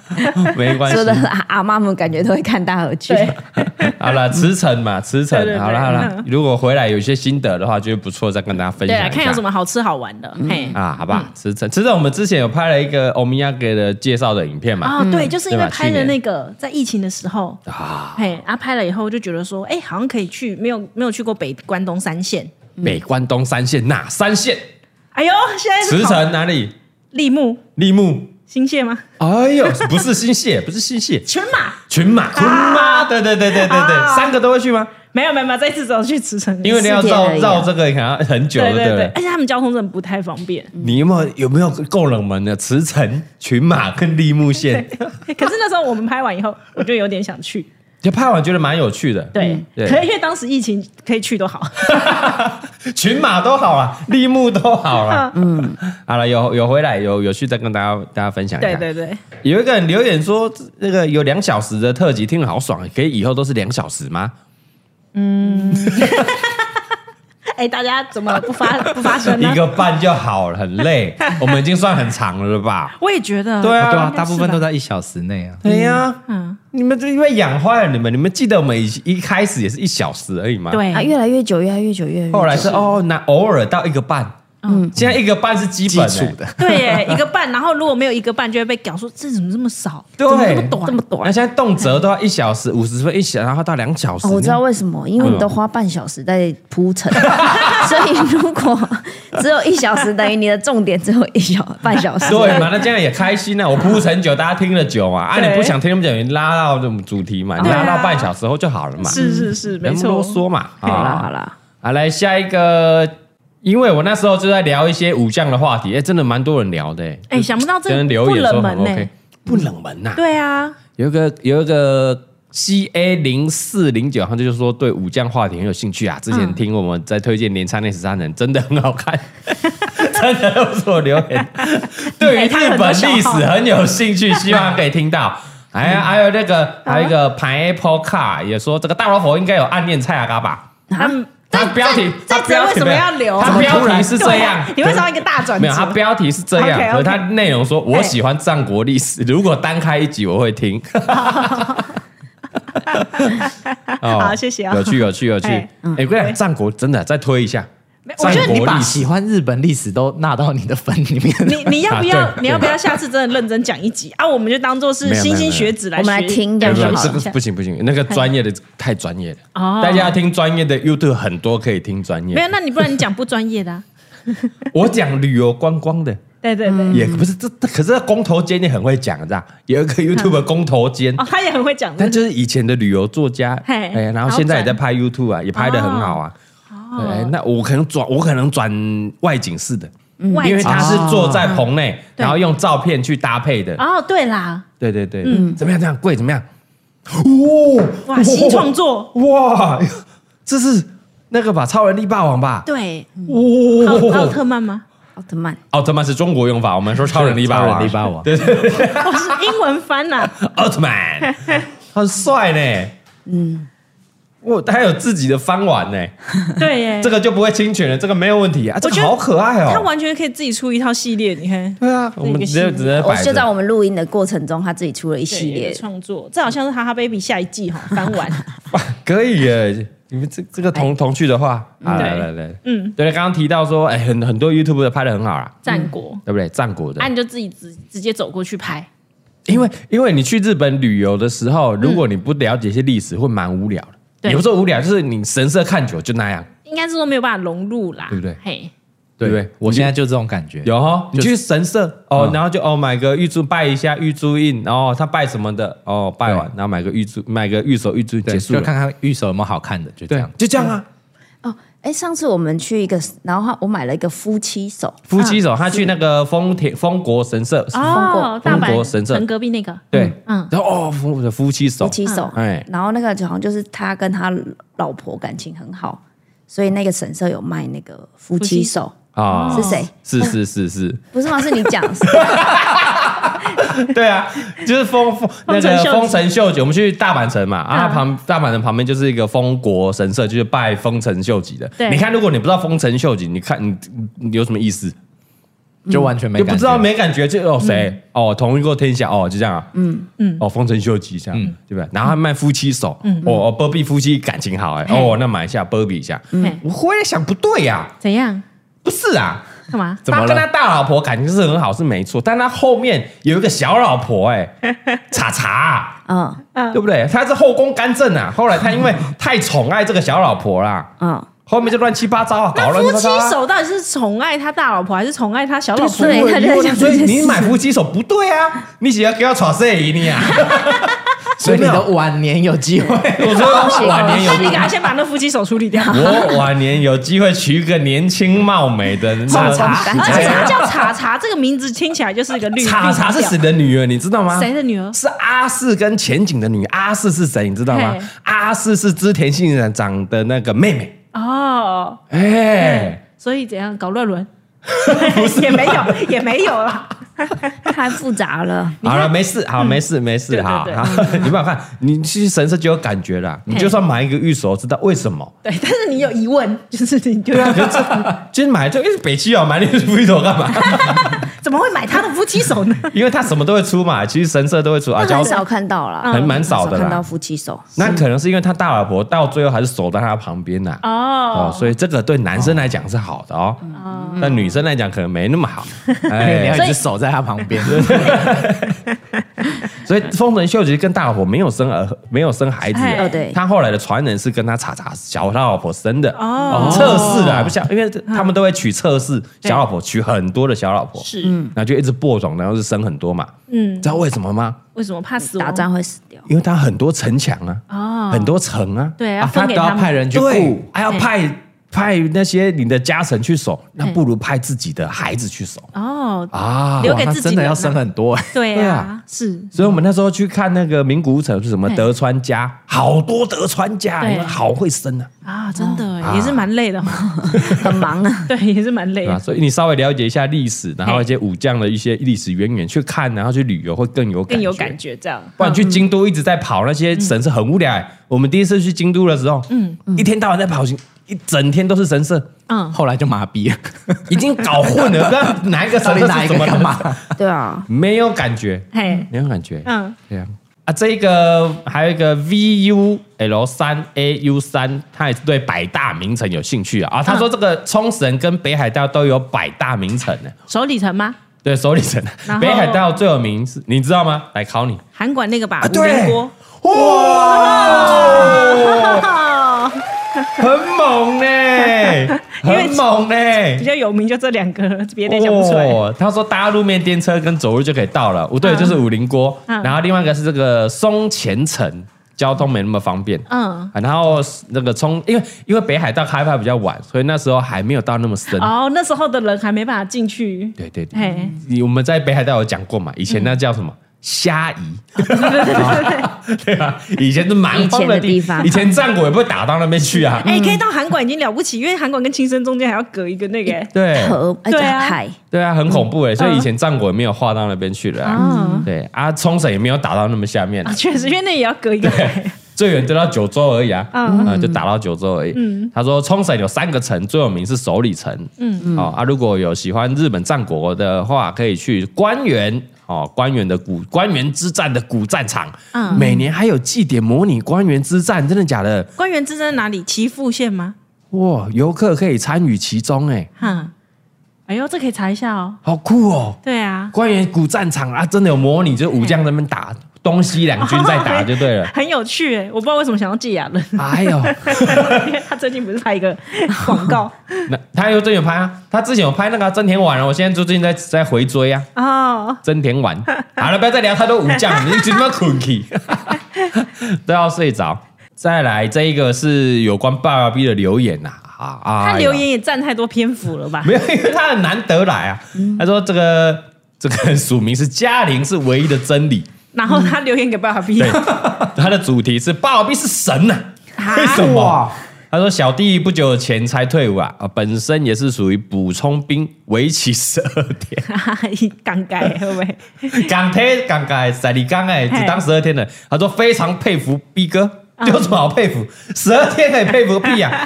Speaker 1: 没关
Speaker 2: 说的
Speaker 1: 系。
Speaker 2: 阿阿妈们感觉都会看大合剧。
Speaker 5: 对，
Speaker 1: 好了，驰骋嘛，驰
Speaker 5: 对
Speaker 1: 骋，
Speaker 5: 对对
Speaker 1: 好了好了，如果回来有一些心得的话，就不错，再跟大家分
Speaker 5: 对
Speaker 1: 享
Speaker 5: 啊，
Speaker 1: 一下。
Speaker 5: 看有什么好嗯吃好玩的。嘿，
Speaker 1: 啊，好吧，驰骋，驰骋，我们之前有拍了一个欧米亚给的介绍的影片嘛，
Speaker 5: 哦，对，就是因
Speaker 1: 嗯对
Speaker 5: 为
Speaker 1: 吧
Speaker 5: 拍
Speaker 1: 去
Speaker 5: 了
Speaker 1: 年
Speaker 5: 那个在疫情的时候，
Speaker 1: 啊，
Speaker 5: 嘿，啊拍了以后就觉得说，哎，好像可以去，没有没有去过北关东三县。
Speaker 1: 北关东三县哪三县？
Speaker 5: 嗯哎呦，现在
Speaker 1: 驰
Speaker 5: 是考
Speaker 1: 骋哪里？
Speaker 5: 立木
Speaker 1: 立木。
Speaker 5: 新泻吗？
Speaker 1: 哎呦，不是新泻，不是新泻，
Speaker 5: 群马
Speaker 1: 群马，群马，对对对对对对，
Speaker 5: 啊
Speaker 1: 三个都会去吗？
Speaker 5: 没有没有没有，这次只有去驰骋而已，
Speaker 1: 因为你要
Speaker 2: 四天
Speaker 1: 绕
Speaker 2: 而已啊
Speaker 1: 绕这个，可能要很久
Speaker 5: 对
Speaker 1: 了，
Speaker 5: 对
Speaker 1: 对不
Speaker 5: 对
Speaker 1: 对，？
Speaker 5: 而且他们交通真的不太方便。
Speaker 1: 你有没有有没有够冷门的？驰骋、群马跟立木县，
Speaker 5: 可是那时候我们拍完以后，我就有点想去。
Speaker 1: 就拍完觉得蛮有趣的。
Speaker 5: 对，
Speaker 1: 嗯对
Speaker 5: 可以，因为当时疫情可以去多好。
Speaker 1: 群马都好啊，立木都好啊。嗯，好了，有有回来有有去再跟大家大家分享一下。
Speaker 5: 对对对，
Speaker 1: 有一个人留言说，那个有两小时的特辑听了好爽，可以以后都是两小时吗？
Speaker 5: 哎，大家怎么不 发不发声呢
Speaker 1: 一？个半就好了，很累，我们已经算很长了吧？
Speaker 5: 我也觉得，
Speaker 1: 对啊
Speaker 4: 对
Speaker 5: 应该
Speaker 4: 啊
Speaker 5: 是，吧
Speaker 4: 大部分都在一小时内啊。
Speaker 1: 对呀，你们这因为养坏了你们，你们记得我们以一开始也是一小时而已吗？
Speaker 5: 对
Speaker 2: 啊，越来越久，越来越久，越来越久
Speaker 1: 后来是哦，那偶尔到一个半，嗯，现在一个半是基
Speaker 4: 基
Speaker 1: 本
Speaker 4: 础
Speaker 1: 欸
Speaker 4: 的，
Speaker 5: 对耶，一个半，然后如果没有一个半，就会被讲说这怎么这么少，
Speaker 1: 对，
Speaker 5: 怎么这么短，嗯
Speaker 2: 这么短
Speaker 1: 那现在动辄都要一小 时五十分一小，然后到两小时。
Speaker 2: 哦，我知道为什么，因为
Speaker 1: 嗯
Speaker 2: 你都花半小时在铺陈， 所以如果只有一小时，等于你的重点只有一小半小时。
Speaker 1: 对啊嘛？那这样也开心啊！我铺很久，大家听了久嘛，啊，
Speaker 5: 对
Speaker 1: 你不想听那么久，你拉到这种主题嘛，你
Speaker 5: 对啊
Speaker 1: 拉到半小时后就好了嘛，
Speaker 5: 是是是，没
Speaker 1: 人不
Speaker 5: 错
Speaker 1: 啰，嗦嘛。
Speaker 2: 好啦好
Speaker 1: 啊，
Speaker 2: 啦，
Speaker 1: 好来下一个，因为我那时候就在聊一些武将的话题，哎，真的蛮多人聊的，哎
Speaker 5: 哎，想不到这
Speaker 1: 真的留
Speaker 5: 不
Speaker 1: 言说
Speaker 5: 冷
Speaker 1: 很
Speaker 5: 门欸
Speaker 1: OK，
Speaker 5: 呢。
Speaker 1: 不冷门呐。
Speaker 5: 对啊，
Speaker 1: 有一个有一个 C A 零四零九，他就说对武将话题很有兴趣啊。之前听我们在推荐《连插那十三人》，真的很好看，真的都是我留言。对于
Speaker 5: 哎他
Speaker 1: 日
Speaker 5: 很
Speaker 1: 本
Speaker 5: 多小号
Speaker 1: 历史很有兴趣，希望可以听到。还有还有那个还有一个 Pineapple Car 也说这个大老婆应该有暗恋蔡阿嘎吧？
Speaker 5: 他们
Speaker 1: 他标题
Speaker 5: 这
Speaker 1: 他
Speaker 5: 这这
Speaker 1: 标
Speaker 5: 为
Speaker 1: 题
Speaker 5: 什么
Speaker 1: 没有
Speaker 5: 要留？
Speaker 1: 他标题是这
Speaker 5: 对
Speaker 1: 样
Speaker 5: 啊，你为什么要一个大转折？
Speaker 1: 没有，它标题是这样，
Speaker 5: OK，OK 哎
Speaker 1: 可是它内容说 我喜欢战国历史。如果单开一集我会听，哦
Speaker 5: 好谢谢啊
Speaker 1: 有趣有趣有趣。哎
Speaker 5: 哎，
Speaker 1: 我跟你讲，战国真的再推一下，
Speaker 4: 我
Speaker 1: 战
Speaker 4: 觉得你
Speaker 1: 国
Speaker 4: 把
Speaker 1: 历史
Speaker 4: 喜欢日本历史都纳到你的粉里面。
Speaker 5: 你你要不
Speaker 1: 啊
Speaker 5: 要
Speaker 1: 对
Speaker 5: 你要不要下次真的认真讲一集啊？我们就当做是
Speaker 1: 没有没有
Speaker 5: 新兴学子来
Speaker 2: 我们来
Speaker 5: 学
Speaker 2: 听这样
Speaker 1: 不
Speaker 2: 就好
Speaker 1: 是
Speaker 2: 了。
Speaker 1: 不是不行不行，那个专业的太专业了。
Speaker 5: 哦
Speaker 1: 大家要听专业的 YouTube 很多可以听专业
Speaker 5: 没。有，那你不然你讲不专业的 啊？
Speaker 1: 嗯我讲旅游观光的
Speaker 5: 对对对，
Speaker 1: 也不是这，这可是工头间你很会讲，这样有一个
Speaker 5: 嗯
Speaker 1: YouTube 工头间，
Speaker 5: 哦，他也很会讲
Speaker 1: 他
Speaker 5: 的。
Speaker 1: 就是以前的旅游作家，
Speaker 5: 嘿
Speaker 1: 哎，然后现在也在拍 YouTube 啊，也拍的很好啊。
Speaker 5: 哦
Speaker 1: 哎，那我可能转，我可能转外景式的，
Speaker 5: 外
Speaker 1: 因为
Speaker 5: 景哦
Speaker 1: 他是坐在棚内，
Speaker 5: 对
Speaker 1: 然后用照片去搭配的。
Speaker 5: 哦，对啦，
Speaker 1: 对对对，怎么样？这样贵怎么样？哦，
Speaker 5: 嗯哇，新创作，
Speaker 1: 哇，这是那个吧，超人力霸王吧？
Speaker 5: 对， 奥奥
Speaker 1: 哇，
Speaker 5: 特曼吗？
Speaker 2: 奥特曼，
Speaker 1: 奥特曼是中国用法，我们说超人力霸王，
Speaker 4: 超人力霸王
Speaker 1: 对对对，
Speaker 5: 哦，是英文翻 呐。
Speaker 1: 奥特 曼很帅呢。嗯，哇，他有自己的翻碗呢，
Speaker 5: 对耶，
Speaker 1: 这个就不会侵权了，这个没有问题啊，这
Speaker 5: 我
Speaker 1: 个
Speaker 5: 觉得
Speaker 1: 好可爱
Speaker 5: 他
Speaker 1: 哦。
Speaker 5: 完全可以自己出一套系列，你看。
Speaker 1: 对啊，我们直接直接
Speaker 2: 我
Speaker 1: 摆
Speaker 2: 就在
Speaker 1: 着。
Speaker 2: 我们录音的过程中，他自己出了一系
Speaker 5: 对有
Speaker 2: 列。
Speaker 5: 创作，这好像是哈哈 baby 下一季 哈翻完，
Speaker 1: 哇 可以耶！你们这这个同同去的话，啊，来
Speaker 5: 对
Speaker 1: 来来，
Speaker 5: 嗯，
Speaker 1: 对，刚刚提到说，哎，很很多 YouTube 的拍的很好啦，
Speaker 5: 战国，
Speaker 1: 对不对？战国的
Speaker 5: 啊，，你就自己直直接走过去拍，
Speaker 1: 因为因为你去日本旅游的时候，如果你不了解一些历史，会蛮无聊的。
Speaker 5: 对
Speaker 1: 也不是无聊，就是你神社看久就那样，
Speaker 5: 应该是说没有办法融入啦，
Speaker 1: 对不对
Speaker 5: 嘿，
Speaker 1: 对不对？
Speaker 4: 我现在就这种感觉。
Speaker 1: 有哈，你
Speaker 4: 就
Speaker 1: 去神社哦，
Speaker 4: 嗯
Speaker 1: 然后就哦买个玉珠拜一下玉珠印，然后他拜什么的哦，拜完然后买个玉珠，买个玉手玉珠
Speaker 4: 对，
Speaker 1: 结束
Speaker 4: 就
Speaker 1: 了，
Speaker 4: 看看玉手有没有好看的，就这
Speaker 1: 对
Speaker 4: 样，。
Speaker 1: 就这样啊。
Speaker 2: 哦，哎，上次我们去一个，然后我买了一个夫妻手，
Speaker 1: 夫妻手他去那个丰田丰国神社，
Speaker 5: 哦，大
Speaker 1: 中国
Speaker 5: 阪
Speaker 1: 神社
Speaker 5: 城隔壁那个，
Speaker 1: 对，
Speaker 5: 嗯
Speaker 1: 然后哦夫夫妻手
Speaker 2: 夫，妻手，
Speaker 1: 哎
Speaker 2: 然后那个好像就是他跟他老婆感情很好，所以那个神社有卖那个夫妻手，
Speaker 1: 啊
Speaker 2: 是谁？
Speaker 1: 是是是是，
Speaker 2: 不是吗？是你讲，
Speaker 1: 对啊，就是丰丰那个
Speaker 5: 丰臣秀吉
Speaker 1: 丰臣秀吉，我们去大阪城嘛，啊，
Speaker 5: 嗯
Speaker 1: 旁大阪城旁边就是一个丰国神社，就是拜丰臣秀吉的。
Speaker 5: 对
Speaker 1: 你看，如果你不知道丰臣秀吉，你看你你有什么意思？
Speaker 4: 就完全没
Speaker 1: 就
Speaker 4: 感
Speaker 1: 不
Speaker 4: 觉。
Speaker 1: 知道没感觉，就哦谁哦同一个天下哦就这样啊，嗯嗯，哦丰臣秀吉这样
Speaker 4: 嗯
Speaker 1: 对不对？然后还卖夫妻手，哦哦波比夫妻感情好哎，哦那买一下波比一下，
Speaker 5: 嘿
Speaker 1: 我忽然想不对呀，
Speaker 5: 怎样？
Speaker 1: 不是啊，
Speaker 5: 干嘛？
Speaker 1: 他跟他大老婆感情是很好是没错，但他后面有一个小老婆哎，查查啊。
Speaker 2: 嗯
Speaker 1: 对不对？他是后宫干政啊，后来他因为太宠爱这个小老婆啦，
Speaker 2: 嗯，
Speaker 1: 后面就乱七八糟啊，搞
Speaker 5: 那
Speaker 1: 乱七
Speaker 5: 夫
Speaker 1: 八
Speaker 5: 妻
Speaker 1: 糟啊。
Speaker 5: 手到底是宠爱他大老婆，还是宠爱他小老婆？
Speaker 2: 对
Speaker 1: 我
Speaker 2: 他就在讲
Speaker 1: 所
Speaker 2: 这
Speaker 1: 以
Speaker 2: 件
Speaker 1: 你
Speaker 2: 事
Speaker 1: 买夫妻手不对啊，你只要给我耍色一你啊，
Speaker 4: 所以你的晚年有机会。
Speaker 1: 我说晚年有
Speaker 5: 那你给他先把那夫妻手处理掉。
Speaker 1: 我晚年有机会娶一个年轻貌美的那个
Speaker 2: 查查
Speaker 5: 而且
Speaker 1: 哎
Speaker 5: 他叫查查这个名字听起来就是一个绿
Speaker 1: 查查是谁的女儿，你知道吗？
Speaker 5: 谁的女儿？
Speaker 1: 是阿四跟前景的女儿，阿四是谁？你知道吗
Speaker 5: 嘿？
Speaker 1: 阿四是织田信长的那个妹妹，
Speaker 5: 哦，
Speaker 1: 哎，
Speaker 5: 所以怎样搞乱 伦？也没有，也没有啦。
Speaker 2: 太复杂了。
Speaker 1: 好了，没事，好，没事，没事，
Speaker 5: 对
Speaker 1: 好，
Speaker 5: 对
Speaker 1: 好 你不要看，你去神社就有感觉了。你就算买一个玉手，知道为什么？
Speaker 5: 对，但是你有疑问，就是你就
Speaker 1: 今天买就因为北七哦，买那个玉手干嘛？
Speaker 5: 怎么会买他的夫妻手呢？
Speaker 1: 因为他什么都会出嘛，其实神社都会出啊，
Speaker 2: 那
Speaker 1: 交
Speaker 2: 很少嗯看到了，
Speaker 1: 很蛮少的
Speaker 2: 看到
Speaker 1: 啦。
Speaker 2: 夫妻手，
Speaker 1: 那可能是因为他大老婆到最后还是守在他旁边呐。哦，
Speaker 5: 哦，嗯
Speaker 1: 所以这个对男生来讲是好的哦，但女生来讲可能没那么 好。
Speaker 4: 你要
Speaker 1: 哎，
Speaker 4: 一只手在他旁边，
Speaker 1: 所以丰臣秀吉跟大老婆没有生儿，没有生孩子
Speaker 5: 哎
Speaker 1: 的。
Speaker 2: 哦对，
Speaker 1: 他后来的传人是跟他查查小老婆生的
Speaker 5: 哦嗯
Speaker 1: 测试的还不像，因为他们都会娶测试小老婆，娶很多的小老婆，
Speaker 5: 是
Speaker 1: 然后就一直播种，然后是生很多嘛。
Speaker 5: 嗯，
Speaker 1: 知道为什么吗？
Speaker 5: 为什么怕
Speaker 1: 哦
Speaker 5: 死
Speaker 2: 打
Speaker 5: 亡？
Speaker 2: 仗会死掉。
Speaker 1: 因为他很多城墙啊，
Speaker 5: 哦
Speaker 1: 很多城啊，
Speaker 5: 对，要
Speaker 4: 啊他
Speaker 5: 分
Speaker 4: 都
Speaker 5: 给
Speaker 4: 要派
Speaker 5: 们。
Speaker 4: 人去
Speaker 1: 对
Speaker 4: 雇。，
Speaker 1: 还要派派那些你的家臣去守，那不如派自己的孩子去守
Speaker 5: 哦，
Speaker 1: 啊。
Speaker 5: 留给
Speaker 4: 哇
Speaker 5: 自己
Speaker 4: 那真的
Speaker 5: 人
Speaker 4: 要
Speaker 5: 啊
Speaker 4: 生很 多哎。
Speaker 5: 对
Speaker 1: 对
Speaker 5: 啊
Speaker 1: 啊，
Speaker 5: 是
Speaker 1: 所以我们那时候去看那个名古屋城是什么
Speaker 5: 嘿
Speaker 1: 德川家，好多德川家，
Speaker 5: 对
Speaker 1: 你们好会生啊，
Speaker 5: 啊，真的
Speaker 1: 啊
Speaker 5: 也是蛮 累的哈，
Speaker 2: 很忙啊，
Speaker 5: 对，也是蛮累
Speaker 1: 对吧？
Speaker 5: 的。
Speaker 1: 所以你稍微了解一下历史，然后一些武将的一些历史渊源去看，然后去旅游会更有
Speaker 5: 更有感觉，这样
Speaker 1: 不然去京都一直在跑那些神社很无聊、
Speaker 5: 嗯
Speaker 1: 欸。我们第一次去京都的时候，嗯，一天到晚在跑行，一整天都是神社，
Speaker 5: 嗯，
Speaker 4: 后来就麻痹 了，
Speaker 1: 已经搞混 了，不知道哪一个
Speaker 4: 到
Speaker 1: 神社
Speaker 4: 底哪
Speaker 1: 是
Speaker 4: 一
Speaker 1: 什
Speaker 4: 个
Speaker 1: 么
Speaker 4: 干嘛？
Speaker 1: 神社
Speaker 2: 对啊，
Speaker 1: 没有感觉，
Speaker 5: 嘿，
Speaker 1: 没有感觉，
Speaker 5: 嗯，
Speaker 1: 对啊。啊，这个还有一个 VUL 三 AU 三，他也是对百大名城有兴趣啊。啊，他
Speaker 5: 嗯
Speaker 1: 说这个冲绳跟北海道都有百大名城呢、
Speaker 5: 首里城吗？
Speaker 1: 对，首里城
Speaker 5: 然，后
Speaker 1: 北海道最有名是，你知道吗？来考你，
Speaker 5: 韩馆那个吧，
Speaker 1: 啊
Speaker 5: 无名锅。
Speaker 1: 哇， 很猛呢、
Speaker 5: 因为
Speaker 1: 很猛呢、
Speaker 5: 比较有名就这两个，别的想不出来。
Speaker 1: 哦、他说搭路面电车跟走路就可以到了，哦，对，就是五林锅，
Speaker 5: 嗯
Speaker 1: 然后另外一个是这个松前城。交通没那么方便，嗯
Speaker 5: 嗯，
Speaker 1: 然后那个冲，因为因为北海道开发比较晚，所以那时候还没有到那么深。
Speaker 5: 哦，那时候的人还没办法进去。
Speaker 1: 对对对，
Speaker 5: 嘿，嗯
Speaker 1: 你我们在北海道有讲过嘛，以前那叫什么虾 夷，对吧？以前是蛮荒
Speaker 2: 以前的地方
Speaker 1: 以前战国也不会打到那边去啊。
Speaker 5: 哎，可以到韩馆已经了不起，因为韩馆跟青森中间还要隔一个那个。哎
Speaker 1: 对
Speaker 2: 河哎
Speaker 5: 对啊
Speaker 2: 海，
Speaker 1: 对啊，很恐怖哎，
Speaker 5: 嗯
Speaker 1: 所以以前战国也没有划到那边去了啊。
Speaker 5: 啊，
Speaker 1: 对啊，冲绳也没有打到那么下面啊
Speaker 5: 啊，确实，因为那也要隔一个。海。
Speaker 1: 最远就到九州而已啊，
Speaker 5: 嗯
Speaker 1: 啊，就打到九州而已。他说冲绳有三个城，最有名是首里城。嗯嗯，哦啊，如果有喜欢日本战国的话，可以去关原。哦，关原的古关原之战的古战场，每年还有祭典模拟关原之战，真的假的？
Speaker 5: 官员之争哪里？岐阜县吗？
Speaker 1: 哇，游客可以参与其中，哎，
Speaker 5: 哈，哎呦，这可以查一下哦。
Speaker 1: 好酷哦！
Speaker 5: 对啊，。
Speaker 1: 关原古战场啊，真的有模拟，就武将在那边 打，东西两军在 打就对了
Speaker 5: 很有趣哎，我不知道为什么想要寄雅人，
Speaker 1: 哎呦，
Speaker 5: 因为他最近不是拍一个广告
Speaker 1: 那他又真有拍啊，他之前有拍那个啊真田丸啊，我现在最近在在回追啊，
Speaker 5: 哦，
Speaker 1: 真田丸。好了，不要再聊太多武将，你一直他妈困去， 都要睡着。再来这一个是有关爸爸 B 的留言呐、啊，啊啊！
Speaker 5: 他留
Speaker 1: 哎呀
Speaker 5: 言也占太多篇幅了吧？
Speaker 1: 没有，因为他很难得来啊。
Speaker 5: 嗯
Speaker 1: 他说这个这个署名是嘉玲是唯一的真理，
Speaker 5: 然后他留言给爸爸 B，
Speaker 1: 对，他的主题是爸爸 B 是神呐、啊为什么？他说：“小弟不久前才退伍啊，啊，本身也是属于补充兵，为期十二天。
Speaker 5: 尴尬会不会？
Speaker 1: 港铁港改塞里港哎，只
Speaker 5: 嘿
Speaker 1: 当十二天的。他说非常佩服逼哥，有什么好佩服？十二天可以佩服个屁呀！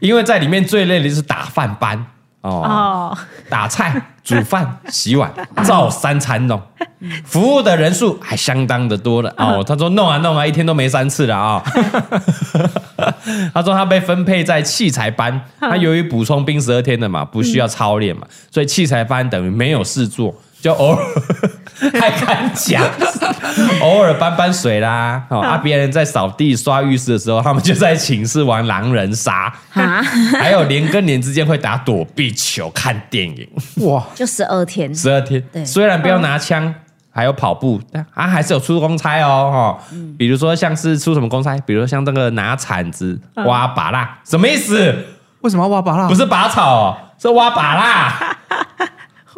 Speaker 1: 因为在里面最累的就是打饭班哦，
Speaker 5: 哦，
Speaker 1: 打菜、煮饭、洗碗，照三餐弄，服务的人数还相当的多了哦。他说弄啊弄啊，一天都没三次了啊。 他说他被分配在器材班，他由于补充兵十二天的嘛，不需要操练嘛，所以器材班等于没有事做，就偶尔 还敢讲，偶尔搬搬水啦。哦，啊，别人在扫地刷浴室的时候，他们就在寝室玩狼人杀，
Speaker 2: 啊，
Speaker 1: 还有连跟连之间会打躲避球、看电影。
Speaker 4: 哇，
Speaker 2: 就十二天，
Speaker 1: 十二天，
Speaker 2: 对
Speaker 1: 虽然不要拿
Speaker 5: 嗯
Speaker 1: 枪，还有跑步，但啊还是有出公差哦，哈、
Speaker 5: 嗯
Speaker 1: 比如说像是出什么公差，比如说像这个拿铲子
Speaker 5: 嗯
Speaker 1: 挖拔蜡，什么意思？
Speaker 4: 为什么要挖拔蜡？
Speaker 1: 不是拔草、哦，是挖拔 蜡。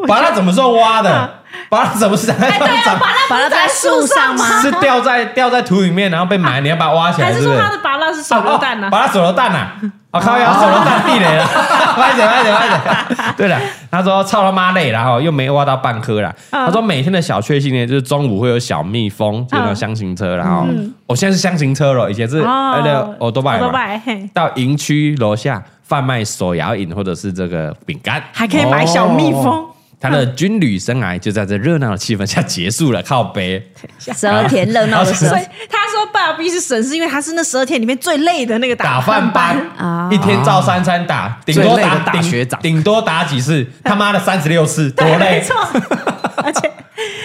Speaker 1: 拔蜡怎么算挖
Speaker 5: 嗯
Speaker 1: 的？拔蜡怎么是长？
Speaker 5: 哎啊
Speaker 2: 把它在树上 吗？
Speaker 1: 是掉在掉在土里面，然后被埋，你要把它挖起来，
Speaker 5: 啊还
Speaker 1: 是
Speaker 5: 是
Speaker 1: 不是
Speaker 5: 说？他的拔蜡是手榴 弹呢
Speaker 1: 哦？把他手榴弹呐！我靠呀，手榴弹地雷了，拍谁拍谁拍谁。对了，他说操他妈累了哈，又没挖到半颗啦。他说每天的小确幸呢，就是中午会有小蜜蜂，就那种箱型车啦哈。我现在是箱型车了，以前是那个欧多拜
Speaker 5: 欧多
Speaker 1: 嘛，
Speaker 5: 拜，嘿，
Speaker 1: 到营区楼下贩卖手摇饮或者是这个饼干，
Speaker 5: 还可以买小蜜蜂，
Speaker 1: 他的军旅生涯就在这热闹的气氛下结束了，靠北。
Speaker 2: 十二天热闹的时候
Speaker 5: 所以，他说爸爸 B 是神，是因为他是那十二天里面最累的那个
Speaker 1: 打饭班
Speaker 5: 班。
Speaker 2: 啊
Speaker 1: 一天照三餐打，顶多
Speaker 4: 啊最累的
Speaker 1: 打
Speaker 4: 大
Speaker 1: 顶
Speaker 4: 学长
Speaker 1: 顶多打几次， 他妈的三十六次，多
Speaker 5: 对，没
Speaker 1: 累！
Speaker 5: 错，而且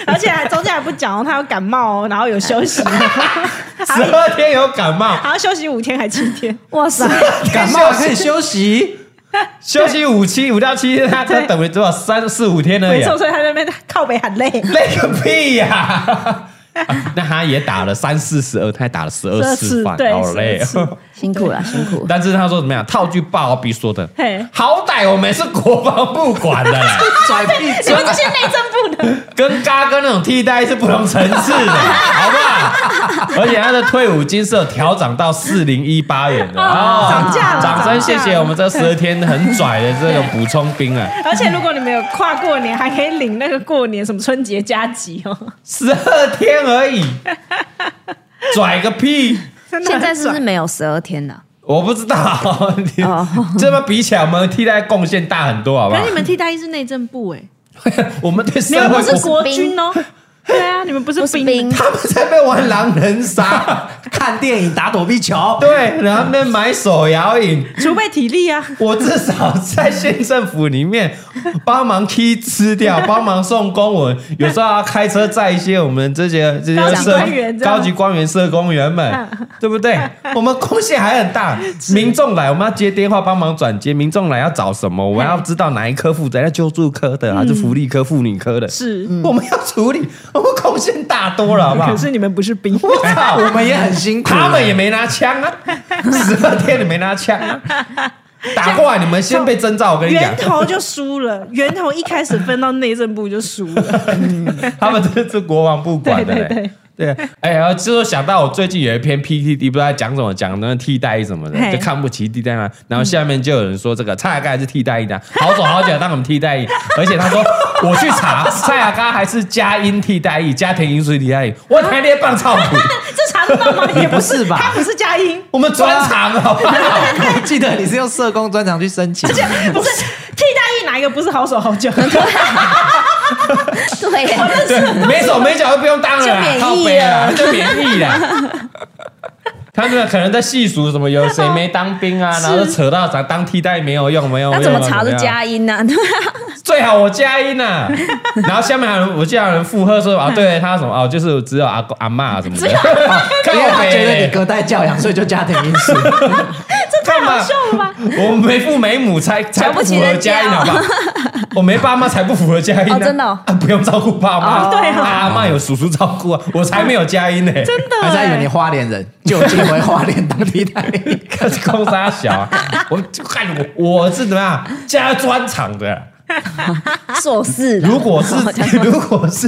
Speaker 5: 而且还中间还不讲哦，他有感冒哦，然后有休 息，
Speaker 1: 十二天有感 冒，
Speaker 5: 然后休息五天还七天，
Speaker 2: 哇塞，
Speaker 4: 感冒可以休息，
Speaker 1: 休息五七五到七天，他他等于多少三四五天而已
Speaker 5: 没
Speaker 1: 啊，
Speaker 5: 错，所以他在那边靠北 喊累，
Speaker 1: 累个屁呀！ 啊那他也打了三四十二，他还打了十二次饭，
Speaker 5: 12次对
Speaker 1: 好累哦。
Speaker 5: 12
Speaker 2: 辛苦了，辛苦。
Speaker 1: 但是他说怎么样？套句霸王比说的
Speaker 5: 嘿，
Speaker 1: 好歹我们是国防部管的 啦，
Speaker 4: 拽 屁
Speaker 5: 你们这些内政部的，
Speaker 1: 跟嘎跟那种替代是不同层次的， 好不好？而且他的退伍金是有调涨到四零一八元的哦，
Speaker 5: 涨价了
Speaker 1: 掌声
Speaker 5: 涨价
Speaker 1: 谢
Speaker 5: 了
Speaker 1: 谢我们这十二天很拽的这个补充兵啊，
Speaker 5: 而且如果你们有跨过年，还可以领那个过年什么春节加急哦，
Speaker 1: 十二天而已，拽个屁！
Speaker 5: 真的
Speaker 2: 现
Speaker 5: 很
Speaker 2: 在是不
Speaker 5: 爽
Speaker 2: 是没有十二天了？
Speaker 1: 我不知道，你
Speaker 2: 哦
Speaker 1: 这么比起来，我们替代贡献大很多，好不
Speaker 5: 可
Speaker 1: 好
Speaker 5: 是你？们替代役是内政部哎、
Speaker 1: 我们对社
Speaker 5: 你们
Speaker 1: 会
Speaker 5: 不是国军哦，对啊，你们不是
Speaker 2: 不是
Speaker 5: 冰
Speaker 2: 冰
Speaker 5: 的，
Speaker 4: 他们在被玩狼人 杀，看电影打躲避球。
Speaker 1: 对，然后那边买手摇饮，
Speaker 5: 储备体力啊。
Speaker 1: 我至少在县政府里面帮忙 key 吃掉，帮忙送公文，有时候要开车载一些我们这 些这些
Speaker 5: 高级
Speaker 1: 社
Speaker 5: 官员这样嗯
Speaker 1: 高级官员、社工员们，对不对？我们贡献还很 大。民众来，我们要接电话帮忙转接；民众来要找什么，我们要知道哪一科负责，要救助科的还是福利科、妇女科的，
Speaker 5: 是，嗯
Speaker 1: 我们要处理，我们贡献大多了，好不好
Speaker 5: 可？是你们不是兵，
Speaker 1: 我操，
Speaker 4: 我们也很辛苦，
Speaker 1: 他 们也没拿枪 啊，十二天你没拿枪、啊，打过来你们先被征召，我跟你讲
Speaker 5: 源，头就输了，源头一开始分到内政部就输 了，
Speaker 1: 他们这是国防部管的、嘞。
Speaker 5: 对对
Speaker 1: 对哎，然后就是想到我最近有一篇 PTD 不知道在讲什么，讲那个替代役什么的，
Speaker 5: 嘿
Speaker 1: 就看不起替代役啊。然后下面就有人说这个蔡雅刚还是替代役的啊，好手好脚当我们替代役， 而且他说我去 查蔡雅刚还是佳音替代役、家庭因素替代役，我台列棒操 谱，
Speaker 5: 这查得到吗？
Speaker 4: 也不是吧
Speaker 5: 他不是佳音，
Speaker 1: 我们专长好不好？
Speaker 4: 我记得你是用社工专长去申 请，
Speaker 5: 不是替代役哪一个不是好手好脚？
Speaker 2: 对啊耶，
Speaker 1: 对， 没手没脚就不用当了啦，
Speaker 2: 就免
Speaker 1: 靠
Speaker 2: 疫
Speaker 1: 背啦，就免疫 了。他们可能在细数什么，有谁没当兵啊，然后扯到咱当替代没有用，没有用。
Speaker 2: 那怎么查
Speaker 1: 怎
Speaker 2: 出
Speaker 1: 么样？
Speaker 2: 佳音啊 呢？
Speaker 1: 最好我加音 呐。然后下面还有人，我记得还有人附和说啊，对他什么哦，就是只有阿公阿妈什么的。
Speaker 4: 因为
Speaker 1: 靠
Speaker 4: 他觉得
Speaker 1: 背
Speaker 4: 你，隔代教养，所以就家庭因 素。
Speaker 1: 这太好笑了吧？我没父没母才才
Speaker 2: 瞧
Speaker 1: 不
Speaker 2: 不起
Speaker 1: 符合
Speaker 2: 人家
Speaker 1: 加音，好不好？我没爸妈才不符合加音呢
Speaker 2: 哦真的哦
Speaker 1: 啊不用照顾爸妈，
Speaker 5: 哦对啊
Speaker 1: 阿妈有叔叔照顾啊，我才没有加音呢。
Speaker 2: 哦
Speaker 1: 真
Speaker 5: 真的
Speaker 4: 还是他以为你
Speaker 5: 欸，
Speaker 4: 花莲人，就近回花莲当替代役。
Speaker 1: 看是空沙小、啊，我就看我我是怎么样加专场的。
Speaker 2: 硕士啦，
Speaker 1: 如果 是如果是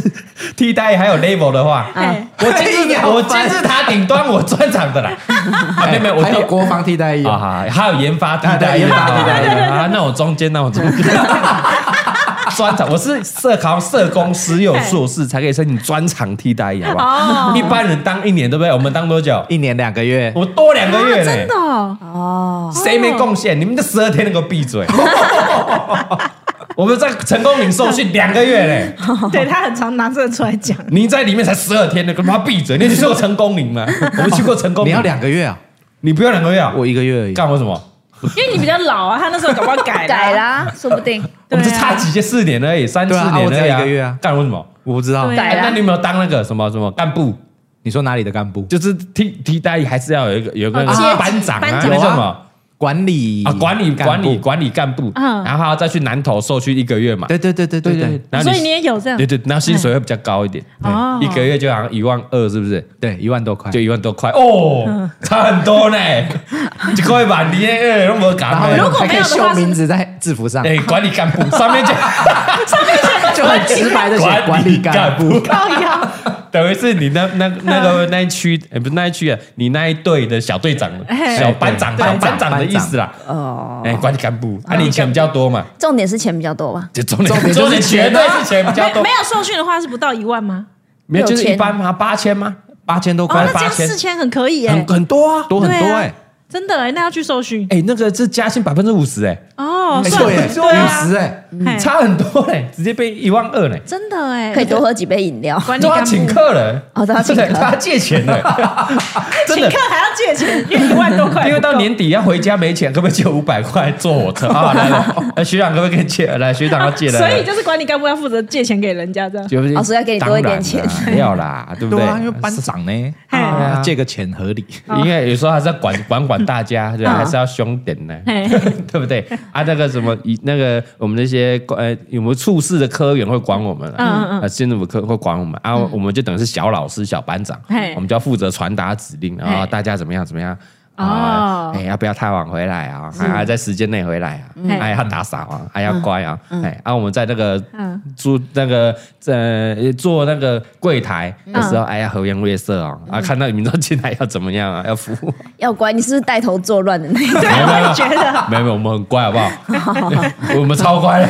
Speaker 1: 替代还有 level 的话，
Speaker 2: 啊
Speaker 5: 哎
Speaker 1: 我金字
Speaker 4: 哎呀
Speaker 1: 塔我金字塔顶端我专场 的啦。啊，没有没有，我
Speaker 4: 还有
Speaker 1: 第
Speaker 4: 国防替代役，
Speaker 1: 啊哈，还有研发替代
Speaker 4: 啊对研发替代
Speaker 1: 役啊，那我中间那我中间。 专场，我是社考社工师又有硕士才可以申请专场替代役，好不
Speaker 5: 哦
Speaker 4: 哦
Speaker 1: 好？一般人当一年对不对？我们当多久？
Speaker 4: 一年两个月，
Speaker 1: 我多两个月呢、
Speaker 5: 真的哦，
Speaker 2: 哦，
Speaker 1: 谁没贡献？你们这十二天能够闭嘴？ 我们在成功领受训两个月嘞，
Speaker 5: 对他很常拿这个出来讲，
Speaker 1: 你在里面才十二天呢，干嘛闭嘴？你去过成功领吗？我们去过成功
Speaker 4: 你
Speaker 1: 领，
Speaker 4: 要两个月啊，
Speaker 1: 你不要两个月啊？
Speaker 4: 我一个月而已。
Speaker 1: 干我什么？
Speaker 5: 因为你比较老啊，他那时候搞不好改
Speaker 2: 改，啦，说不定
Speaker 1: 我
Speaker 5: 对啊
Speaker 1: 们就差几届四年而已，三四
Speaker 4: 对啊啊
Speaker 1: 年
Speaker 4: 我只
Speaker 1: 而
Speaker 4: 有
Speaker 1: 已，
Speaker 4: 一个月啊
Speaker 1: 干我什么？
Speaker 4: 我不知道
Speaker 5: 对，啊
Speaker 2: 改
Speaker 1: 哎那你
Speaker 2: 啦。
Speaker 1: 有没有当那个什么什么干部？
Speaker 4: 你说哪里的干部？
Speaker 1: 就是替替代役还是要有一个有一个
Speaker 5: 哦阶
Speaker 2: 级
Speaker 1: 班长啊，
Speaker 2: 班
Speaker 1: 那
Speaker 2: 长
Speaker 1: 叫什
Speaker 4: 有
Speaker 1: 么？
Speaker 4: 管理
Speaker 1: 啊，管理
Speaker 4: 干
Speaker 1: 管
Speaker 4: 部
Speaker 1: 理管理干部，
Speaker 5: 嗯
Speaker 1: 然后还要再去南投受训一个月嘛。
Speaker 4: 对对对对对对
Speaker 1: 然后
Speaker 5: 所以你也有这样
Speaker 1: 对对，然后薪水会比较高一点，
Speaker 5: 哦
Speaker 1: 一个月就好像一万二，是不是？
Speaker 4: 对，一万多块
Speaker 1: 就。一万多块哦，差很多呢，一个月万你那个都没
Speaker 4: 然
Speaker 1: 搞
Speaker 4: 后
Speaker 1: 呢
Speaker 5: 如果
Speaker 4: 还可
Speaker 5: 没有
Speaker 4: 以
Speaker 5: 的话
Speaker 4: 绣
Speaker 5: 是
Speaker 4: 名字在制服上，
Speaker 1: 哎，管理干部上面就
Speaker 4: 就很直白的写管理干部。
Speaker 1: 部，等于是你那那那个那一区，哎，不是那一区啊，你那一队的小队长、
Speaker 5: 哎
Speaker 1: 小班长、
Speaker 4: 对
Speaker 1: 小班
Speaker 4: 班
Speaker 1: 长
Speaker 4: 长
Speaker 1: 的意思啦。
Speaker 2: 哦，
Speaker 1: 哎，管理干部，啊，你钱比较多嘛？
Speaker 2: 重点是钱比较多吧？
Speaker 1: 就重点
Speaker 4: 重点就是
Speaker 1: 绝
Speaker 4: 钱
Speaker 1: 对
Speaker 4: 啊
Speaker 1: 是钱比较
Speaker 5: 没
Speaker 1: 多
Speaker 5: 没，有受训的话是不到一万吗？
Speaker 1: 没有就是
Speaker 2: 有
Speaker 1: 一
Speaker 2: 钱
Speaker 1: 般嘛，八千吗？
Speaker 4: 八千多
Speaker 5: 哦，
Speaker 4: 块
Speaker 5: 那，这样
Speaker 1: 8000
Speaker 5: 四千很可以耶，
Speaker 4: 很很多啊，多很多
Speaker 5: 对啊
Speaker 4: 哎，
Speaker 5: 真的哎，那要去受训
Speaker 1: 哎，那个是加薪百分之五十，哎，
Speaker 5: 哦，
Speaker 4: 哎
Speaker 5: 算
Speaker 4: 对哎，
Speaker 5: 了对啊
Speaker 4: 五十哎，
Speaker 5: 嘿
Speaker 1: 嗯差很多 嘞，直接被一万二嘞。
Speaker 5: 真的哎，
Speaker 2: 可以多喝几杯饮料。
Speaker 5: 管理
Speaker 1: 都要
Speaker 5: 干
Speaker 1: 请
Speaker 5: 部，
Speaker 1: 客了，
Speaker 2: 哦都要请客
Speaker 1: 对都要借钱了， 真的
Speaker 5: 请。客还要借钱，因为一万多块，
Speaker 1: 因为到年底要回家没钱，可不可以借五百块坐火 车啊？来来，来学长可不可以借？来，学长要借了，
Speaker 5: 所以就是管理干部要负责借钱给人 家这样。
Speaker 1: 就
Speaker 2: 老师哦要给你多一点钱
Speaker 1: 不要啦，对不
Speaker 4: 对
Speaker 1: 对？
Speaker 4: 啊，因为班长呢，
Speaker 5: 嘿
Speaker 4: 啊借个钱合理。
Speaker 1: 因为有时候还是要管管管大家，对吧，
Speaker 2: 嗯
Speaker 1: 还是要凶点呢，
Speaker 5: 嘿
Speaker 1: 对不对？啊，那个什么，以那个我们那些呃，有没有处室的科员会管我们
Speaker 5: 嗯嗯
Speaker 1: 啊？啊，县政府科会管我们啊，我们就等于是小老师、小班长
Speaker 5: 嘿，
Speaker 1: 我们就要负责传达指令，然后
Speaker 5: 嘿
Speaker 1: 大家怎么样怎么样。啊
Speaker 5: 哦，
Speaker 1: 哎，要不要太晚回来啊？还要在时间内回来啊？
Speaker 5: 嗯嘿
Speaker 1: 哎，要打扫啊，还要乖啊？哎，啊，我们在那个
Speaker 5: 嗯
Speaker 1: 住那个呃做那个柜台的时候，
Speaker 5: 嗯
Speaker 1: 哎呀和颜悦色哦，啊，看到民众进来要怎么样啊？要服 务？
Speaker 2: 要乖，你是不是带头作乱的那一
Speaker 1: 没
Speaker 2: 种？
Speaker 1: 有没有
Speaker 5: 觉得
Speaker 1: 没有没有，我们很乖好不好？我们超乖的，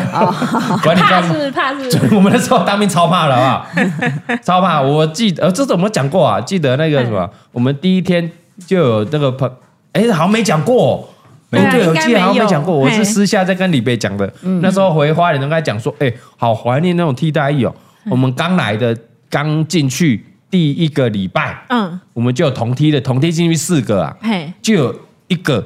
Speaker 1: 管理
Speaker 5: 怕
Speaker 1: 干部。
Speaker 5: 是怕是，
Speaker 1: 我们那时候当兵超怕的，好不好？ 超怕！我记得，呃，这次我们讲过啊，记得那个什
Speaker 5: 哎
Speaker 1: 么，我们第一天就有那个朋，哎，好像没讲过。
Speaker 5: 对啊
Speaker 1: 哎对，我
Speaker 5: 应该
Speaker 1: 记得好像
Speaker 5: 没有
Speaker 1: 没讲过，我
Speaker 5: 嘿
Speaker 1: 是私下在跟李贝讲的。那时候回花莲，跟他讲说，哎，好怀念那种替代役哦。我们刚来的刚进去第一个礼拜，
Speaker 3: 嗯，
Speaker 1: 我们就有同梯的，同梯进去四个啊，
Speaker 3: 嘿，
Speaker 1: 就有一个，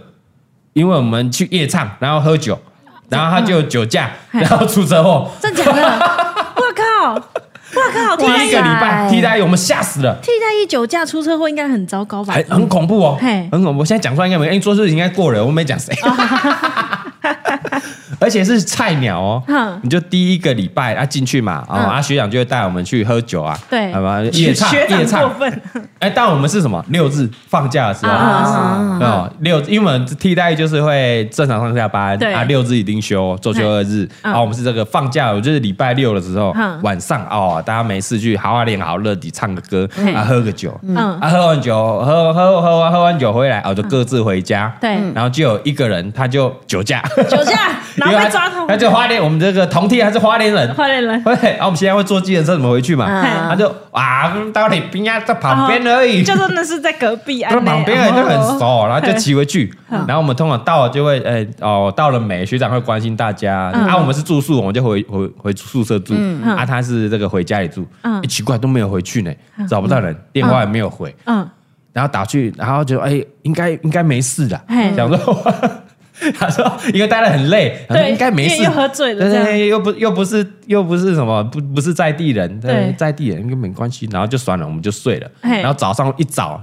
Speaker 1: 因为我们去夜唱，然后喝酒，然后他就有酒驾，然后出车祸。
Speaker 3: 哎真假 的？
Speaker 5: 我靠，我靠，
Speaker 1: 第
Speaker 5: 天啊
Speaker 1: 一个礼拜
Speaker 2: 哇塞
Speaker 1: 替代役我们吓死了，
Speaker 3: 替代役酒驾出车祸应该很糟糕吧
Speaker 1: 很？很恐怖哦
Speaker 3: 嘿，
Speaker 1: 很恐怖。我现在讲出来应该没，因为做事情应该过人，我没 讲谁。 而且是菜鸟哦
Speaker 3: 嗯，
Speaker 1: 你就第一个礼拜啊进去嘛，哦啊学长就会带我们去喝酒啊，
Speaker 3: 对
Speaker 1: 好吧？夜唱
Speaker 5: 学
Speaker 1: 夜
Speaker 5: 长
Speaker 1: 唱
Speaker 5: 过，分，
Speaker 1: 哎，但我们是什么六日放假的时候哦，六，因为我们替代就是会正常上下班
Speaker 3: 对
Speaker 1: 啊，六日一定休，周休二日
Speaker 3: 嗯
Speaker 1: 啊。我们是这个放假，就是礼拜六的时候
Speaker 3: 嗯
Speaker 1: 晚上哦，大家没事去好好脸好乐迪唱个歌
Speaker 3: 嘿
Speaker 1: 啊，喝个酒
Speaker 3: 嗯，
Speaker 1: 啊，喝完酒喝喝喝完喝完酒回来哦，就各自回家。
Speaker 3: 对
Speaker 1: 然后就有一个人他就酒驾，
Speaker 5: 酒 驾，嗯然
Speaker 1: 因为他
Speaker 5: 后被抓头
Speaker 1: 他，就花莲，我们这个同梯还是花莲 人，
Speaker 5: 坏人了，
Speaker 1: 对，然后我们现在会坐计程车怎么回去嘛？
Speaker 2: 嗯
Speaker 1: 他就啊，到你边啊，在旁边而已，
Speaker 5: 哦就真的是在隔壁啊，
Speaker 1: 他旁边人就很熟，然后就骑回去。然后我们通常到了就会，哎哦，到了没？学长会关心大家。
Speaker 5: 嗯
Speaker 1: 啊，我们是住宿，我们就回回回宿舍住。啊，他是这个回家里住。
Speaker 5: 嗯
Speaker 1: 哎奇怪，都没有回去呢，找不到人，电话也没有回。
Speaker 3: 嗯，
Speaker 1: 然后打去，然后就哎，应该应该没事的
Speaker 3: 嘿，
Speaker 1: 想说。 他说：“因为待得很累，他说
Speaker 5: 对，
Speaker 1: 应该没
Speaker 5: 因为
Speaker 1: 事
Speaker 5: 又，喝醉了
Speaker 1: 对对
Speaker 5: 这样。
Speaker 1: 对，又不又不是又不是什么不不是在地人，对
Speaker 5: 对
Speaker 1: 在地人根本没关系，然后就算了，我们就睡了。
Speaker 3: 嘿
Speaker 1: 然后早上一早，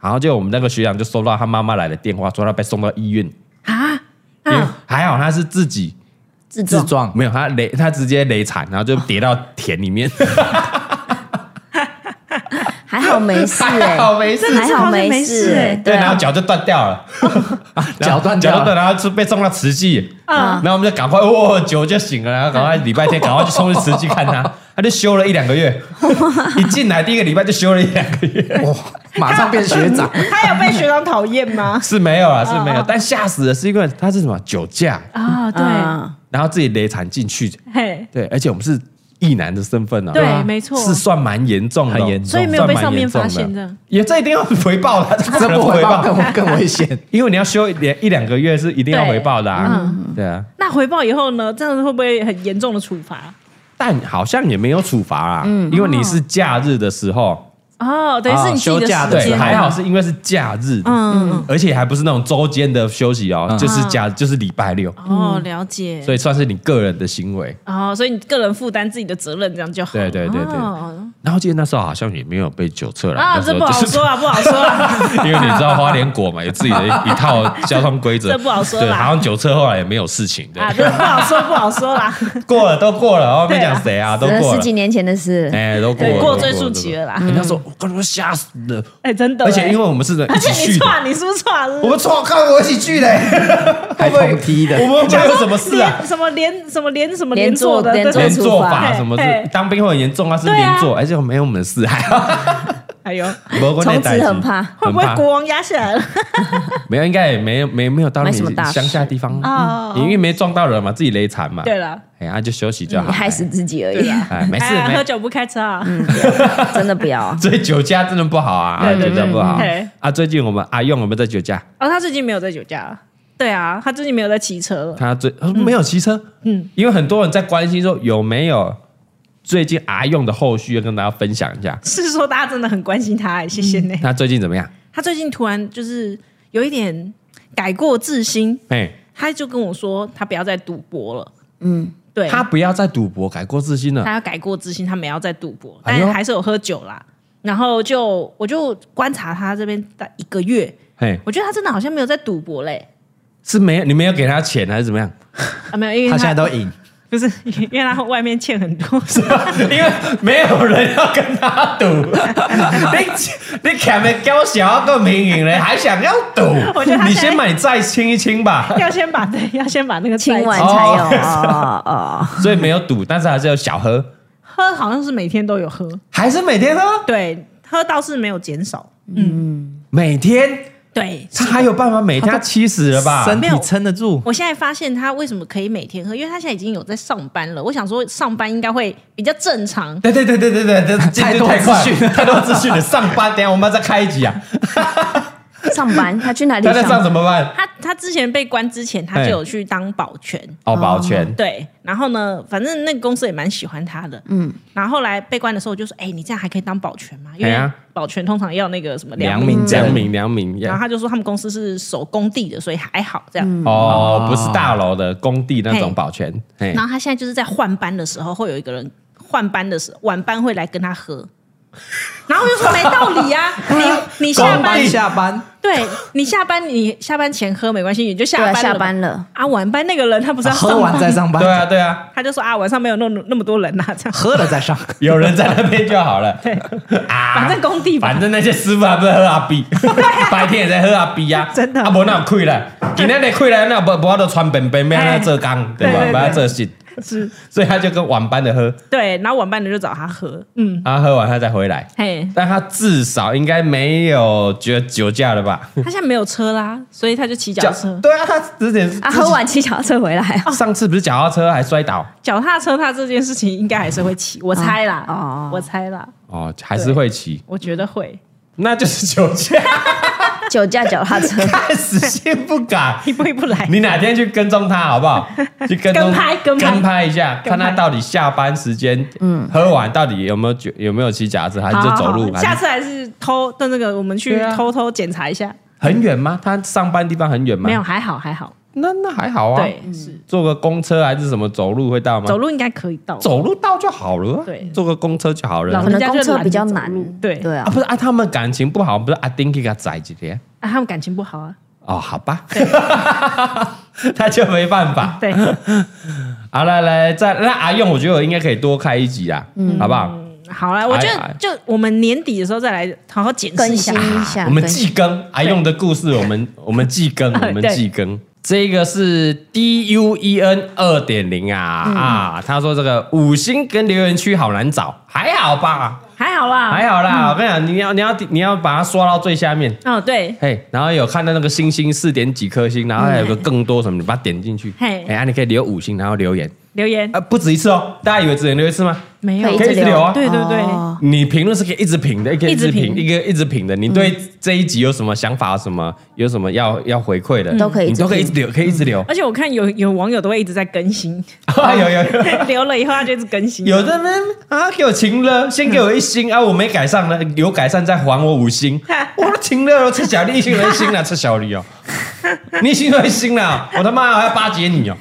Speaker 1: 然后就我们那个学长就收到他妈妈来的电话，说他被送到医院
Speaker 3: 啊，
Speaker 1: 因为还好他是自己
Speaker 2: 自
Speaker 4: 自
Speaker 2: 撞，
Speaker 4: 撞，
Speaker 1: 没有他累，他直接累惨，然后就跌到田里 面，
Speaker 2: 还好没事
Speaker 1: 还
Speaker 4: 啊
Speaker 2: 哎、
Speaker 1: 好没
Speaker 5: 啊
Speaker 1: 事，
Speaker 2: 还好没事哎、
Speaker 1: 对，
Speaker 2: 对
Speaker 1: 然
Speaker 2: 啊
Speaker 1: 后，脚就断掉了，
Speaker 4: 脚断
Speaker 1: 脚
Speaker 4: 掉
Speaker 1: 就断，
Speaker 4: 了，
Speaker 1: 然后就被送到慈济。
Speaker 2: 嗯
Speaker 5: 啊
Speaker 3: 啊
Speaker 1: 然后我们就赶快，哦，酒就醒了， 然后赶快礼拜天赶快去冲去慈济看他，他就休了一两个月， 一进来第一个礼拜就休了一两个月，
Speaker 4: 哇，马上变学长，
Speaker 5: 他有被学长讨厌吗？
Speaker 1: 是没有
Speaker 3: 哦
Speaker 1: 啊，是没有，但吓死了，是因为他是什么酒驾，
Speaker 3: 啊，对，
Speaker 2: 嗯
Speaker 1: 然后自己累惨进去，
Speaker 5: 嘿，
Speaker 1: 对，而且我们是异男的身份啊，
Speaker 3: 对
Speaker 1: 吧
Speaker 3: 没错
Speaker 1: 是算蛮严重的哦，
Speaker 4: 很严重
Speaker 3: 所以没有被上面
Speaker 1: 算
Speaker 3: 发
Speaker 1: 蛮严
Speaker 3: 现
Speaker 1: 重的，
Speaker 3: 的。
Speaker 1: 也这一定要回报 的，
Speaker 4: 这
Speaker 1: 不
Speaker 4: 不
Speaker 1: 回
Speaker 4: 回
Speaker 1: 报
Speaker 4: 报，更更危 险。
Speaker 1: 因为你要休一两一两个月是一定要回报的，啊，
Speaker 3: 嗯
Speaker 1: 对啊，
Speaker 5: 那回报以后呢？这样子会不会很严重的处罚？
Speaker 1: 但好像也没有处罚啊，
Speaker 3: 嗯
Speaker 1: 因为
Speaker 3: 哦
Speaker 1: 你是假日的时候。
Speaker 5: 哦，等于
Speaker 1: 啊
Speaker 5: 是你自己
Speaker 4: 休假
Speaker 5: 的
Speaker 4: 的
Speaker 5: 时
Speaker 1: 对，
Speaker 5: 间，
Speaker 1: 还好是因为是假日，
Speaker 5: 嗯，
Speaker 1: 而且还不是那种周间的休息哦，就是假，就是礼拜六，
Speaker 5: 哦，了解。
Speaker 1: 嗯所以算是你个人的行为。
Speaker 5: 哦，所以你个人负担自己的责任，这样就好。
Speaker 1: 对对对对
Speaker 5: 哦
Speaker 1: 然后记得那时候好像也没有被酒测了，
Speaker 5: 啊，
Speaker 1: 那时
Speaker 5: 这
Speaker 1: 候
Speaker 5: 不好
Speaker 1: 就是
Speaker 5: 说啊，不好说啊。
Speaker 1: 因为你知道花莲国嘛，有自己的一一套交通规则，
Speaker 5: 这不好说啦
Speaker 1: 对，好像酒测后来也没有事情，对
Speaker 5: 啊，，这不好说，不好 说啦，
Speaker 1: 过了都过了，我没
Speaker 5: 对啊
Speaker 1: 讲谁啊，都
Speaker 2: 十
Speaker 1: 过
Speaker 2: 十
Speaker 1: 了，
Speaker 2: 几年前的事，
Speaker 1: 哎，都过
Speaker 5: 对，
Speaker 1: 了，
Speaker 5: 过
Speaker 1: 都
Speaker 5: 追溯期
Speaker 1: 都
Speaker 5: 了啦。
Speaker 1: 哎那时候我跟你说吓死了，
Speaker 5: 哎，真的欸，
Speaker 1: 而且因为我们是
Speaker 5: 而
Speaker 1: 一
Speaker 5: 且
Speaker 1: 起去
Speaker 5: 你啊
Speaker 1: 的，
Speaker 5: 串，你是不是串？
Speaker 1: 我们错，看我一起去嘞，
Speaker 4: 还同 梯的
Speaker 1: 我们没有什么事啊
Speaker 5: 连。什么连什么连什么
Speaker 2: 连坐
Speaker 5: 坐的，
Speaker 2: 连
Speaker 5: 对
Speaker 2: 坐
Speaker 1: 连
Speaker 5: 对
Speaker 1: 坐法
Speaker 2: 处罚
Speaker 1: 什么
Speaker 5: 嘿
Speaker 1: 是
Speaker 5: 嘿
Speaker 1: 当兵会很严重啊，是连坐，而且没有我们的事，还好。
Speaker 5: 哎呦，
Speaker 1: 不过那
Speaker 2: 从
Speaker 1: 代
Speaker 2: 此
Speaker 1: 志
Speaker 2: 很怕，
Speaker 5: 会不会国王压下来了？
Speaker 1: 没有，应该也没有没没有到
Speaker 2: 没
Speaker 1: 你
Speaker 2: 什么大事
Speaker 1: 乡下地方
Speaker 5: 哦
Speaker 1: 嗯因为没撞到人嘛，自己累残嘛。
Speaker 5: 对，了，
Speaker 1: 哎，啊就休息就
Speaker 2: 你
Speaker 1: 好。
Speaker 2: 害死自己而已，
Speaker 1: 哎，没事
Speaker 5: 哎呀
Speaker 1: 没
Speaker 5: 喝
Speaker 1: 事。
Speaker 5: 酒不开车啊。
Speaker 2: 真的不要 啊。
Speaker 1: 所以酒驾真的不好啊，啊
Speaker 5: 对对
Speaker 1: 酒驾不好
Speaker 5: 对对对
Speaker 1: 啊。最近我们阿用有没有在酒驾？
Speaker 5: 哦，他最近没有在酒驾了。对啊，他最近没有在骑车了。
Speaker 1: 他最呃没有骑车，嗯，因为很多人在关心说有没有最近阿用的后续，要跟大家分享一下。
Speaker 5: 是说大家真的很关心他、哎，谢谢呢、
Speaker 1: 他最近怎么样？
Speaker 5: 他最近突然就是有一点改过自新，
Speaker 1: 哎，
Speaker 5: 他就跟我说他不要再赌博了。嗯，对，
Speaker 1: 他
Speaker 5: 他
Speaker 1: 不要再赌博，改过自新了。
Speaker 5: 他要改过自新，他没有再赌博，
Speaker 1: 哎
Speaker 5: 但
Speaker 1: 呦
Speaker 5: 还是有喝酒啦。然后就我就观察他这边大一个月，
Speaker 1: 嘿，
Speaker 5: 我觉得他真的好像没有在赌博嘞、
Speaker 1: 是没有你没有给他钱还是怎么样？
Speaker 5: 啊，没有，因为
Speaker 4: 他现在都赢，
Speaker 5: 不是，因为他外面欠很多，
Speaker 1: 因为没有人要跟他赌，你你前面搞小个民营人，还想要赌
Speaker 5: 我觉得？他
Speaker 1: 你
Speaker 5: 现在
Speaker 1: 先把你债清一清吧。
Speaker 5: 要先把对，要先把那个债
Speaker 2: 清完才有哦哦，
Speaker 1: 所以没有赌，但是还是有小喝，
Speaker 5: 喝，好像是每天都有喝，
Speaker 1: 还是每天喝？
Speaker 5: 对，喝倒是没有减少，
Speaker 1: 每天
Speaker 5: 对。
Speaker 1: 他还有办法每天七十了吧？
Speaker 4: 身体
Speaker 5: 有
Speaker 4: 撑得住，
Speaker 5: 我现在发现他为什么可以每天喝，因为他现在已经有在上班了。我想说，上班应该会比较正常。
Speaker 1: 对对对对对对，这这
Speaker 4: 太多
Speaker 1: 太快
Speaker 4: 资讯
Speaker 1: 了，太多资讯了。上班，等一下我们要再开一集啊！
Speaker 2: 上班，他去哪里
Speaker 1: 他在上
Speaker 2: 上
Speaker 1: 怎么办？
Speaker 5: 他他之前被关之前，他
Speaker 1: 哎
Speaker 5: 就有去当保全。
Speaker 1: 哦，保全，
Speaker 5: 对，然后呢，反正那个公司也蛮喜欢他的，嗯。然后后来被关的时候，我就说：“哎、你这样还可以当保全吗？因
Speaker 1: 哎
Speaker 5: 为
Speaker 1: 呀
Speaker 5: 保全通常要那个什么
Speaker 4: 良
Speaker 5: 啊良民
Speaker 4: 民
Speaker 5: 证。
Speaker 4: 证
Speaker 1: 良民，良民，
Speaker 5: 然后他就说他们公司是守工地的，所以还好这样。
Speaker 1: 哦，不是大楼的工地那种保全，嘿
Speaker 5: 然，后他现在就是在换班的时候，会有一个人换班的时候晚班会来跟他 喝，然后我就说没道理啊，你你下
Speaker 4: 上
Speaker 5: 班
Speaker 4: 班下班，
Speaker 5: 对你下班你下班前喝没关系，你就下
Speaker 2: 对
Speaker 5: 班
Speaker 2: 啊，
Speaker 5: 了
Speaker 2: 下班了，
Speaker 5: 啊晚班那个人他不是要
Speaker 4: 啊喝
Speaker 5: 上
Speaker 4: 完
Speaker 5: 班，
Speaker 4: 再上 班，
Speaker 1: 对啊，对啊，
Speaker 5: 他就说啊晚上没有那么那么多人啊这样，
Speaker 4: 喝了再 上。
Speaker 1: 有人在那边就好 了。 啊，
Speaker 5: 反正工地吧
Speaker 1: 反正那些师傅还不是喝阿 逼，白天也在喝阿逼呀，
Speaker 5: 真的
Speaker 1: 啊，无那有亏 了，今天你亏了，那无无都穿便便，没那做 工，对吧？
Speaker 5: 对对对
Speaker 1: 不要做事，
Speaker 5: 是
Speaker 1: 所以他就跟晚班的喝，
Speaker 5: 对，然后晚班的就找他喝，嗯
Speaker 1: 他喝完他再回来，
Speaker 5: 嘿，
Speaker 1: 但他至少应该没有觉得酒驾了吧？
Speaker 5: 他现在没有车啦，所以他就骑脚踏 车，
Speaker 1: 对啊，他之前
Speaker 2: 啊，喝完骑脚踏车回来 啊，
Speaker 1: 上次不是脚踏车还摔倒
Speaker 5: 脚踏车他这件事情应该还是会骑，我
Speaker 4: 啊
Speaker 5: 猜啦，
Speaker 2: 哦哦哦
Speaker 5: 我猜啦，
Speaker 1: 哦，还是会骑，
Speaker 5: 我觉得会，
Speaker 1: 那就是酒驾，
Speaker 2: 酒驾脚踏 车，
Speaker 1: 他死性不改。
Speaker 5: 一步一步来。
Speaker 1: 你哪天去跟踪他好不 好？去跟踪
Speaker 5: 跟拍跟拍
Speaker 1: 一下，
Speaker 5: 跟
Speaker 1: 看
Speaker 5: 拍
Speaker 1: 他到底下班时间，嗯，喝完到底有没有酒，有没有骑脚踏车，还是啊就走路？还
Speaker 5: 好好好
Speaker 1: 是
Speaker 5: 下次还是偷的那个，我们去
Speaker 1: 对啊
Speaker 5: 偷偷检查一下。
Speaker 1: 很远吗？他上班地方很远吗？
Speaker 5: 没有，，还好还好。
Speaker 1: 那那还好啊。
Speaker 5: 嗯对，是
Speaker 1: 坐个公车还是什么走路会到吗？
Speaker 5: 走路应该可以到。
Speaker 1: 走路到就好了啊，
Speaker 5: 对
Speaker 1: 坐个公车就好了
Speaker 5: 老
Speaker 1: 啊。
Speaker 2: 可
Speaker 5: 人
Speaker 2: 能
Speaker 5: 家就
Speaker 2: 公车比较
Speaker 5: 懒得走路
Speaker 2: 难，
Speaker 5: 对
Speaker 2: 对啊
Speaker 1: 啊，，不是啊，他们感情不好，不是阿丁给他宰几天？
Speaker 5: 啊，他们感情不 好啊。
Speaker 1: 哦，好吧， 他就没办法。
Speaker 5: 对，
Speaker 1: 好，来来，再那阿用，我觉得我应该可以多开一集啦，
Speaker 5: 嗯
Speaker 1: 好不好？
Speaker 5: 好啦，我觉
Speaker 1: 哎哎
Speaker 5: 得就我们年底的时候再来好好检视
Speaker 2: 更
Speaker 5: 一
Speaker 2: 新
Speaker 5: 下。
Speaker 2: 一下，
Speaker 1: 我们
Speaker 2: 更新
Speaker 1: 季更阿用的故事，我们 我们季更，我们
Speaker 5: 对
Speaker 1: 季更。这个是 D U E N 二点零啊、
Speaker 5: 嗯
Speaker 1: 啊！他说这个五星跟留言区好难找，还好吧，
Speaker 5: 还好嗯啦，
Speaker 1: 还好啦。我跟你讲，你要你要你要把它刷到最下面，
Speaker 5: 哦，对，
Speaker 1: 嘿，然后有看到那个星星四点几颗星，然后还有个更多什么，你把它点进去，
Speaker 5: 嘿
Speaker 1: 嘿，哎、啊，你可以留五星，然后留言，
Speaker 5: 留言
Speaker 1: 啊，不止一次哦，大家以为只能留一次吗？
Speaker 5: 没有
Speaker 2: 可以
Speaker 1: 可以一直留啊
Speaker 5: 对对对
Speaker 2: 哦
Speaker 1: 你评论是可以一直评的，可以一直
Speaker 5: 一直
Speaker 1: 评，
Speaker 5: 评
Speaker 1: 一个一直评的。你对
Speaker 2: 嗯
Speaker 1: 这一集有什么想法？有什么有什么要要回馈的，
Speaker 2: 嗯都可以一
Speaker 1: 你
Speaker 2: 直嗯
Speaker 1: 都可以一直留，可以一直留。
Speaker 5: 而且我看有有网友都会一直在更新，
Speaker 1: 有有有
Speaker 5: 留了以后他就一直更新。
Speaker 1: 有的人啊，给我停了，先给我一
Speaker 2: 嗯
Speaker 1: 星啊，我没改善呢，有改善再还我五 星。我都停了，吃小丽一星人星了，吃小丽哦，你一星人星了，我他妈还要巴结你哦。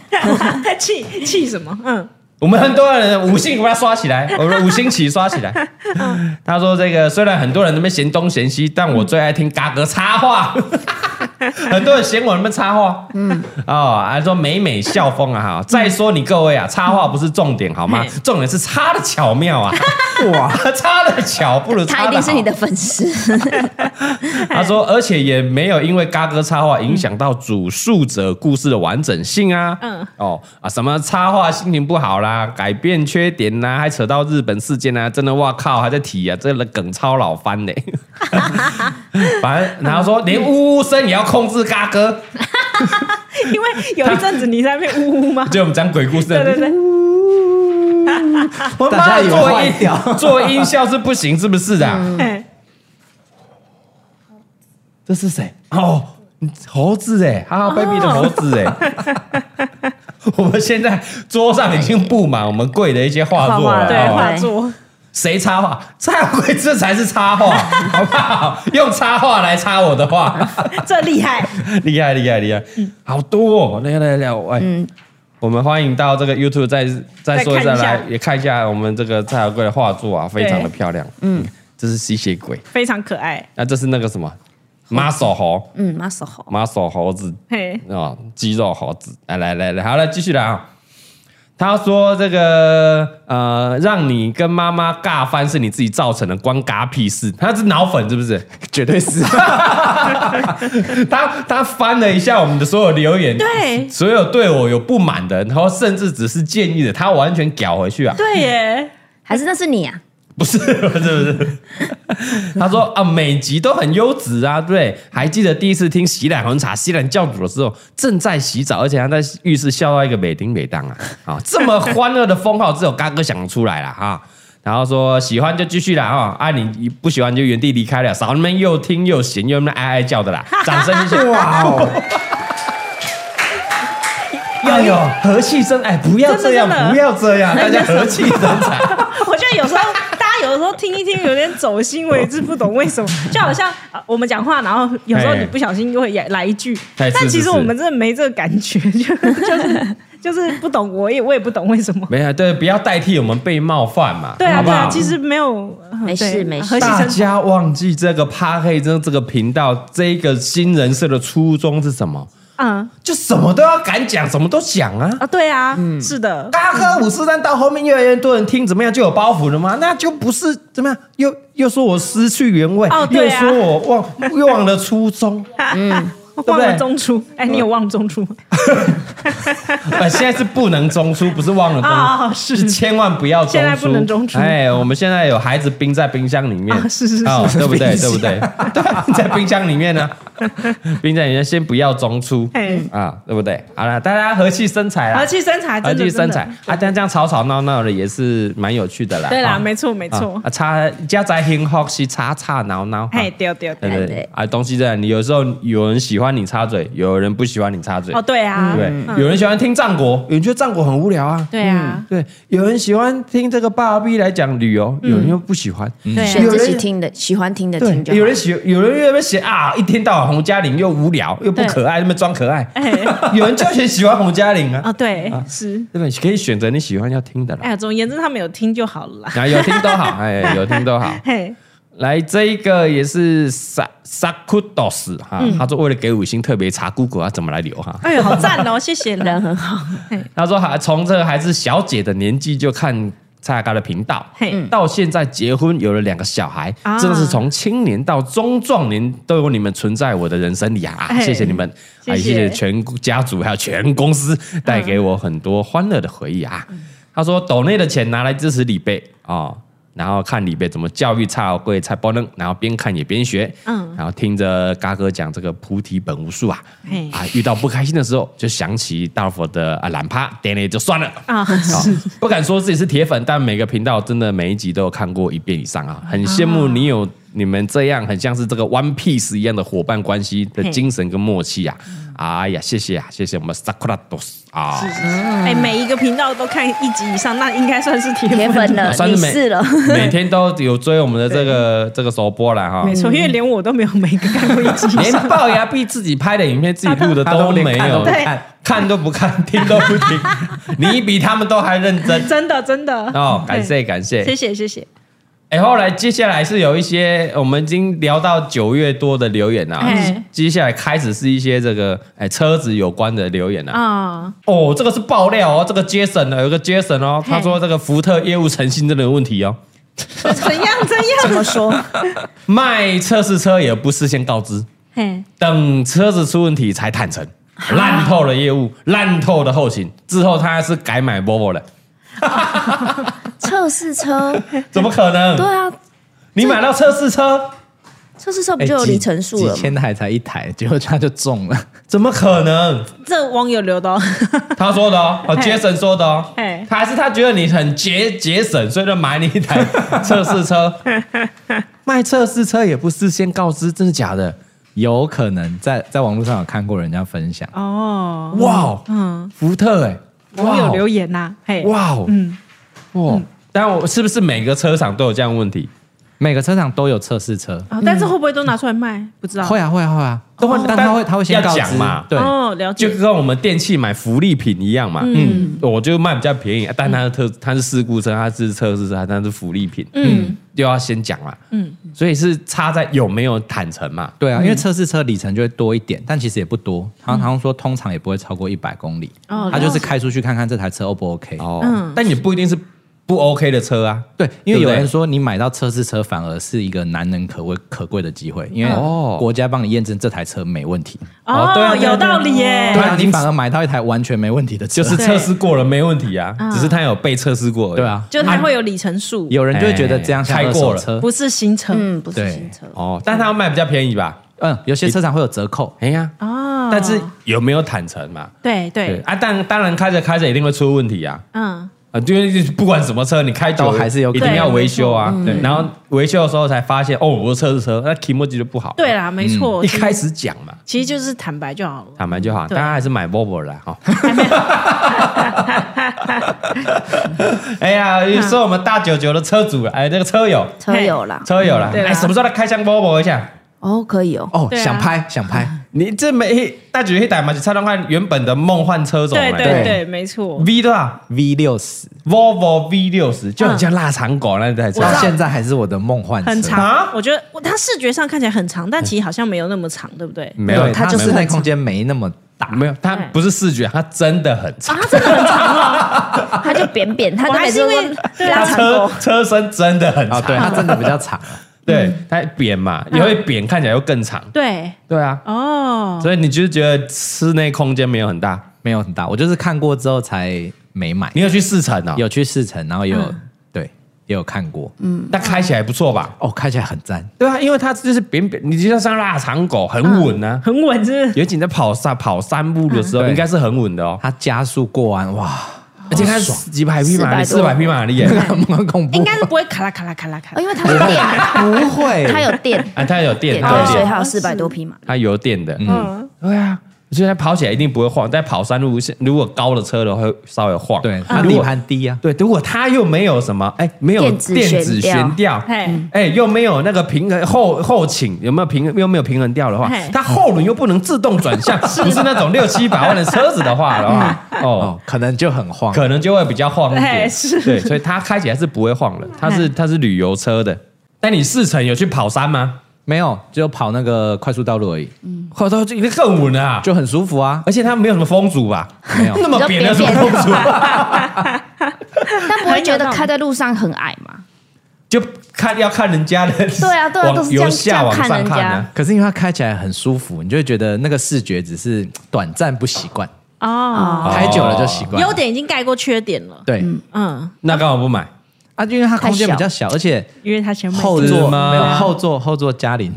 Speaker 5: 气气什么？嗯，
Speaker 1: 我们很多人五星把它刷起来， 我们五星起刷起来。他说这个虽然很多人那边嫌东嫌西，但我最爱听嘎哥插 话。很多人嫌我那边插话，嗯，哦，还说美美笑风啊哈。再说你各位啊，插话不是重点好吗
Speaker 5: 嘿？
Speaker 1: 重点是插的巧妙啊，哇， 插的巧不如插
Speaker 2: 他
Speaker 1: 得
Speaker 2: 一定是你
Speaker 1: 好
Speaker 2: 的粉丝，
Speaker 1: 他说，而且也没有因为嘎哥插画影响到主述者故事的完整性啊。
Speaker 5: 嗯
Speaker 1: 嗯，哦啊，什么插画心情不好啦，改变缺点啦，还扯到日本事件啊，真的哇靠，还在提啊，这个梗超老翻嘞。 反正然后说连呜呜声也要控制嘎哥，
Speaker 5: 因为有一阵子你在那边呜呜吗？
Speaker 1: 就我们讲鬼故事
Speaker 5: 对
Speaker 1: 的。
Speaker 5: 对对，
Speaker 1: 我
Speaker 4: 大
Speaker 1: 妈
Speaker 4: 家
Speaker 1: 的
Speaker 4: 以为
Speaker 1: 做
Speaker 4: 坏
Speaker 1: 音
Speaker 4: 掉
Speaker 1: 做音效是不行，是不是的、啊？
Speaker 5: 哎
Speaker 1: 这是谁？哦，猴子哎，哈哈 baby 的猴子哎。
Speaker 5: 哦
Speaker 1: 我们现在桌上已经布满我们贵的一些画作了，
Speaker 2: 画画
Speaker 5: 对
Speaker 1: 好不好
Speaker 5: 画作，
Speaker 1: 谁插画？蔡贵这才是插画，好不好？用插画来插我的画，
Speaker 5: 这厉害。
Speaker 1: 厉害厉害厉害，好多哦！来来来，哎，我们欢迎到这个 YouTube 再再说
Speaker 5: 嗯再看一下
Speaker 1: 来也看一下我们这个蔡小贵的画作啊，非常的漂亮。嗯，这是吸血鬼，
Speaker 5: 非常可爱。
Speaker 1: 那这是那个什么 muscle 猴
Speaker 2: 嗯，马手好，
Speaker 1: ，muscle 猴子。
Speaker 5: 嘿，
Speaker 1: 哦，肌肉猴子，来来来来，好了，继续来啊、他说：“这个呃，让你跟妈妈尬翻是你自己造成的，关嘎屁事。他是脑粉是不是？
Speaker 4: 绝对是。
Speaker 1: 他他翻了一下我们的所有留言，
Speaker 5: 对
Speaker 1: 所有对我有不满的，然后甚至只是建议的，他完全屌回去啊！
Speaker 5: 对耶，
Speaker 2: 还是那是你啊？
Speaker 1: 不是，不是，不是。他说啊，每集都很优质啊，对。还记得第一次听洗染红茶、洗染教主的时候，正在洗澡，而且他在 哦浴室笑到一个美丁美当啊！啊，这么欢乐的封号只有嘎哥想得出来了哈。然后说喜欢就继续啦哈，啊你不喜欢就原地离开了，少那边又听又嫌又那边哀哀叫 的啦，掌声谢谢。哇哦！
Speaker 4: 哎
Speaker 1: 要有和气生，哎，不要这样，
Speaker 5: 真的真的
Speaker 1: 不要这样，大家和气生财。
Speaker 5: 我觉得有时 候大家有时候听一听有点走心，我也是不懂为什么。就好像呃我们讲话，然后有时候
Speaker 1: 哎
Speaker 5: 你不小心就会也来一句，
Speaker 1: 哎是
Speaker 5: 但其
Speaker 1: 是是
Speaker 5: 实我们真的没这个感觉， 就就是就是不懂，我也我也不懂为什么。
Speaker 1: 没有，对，不要代替我们被冒犯嘛，
Speaker 5: 对啊，
Speaker 1: 好不
Speaker 5: 对啊
Speaker 1: 好，？
Speaker 5: 其实没有，呃
Speaker 2: 没事
Speaker 5: 对
Speaker 2: 没事
Speaker 5: 和气
Speaker 1: 大
Speaker 5: 生财。
Speaker 1: 家忘记这个趴黑这这个频道这个新人设的初衷是什么？
Speaker 5: 嗯
Speaker 1: 就什么都要敢讲，什么都讲啊！
Speaker 5: 啊，对啊，是的，
Speaker 1: 大哥五四三到后面越来越多人听，怎么样就有包袱了吗？那就不是怎么样，又又说我失去原味，
Speaker 5: 哦
Speaker 1: 又
Speaker 5: 对啊
Speaker 1: 说我忘又忘了初衷。对
Speaker 5: 忘
Speaker 1: 不对嗯
Speaker 5: 了中出。哎，你有忘中出吗？
Speaker 1: 呃，现在是不能中出，不是忘 了中出，
Speaker 5: 哦哦是
Speaker 1: 是千万不要中出。
Speaker 5: 现在不能中出
Speaker 1: 哎，我们现在有孩子冰在冰箱里面，
Speaker 5: 啊是是是
Speaker 1: 哦对不对？
Speaker 5: 冰
Speaker 1: 对
Speaker 5: 箱
Speaker 1: 不对？对 啊，在冰箱里面呢，冰箱里面先不要中出
Speaker 5: 哎，
Speaker 1: 啊，对不对？好了，大家和气生财啦，
Speaker 5: 和气生财，
Speaker 1: 和
Speaker 5: 真的
Speaker 1: 气生财
Speaker 5: 真的
Speaker 1: 啊！但这样吵吵闹闹的也是蛮有趣的啦。
Speaker 5: 对啦，
Speaker 1: 啊
Speaker 5: 没错没错
Speaker 1: 啊，。差家宅幸福是吵吵闹闹，
Speaker 5: 哎，
Speaker 1: 啊
Speaker 5: 对
Speaker 1: 对
Speaker 5: 对对，
Speaker 1: 不对
Speaker 2: 对
Speaker 1: 啊，东西在你有时候有人喜欢你插嘴，有人不喜欢你插嘴，
Speaker 5: 哦对啊，
Speaker 1: 对，有人喜欢听战国，有人觉得战国很无聊啊。
Speaker 5: 对啊，
Speaker 1: 对，有人喜欢听这个爸爸 B 来讲旅游，有人又不喜欢。
Speaker 5: 嗯对啊
Speaker 2: 选自己听的，喜欢听的听
Speaker 1: 对，
Speaker 2: 就好。
Speaker 1: 有人喜，有人又喜啊，一天到晚洪嘉玲又无聊又不可爱，那么装可爱。 有人就喜喜欢洪嘉玲啊
Speaker 5: 啊，对是。
Speaker 1: 对不对？可以选择你喜欢要听的
Speaker 5: 哎
Speaker 1: 啦。
Speaker 5: 呀，总而言之，他们有听就好 了啦。
Speaker 1: 啊，有听都 好，哎，有听都好。
Speaker 5: 嘿，
Speaker 1: 来，这一个也是萨萨库多斯哈，
Speaker 5: 嗯
Speaker 1: 他说为了给五星特别查 Google 要怎么来留哈。
Speaker 5: 哎呦，好赞哦，谢谢
Speaker 2: 人
Speaker 5: 人。
Speaker 2: 很好，
Speaker 1: 他说还从这个还是小姐的年纪就看蔡雅嘎的频道
Speaker 5: 嘿，
Speaker 1: 到现在结婚有了两个小孩，
Speaker 5: 啊
Speaker 1: 真的是从青年到中壮年都有你们存在我的人生里啊！
Speaker 5: 嘿
Speaker 1: 谢谢你们，
Speaker 5: 谢
Speaker 1: 啊，
Speaker 5: 谢
Speaker 1: 谢谢全家族还有全公司带给我很多欢乐的回忆啊！
Speaker 5: 嗯
Speaker 1: 他说斗内的钱拿来支持李贝哦。然后看李贝怎么教育蔡小贵、蔡波能，然后边看也边学，嗯，然后听着嘎哥讲这个菩提本无树啊，
Speaker 5: 嘿
Speaker 1: 啊，遇到不开心的时候就想起大佛的啊懒趴 d a n 就算 了，
Speaker 5: 啊，
Speaker 1: 好，不敢说自己是铁粉，但每个频道真的每一集都有看过一遍以上啊，很羡慕你有你们这样，很像是这个 One Piece 一样的伙伴关系的精神跟默契啊！哎呀，谢谢啊，谢谢我们 Sakura Dos 啊，
Speaker 5: 哎，每一个频道都看一集以上，那应该算是铁
Speaker 2: 铁粉了
Speaker 1: 啊，算
Speaker 2: 你
Speaker 1: 是每
Speaker 2: 是了，
Speaker 1: 每天都有追我们的这个这个首播了哈
Speaker 5: 没。错，因为连我都没有每个看过一集以
Speaker 1: 连
Speaker 5: 上。
Speaker 1: 龅牙币自己拍的影片、自己录的
Speaker 4: 他都哎
Speaker 1: 都
Speaker 4: 连
Speaker 1: 没
Speaker 4: 看
Speaker 1: 有
Speaker 4: 都不
Speaker 5: 对
Speaker 4: 看，
Speaker 1: 看都不看，听都不听，你比他们都还认 真
Speaker 5: 真的真的
Speaker 1: 哦！感谢感谢，
Speaker 5: 谢谢谢谢，
Speaker 1: 哎、后来接下来是有一些，我们已经聊到九月多的留言啊
Speaker 5: 哎，
Speaker 1: 接下来开始是一些这个哎、车子有关的留言啊。
Speaker 5: 啊，
Speaker 1: 哦，这个是爆料哦，这个 Jason 的有一个 Jason 哦，他说这个福特业务诚信真的有问题哦，
Speaker 5: 怎样怎样？怎么说？
Speaker 1: 卖测试车也不事先告知，
Speaker 5: 嘿，
Speaker 1: 等车子出问题才坦诚，
Speaker 5: 啊
Speaker 1: 烂透了业务，烂透了后勤，之后他还是改买 Volvo 了，
Speaker 2: 测试车，
Speaker 1: 怎么可
Speaker 2: 对
Speaker 1: 能？
Speaker 2: 啊，
Speaker 1: 你买到测试车，
Speaker 2: 测试车不
Speaker 4: 哎
Speaker 2: 就有
Speaker 4: 几
Speaker 2: 里程数了
Speaker 4: 几
Speaker 2: 吗？
Speaker 4: 千台才一台，结果他就中了。
Speaker 1: 怎么可能？
Speaker 5: 这网友留的哦，
Speaker 1: 他说的哦，哦
Speaker 5: 嘿
Speaker 1: ，Jason 说的哦
Speaker 5: 嘿，
Speaker 1: 他还是他觉得你很节节省，所以就买你一台测试车。
Speaker 5: 嗯
Speaker 1: 卖测试车也不事先告知，真的假的？
Speaker 4: 有可能在在网络上有看过人家分享，
Speaker 5: 哦，
Speaker 1: 哇，嗯，福特哎，
Speaker 5: 网友留
Speaker 1: 言，
Speaker 5: 言呐，嘿，
Speaker 1: 哇哦，
Speaker 5: 嗯，
Speaker 1: 哇，但我是不是每个车厂都有这样的问题？
Speaker 4: 每个车厂都有测试车，
Speaker 5: 啊但是会不会都拿出来卖？不
Speaker 1: 嗯
Speaker 5: 知道。
Speaker 4: 会啊会啊会啊，都会，但他会他会先
Speaker 1: 要
Speaker 4: 告
Speaker 1: 讲
Speaker 4: 知
Speaker 1: 嘛
Speaker 4: 对，
Speaker 5: 哦，了
Speaker 1: 就
Speaker 5: 解。
Speaker 1: 跟我们电器买福利品一样嘛，啊嗯，我就卖比较便宜，啊但它的特它是事故车，它是测试车，它是福利品，嗯，就要先讲嘛，嗯，所以是差在有没有坦诚嘛，
Speaker 4: 对啊，因为测试车里程就会多一点，但其实也不多。
Speaker 2: 嗯
Speaker 4: 好像好像说通常也不会超过一百公里，
Speaker 5: 哦
Speaker 4: 他就是开出去看看这台车 O 不 OK。
Speaker 1: 哦，但也不一定是不 OK 的车啊。
Speaker 4: 对，因为
Speaker 1: 对不
Speaker 4: 有
Speaker 1: 对
Speaker 4: 人说你买到测试车反而是一个难能可贵可贵的机会，因为
Speaker 1: 哦
Speaker 4: 国家帮你验证这台车没问题，
Speaker 1: 哦对啊
Speaker 5: 哦，
Speaker 1: 对啊
Speaker 5: 有道理耶
Speaker 4: 对。啊，
Speaker 1: 对
Speaker 4: 你反而买到一台完全没问题的车，
Speaker 1: 就是测试过了没问题啊，只是他有被测试过而已。
Speaker 4: 对啊，
Speaker 5: 就它
Speaker 1: 嗯
Speaker 5: 会有里程数，
Speaker 4: 有人就会觉得这样像
Speaker 1: 哎
Speaker 4: 二手车，
Speaker 5: 不是新车
Speaker 2: 嗯，不是
Speaker 4: 对
Speaker 2: 新车，
Speaker 1: 哦，但他要卖比较便宜吧？
Speaker 4: 嗯，有些车厂会有折扣，
Speaker 1: 哎呀，
Speaker 5: 哦。
Speaker 1: 但是有没有坦诚嘛？
Speaker 5: 对对，
Speaker 1: 啊，但当然开着开着一定会出问题啊。
Speaker 5: 嗯，
Speaker 1: 啊，就是不管什么车，你开久
Speaker 4: 都还是有
Speaker 1: 一
Speaker 4: 可
Speaker 1: 定
Speaker 5: 能
Speaker 1: 要维修啊。
Speaker 4: 对
Speaker 1: 然后维修的时候才发现，哦，我的车是车，那 k i m o j i 就不好。，
Speaker 5: 对啦，没错，
Speaker 1: 嗯一开始讲嘛，
Speaker 5: 其实就是坦白就好了。
Speaker 1: 坦白就好，大
Speaker 5: 对
Speaker 1: 家还是买 Volvo 来 哈。哎呀，你说我们大九九的车主，哎，那个车友，
Speaker 2: 车友
Speaker 4: 嗯
Speaker 2: 啦，
Speaker 1: 车友啦，
Speaker 5: 对啦
Speaker 1: 哎，什么时候来开箱 Volvo 一下？
Speaker 2: 哦，可以哦，
Speaker 4: 哦，
Speaker 5: 对啊
Speaker 4: 想拍想拍，
Speaker 1: 你这没大九九打嘛，就蔡东汉原本的梦幻车种
Speaker 5: 对
Speaker 1: 嘛，
Speaker 5: 对对，没错。
Speaker 1: V 多少
Speaker 4: V 六十
Speaker 1: ？Volvo V 六十就很像腊肠狗那台车
Speaker 4: 到现在还是我的梦幻车，
Speaker 5: 很长，
Speaker 1: 啊
Speaker 5: 我觉得我它视觉上看起来很长，但其实好像没有那么长，对不对？
Speaker 1: 没
Speaker 4: 对，
Speaker 1: 有，
Speaker 4: 它
Speaker 1: 它
Speaker 4: 就
Speaker 1: 没有
Speaker 4: 是那空间没 那么大，
Speaker 1: 没有，它不是视觉，它真的很长。
Speaker 2: 它就扁扁，它
Speaker 5: 我还
Speaker 2: 还
Speaker 5: 是
Speaker 2: 是
Speaker 5: 因为对
Speaker 1: 它
Speaker 2: 拉长哦
Speaker 1: 车
Speaker 2: 狗，
Speaker 1: 车身真的很
Speaker 4: 啊，
Speaker 1: 长，
Speaker 4: 对，它真的比较长啊，
Speaker 1: 对，它扁嘛，也会扁，看起来又更长。
Speaker 5: 对，
Speaker 1: 对啊，
Speaker 5: 哦，
Speaker 1: 所以你就是觉得室内空间没有很大。
Speaker 4: 没有很大，我就是看过之后才没买，
Speaker 1: 你有去试乘啊？，
Speaker 4: 有去试乘，然后也有对也有看过，
Speaker 1: 那开起来不错吧？
Speaker 4: 哦，开起来很赞，
Speaker 1: 对啊，因为它就是扁扁，你就像像腊肠狗，很稳啊。
Speaker 5: 很稳，是不是？
Speaker 1: 尤其你在跑散跑散步的时候，
Speaker 4: 嗯
Speaker 1: 应该是很稳的哦。
Speaker 4: 它加速过弯，哇，
Speaker 1: 而且它几百匹马力，四
Speaker 2: 400
Speaker 1: 百匹马力耶，
Speaker 4: 很恐怖，
Speaker 5: 应该是不会卡啦卡啦卡啦
Speaker 1: 哎
Speaker 5: 卡
Speaker 2: 哦，。因为它有电，
Speaker 4: 不会，
Speaker 2: 它有电，
Speaker 1: 啊，它有电，
Speaker 2: 电
Speaker 1: 它
Speaker 2: 对，
Speaker 1: 有
Speaker 2: 所以
Speaker 1: 电，
Speaker 2: 它有四百多匹马。
Speaker 1: 它有电的。
Speaker 5: 嗯，
Speaker 1: 对啊，所以它跑起来一定不会晃。在跑山路，如果高的车的话，会稍微晃。
Speaker 4: 对，
Speaker 1: 它
Speaker 4: 它
Speaker 1: 如
Speaker 4: 底
Speaker 1: 果
Speaker 4: 盘低啊，
Speaker 1: 对，如果它又没有什么，哎，没有
Speaker 2: 电子
Speaker 1: 电子
Speaker 2: 悬吊
Speaker 1: 悬吊，
Speaker 5: 嘿，
Speaker 1: 哎，又没有那个平衡后后倾，有没有平衡？又没有平衡掉的话
Speaker 5: 嘿，
Speaker 1: 它后轮又不能自动转向，不是那种六七百万的车子的话的话，哦
Speaker 4: 哦。，可能就很晃，
Speaker 1: 可能就会比较晃一点，
Speaker 5: 哎是
Speaker 1: 对，所以它开起来是不会晃的，它是它是旅游车的。但你试乘有去跑山吗？
Speaker 4: 没有，只有跑那个快速道路而已，
Speaker 1: 后头就更稳了啊，
Speaker 4: 就很舒服啊，
Speaker 1: 而且它没有什么风阻 吧？
Speaker 4: 没有
Speaker 1: 那么扁的什么风阻？
Speaker 2: 但不会觉得开在路上很矮嘛？
Speaker 1: 就看要看人家的，
Speaker 2: 对啊对啊
Speaker 1: 往
Speaker 2: 都是这样
Speaker 1: 由下往上
Speaker 2: 这
Speaker 1: 看
Speaker 2: 样看人
Speaker 1: 啊
Speaker 2: 家。
Speaker 4: 可是因为它开起来很舒服，你就会觉得那个视觉只是短暂不习惯，
Speaker 5: 哦，
Speaker 1: 啊
Speaker 4: 开久了就习惯了。
Speaker 5: 优点已经盖过缺点了。
Speaker 4: 对
Speaker 5: 嗯，
Speaker 1: 那干嘛不 买？
Speaker 4: 啊，因为它空间比较小，而且
Speaker 5: 因为他前面
Speaker 4: 后
Speaker 1: 是
Speaker 4: 座啊
Speaker 1: 吗
Speaker 4: 没有后座后座嘉玲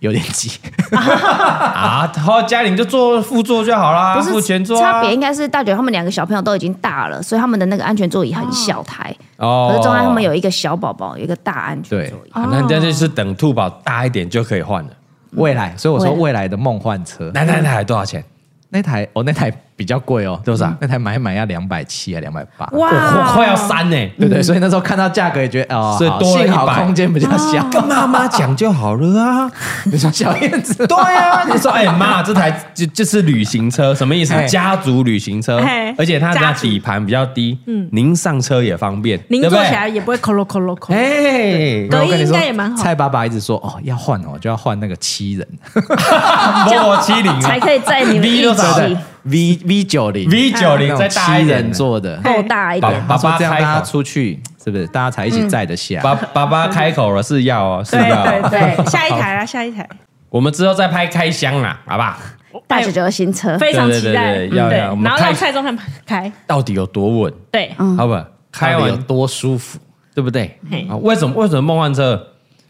Speaker 4: 有点挤，
Speaker 1: 啊，好，嘉玲就坐副座就好啦，
Speaker 2: 不
Speaker 1: 副
Speaker 2: 是
Speaker 1: 前座啊
Speaker 2: 差别，应该是大觉他们两个小朋友都已经大了，所以他们的那个安全座椅很小台，
Speaker 1: 哦
Speaker 2: 可是中间他们有一个小宝宝，有一个大安全座椅。
Speaker 1: 啊那那就是等兔宝大一点就可以换了。
Speaker 4: 未来，所以我说未来的梦幻车
Speaker 1: 那那那台多少钱？
Speaker 4: 那台哦那台比较贵哦，
Speaker 1: 多少
Speaker 4: 那台买一买要两百七啊两百八，
Speaker 5: 哇
Speaker 1: 哦快要删呢。
Speaker 4: 对对，所以那时候看到价格也觉得哦，
Speaker 1: 所以
Speaker 4: 好
Speaker 1: 多了
Speaker 4: 幸好
Speaker 1: 100
Speaker 4: 空间比较
Speaker 5: 啊
Speaker 4: 小，
Speaker 1: 跟妈妈讲就好了啊。
Speaker 4: 你说小燕 子
Speaker 1: 对啊，你说哎妈，这台就就是旅行车，什么意思？
Speaker 4: 嘿
Speaker 1: 家族旅行车
Speaker 2: 哎
Speaker 5: 嘿，
Speaker 1: 而且它
Speaker 5: 家
Speaker 1: 的
Speaker 5: 族
Speaker 1: 底盘比较低，嗯，您上车也方便，
Speaker 5: 您
Speaker 1: 对
Speaker 5: 坐
Speaker 1: 不对
Speaker 5: 起来也不会 c o l o c o l o c o
Speaker 1: 哎，
Speaker 5: 隔
Speaker 4: 我跟
Speaker 5: 音
Speaker 4: 你
Speaker 5: 应
Speaker 4: 说
Speaker 5: 该也蛮好。
Speaker 4: 蔡爸爸一直说哦要换哦就要换那个七人
Speaker 1: 波七零哦
Speaker 2: 才可以载你们
Speaker 1: V
Speaker 2: 一
Speaker 1: 多少
Speaker 2: 起
Speaker 4: V V 九零
Speaker 1: V 九零再大一
Speaker 4: 七人
Speaker 1: 点的，
Speaker 4: 座的，
Speaker 2: 够大一
Speaker 1: 爸
Speaker 2: 点，
Speaker 1: 爸
Speaker 4: 他说
Speaker 1: 爸
Speaker 4: 这样大
Speaker 1: 开
Speaker 4: 家
Speaker 1: 口，
Speaker 4: 出去是不是大家才一起载得下？
Speaker 1: 爸爸爸开口了是要哦，是
Speaker 5: 对对
Speaker 1: 的。
Speaker 5: 对，下一台啦，下一台，
Speaker 1: 我们之后再拍开箱啦，好不好？
Speaker 2: 大九九的新车，
Speaker 5: 非常期
Speaker 1: 对对
Speaker 5: 待。嗯
Speaker 1: 对对要
Speaker 5: 对
Speaker 1: 要我们
Speaker 5: 然后让
Speaker 1: 开
Speaker 5: 蔡宗翰开，
Speaker 1: 到底有多稳？
Speaker 5: 对，
Speaker 1: 好不好？开
Speaker 4: 开完有
Speaker 1: 完
Speaker 4: 多舒服？
Speaker 1: 对不对
Speaker 5: 嗯嘿？
Speaker 1: 啊，为什么为什么梦幻车？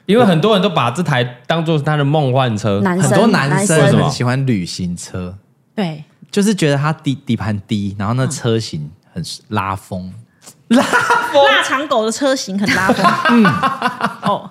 Speaker 1: 因为很多人都把这台当做是他的梦幻车，
Speaker 2: 男
Speaker 4: 很
Speaker 2: 生
Speaker 4: 多男
Speaker 1: 为什
Speaker 4: 生
Speaker 1: 么
Speaker 4: 很喜欢旅行车，
Speaker 5: 对，
Speaker 4: 就是觉得它底底盘低，然后那车型很拉风。
Speaker 5: 嗯腊肠狗的车型很拉风。 嗯，哦，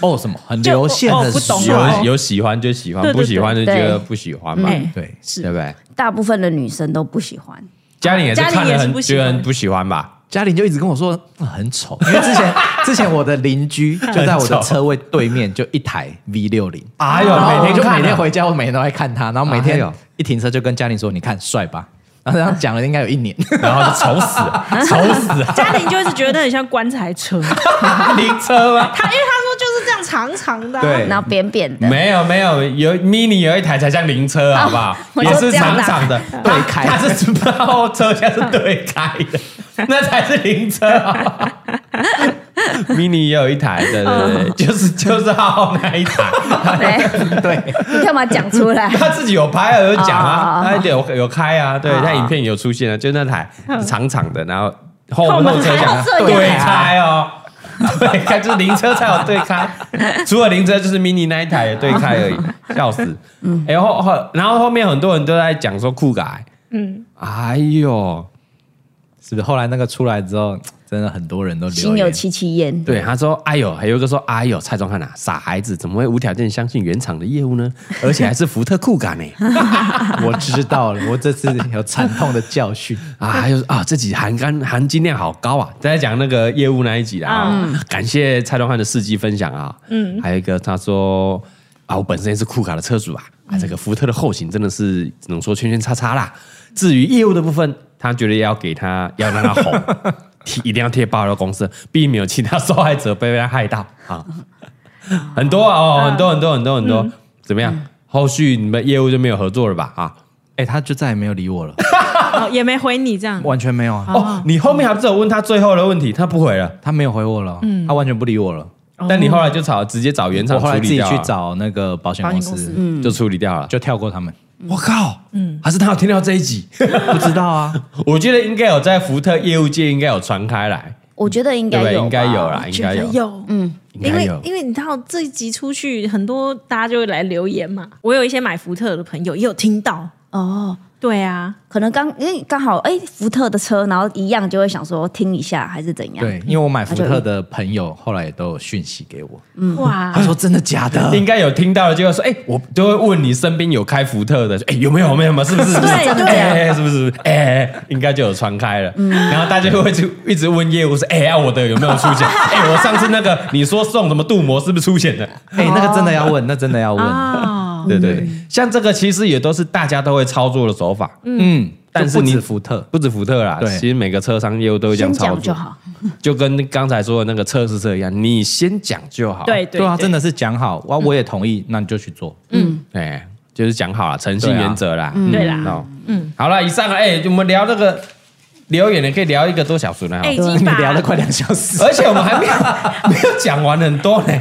Speaker 4: 哦，什么很流线
Speaker 5: 就哦
Speaker 4: 很
Speaker 5: 不懂
Speaker 4: 爽
Speaker 5: 啊
Speaker 1: 有有喜欢就喜欢，
Speaker 5: 对对
Speaker 1: 不喜欢就觉得
Speaker 2: 对
Speaker 1: 不喜欢嘛，
Speaker 5: 嗯
Speaker 4: 对，
Speaker 1: 对不对？
Speaker 2: 大部分的女生都不喜欢。
Speaker 1: 嘉玲也是
Speaker 5: 嘉玲
Speaker 1: 看了
Speaker 5: 也是
Speaker 1: 很
Speaker 5: 不喜
Speaker 1: 觉
Speaker 5: 欢
Speaker 1: 得很不喜欢吧？
Speaker 4: 嘉玲就一直跟我说嗯很丑，因为之前之前我的邻居就在我的车位对面就一台 V 六零，
Speaker 5: 啊
Speaker 1: 哎呦，
Speaker 4: 然后
Speaker 1: 每
Speaker 4: 我
Speaker 1: 天
Speaker 4: 就
Speaker 1: 看
Speaker 4: 每天
Speaker 1: 啊
Speaker 4: 回家，我每天都在看他，然后每
Speaker 1: 哎
Speaker 4: 天
Speaker 1: 呦
Speaker 4: 一停车就跟嘉玲说：“你看帅吧。”然后这样讲了应该有 一年，
Speaker 1: 然后就丑死 了，丑死了，
Speaker 5: 嘉玲就一直觉得那很像棺材车，他
Speaker 1: 灵车 吗？
Speaker 5: 因为他说就是这样长长的啊，
Speaker 1: 对
Speaker 2: 然后扁扁的，
Speaker 1: 没有没有，有 mini 有一台才像灵车，好不好？
Speaker 2: 我
Speaker 1: 也
Speaker 2: 就是这样
Speaker 1: 长
Speaker 2: 啦
Speaker 1: 长的，
Speaker 4: 对
Speaker 1: 它
Speaker 4: 开
Speaker 1: 它是后车厢是对开的，那才是灵车。好不好 mini 也有一台，对对对，就是就是浩那一台，
Speaker 2: 没，
Speaker 4: 对，
Speaker 2: 你干嘛讲出来？
Speaker 1: 他自己有拍啊，有讲啊，
Speaker 2: 哦
Speaker 1: 他有有开啊，对，
Speaker 2: 哦
Speaker 1: 他影片有出现啊，就那 台长长的，然后后
Speaker 5: 后
Speaker 1: 后
Speaker 5: 门
Speaker 1: 车
Speaker 5: 还
Speaker 1: 厢啊
Speaker 5: 要
Speaker 2: 这样
Speaker 1: 对开哦。 对开就是灵车才有对开， 除了灵车就是 mini 那一台有对开 而已，笑死。哎、后后然后后面很多人都在讲说酷改，嗯，哎呦，
Speaker 4: 是不是？后来那个出来之后，真的很多人都留
Speaker 2: 心有
Speaker 4: 言。
Speaker 2: 戚戚焉。
Speaker 1: 对，他说：“哎呦，还有一个说，哎呦，蔡宗翰啊，傻孩子，怎么会无条件相信原厂的业务呢？而且还是福特酷感呢、
Speaker 4: 我知道了，我这次有惨痛的教训。
Speaker 1: 啊，还有啊，这集含干含金量好高啊！大家讲那个业务那一集啦、啊，感谢蔡东汉的事迹分享啊。嗯，还有一个他说啊，我本身也是酷卡的车主啊，啊，这个福特的后形真的是只能说圈圈叉叉啦。至于业务的部分，他觉得要给他要让他红， 贴一定要贴爆料公司，避免有其他受害者被他害到啊。很多啊，哦，很多很多很多很多，怎么样？后续你们业务就没有合作了吧？啊，
Speaker 4: 哎、他就再也没有理我了，
Speaker 5: 哦也没回你这样。
Speaker 4: 完全没有啊，
Speaker 1: 哦，你后面还不是有问他最后的问题，他不回了，
Speaker 4: 他没有回我了，
Speaker 5: 嗯
Speaker 4: 他完全不理我了。
Speaker 2: 哦
Speaker 1: 但你后来就找直接找原厂
Speaker 4: 我后
Speaker 1: 处
Speaker 4: 来自
Speaker 1: 理
Speaker 4: 己
Speaker 1: 掉啊，
Speaker 4: 去找那个保险公
Speaker 5: 保险嗯
Speaker 4: 司，
Speaker 2: 嗯
Speaker 1: 就处理掉了。
Speaker 4: 就跳过他们。
Speaker 1: 我靠，嗯，还是他有听到这一集，
Speaker 4: 不知道啊，
Speaker 1: 我觉得应该有在福特业务界应该有传开来，
Speaker 2: 我觉得应该
Speaker 1: 对
Speaker 2: 有吧，
Speaker 1: 应该有啦，应该有，
Speaker 5: 有，嗯，
Speaker 1: 应
Speaker 5: 因
Speaker 1: 该
Speaker 5: 为
Speaker 1: 有。
Speaker 5: 因为你知道这一集出去，很多大家就会来留言嘛。我有一些买福特的朋友也有听到，
Speaker 2: 哦。
Speaker 5: 对啊，
Speaker 2: 可能刚因为刚好哎、福特的车，然后一样就会想说听一下还是怎样。
Speaker 4: 对，，因为我买福特的朋友后来也都有讯息给我，
Speaker 5: 哇
Speaker 4: 他，说真的假的？
Speaker 5: 嗯
Speaker 1: 应该有听到的就会说，哎、我就会问你身边有开福特的，哎、有没有？有没有？有没有？是不 是？是不是？
Speaker 2: 对真的嗯
Speaker 1: 哎
Speaker 2: 假的
Speaker 1: 哎是不是？哎、哎应该就有传开了。然后大家就会去一直问业务说，哎、啊我的有没有出 现？哎、我上次那个你说送什么镀膜是不是出现的？
Speaker 4: 哎、那个真的要问，那真的要问。
Speaker 2: 嗯
Speaker 5: 哦，
Speaker 1: 对对对，像这个其实也都是大家都会操作的手法，
Speaker 4: 嗯，
Speaker 1: 但是
Speaker 4: 就不
Speaker 1: 你
Speaker 4: 止福特，
Speaker 1: 不止福特啦，
Speaker 4: 对
Speaker 1: 其实每个车商业务都会这样
Speaker 2: 先
Speaker 1: 操
Speaker 2: 讲就
Speaker 1: 作，
Speaker 2: 好。
Speaker 1: 就跟刚才说的那个测试车一样，你先讲就好。
Speaker 5: 对，
Speaker 4: 对啊，真
Speaker 5: 的
Speaker 4: 的是讲好，哇，我也同意，那你就去做。
Speaker 1: 哎，就是讲好了，诚信
Speaker 4: 对啊
Speaker 1: 原则啦。
Speaker 5: 对啦
Speaker 1: 哦，嗯，好了，以上啊哎，我们聊这个留言呢，可以聊一个多小时呢。
Speaker 5: 哎，已
Speaker 1: 哦
Speaker 5: 经把
Speaker 4: 两小时，
Speaker 1: 而且我们还没有没有讲完很多呢，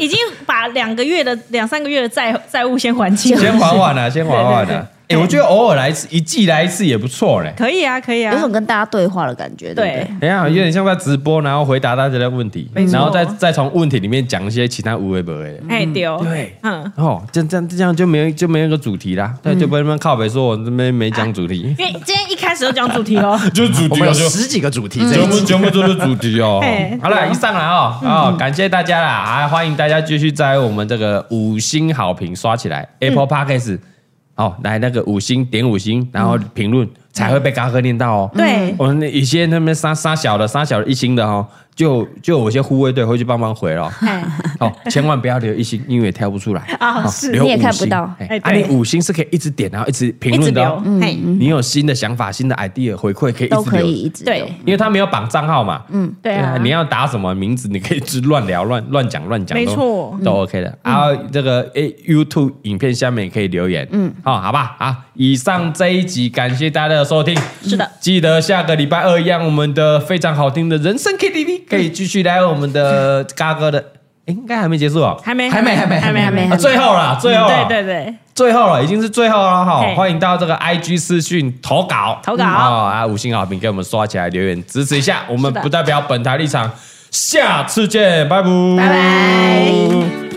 Speaker 5: 已经把两个月的两三个月的债债务先还清
Speaker 1: 先
Speaker 5: 了，
Speaker 1: 缓缓 啊，先缓缓
Speaker 5: 对对
Speaker 1: 啊。哎，我觉得偶尔来一次，一季来一次也不错嘞。
Speaker 5: 可以啊，可以啊
Speaker 2: 有，种跟大家对话的感觉，对不
Speaker 5: 对
Speaker 2: 对？，
Speaker 1: 哎呀，有点像在直播，然后回答大家的问题，然后再再从问题里面讲一些其他无为不为的。
Speaker 5: 哎丢，
Speaker 1: 对
Speaker 5: 嗯。
Speaker 1: 哦，这样这样这样就没有就没有一个主题啦，对，就不会那么靠北说我这边没讲主题，
Speaker 5: 因为今天一开始就讲主 题哦，
Speaker 1: 啊就是主
Speaker 4: 我
Speaker 1: 题
Speaker 4: 们有
Speaker 1: 哦，就
Speaker 4: 十几个主
Speaker 5: 嗯
Speaker 4: 题这
Speaker 1: 全
Speaker 4: 一
Speaker 1: 部
Speaker 4: 集。
Speaker 1: 全部都是主题哦
Speaker 5: 哎。
Speaker 1: 好了，以上了哦，哦，感谢大家啦，啊，欢迎大家继续在我们这个五星好评刷起来，Apple Podcast，哦，来那个五星点五星，然后评论才会被嘎哥念到哦。
Speaker 5: 对，
Speaker 1: 我们有些那边杀杀小的、杀小的一星的哦，就就有些护卫队会去帮忙回哦。
Speaker 5: 哎，
Speaker 1: 哦，千万不要留一星，因为也挑不出来
Speaker 5: 啊
Speaker 1: 哦
Speaker 5: 是
Speaker 1: 留
Speaker 2: 你也
Speaker 1: 五
Speaker 2: 看不
Speaker 1: 星
Speaker 2: 到
Speaker 1: 哎
Speaker 5: 哎，
Speaker 1: 啊，
Speaker 5: 对
Speaker 1: 你五星是可以一直点，然后一直评
Speaker 5: 一直
Speaker 1: 论的
Speaker 5: 留
Speaker 1: 哦。，
Speaker 5: 哎，
Speaker 1: 你有新的想法、新的 idea 回馈，可以
Speaker 2: 都
Speaker 1: 一直
Speaker 2: 可以
Speaker 1: 留，
Speaker 2: 一直
Speaker 5: 对
Speaker 2: 有
Speaker 1: 因为他没有绑账号嘛。嗯，
Speaker 5: 对啊，
Speaker 1: 你要打什么名字，你可以去乱聊、乱乱讲、乱讲，
Speaker 5: 没
Speaker 1: 都
Speaker 5: 错，嗯
Speaker 1: 都 OK 的。然后这个诶 YouTube 影片下面也可以留言，嗯，好，好吧，好，以上这一集感谢大家的收听，
Speaker 5: 是的，
Speaker 1: 记得下个礼拜二一样，我们的非常好听的人生 KTV 可以继续来我们的嘎哥的，诶应该还没结束哦，
Speaker 5: 还没，
Speaker 4: 还没还没
Speaker 5: 还没，
Speaker 2: 还没
Speaker 1: 啊，最后啦，最后啦
Speaker 5: 嗯对，对对，
Speaker 1: 最后了，已经是最后了哈！
Speaker 5: 嘿
Speaker 1: 欢迎到这个 IG 私讯投稿，
Speaker 5: 投稿
Speaker 1: 嗯哦啊，五星好评给我们刷起来，留言支持一下，我们
Speaker 5: 是的
Speaker 1: 不代表本台立场，下次见，拜拜，
Speaker 5: 拜拜。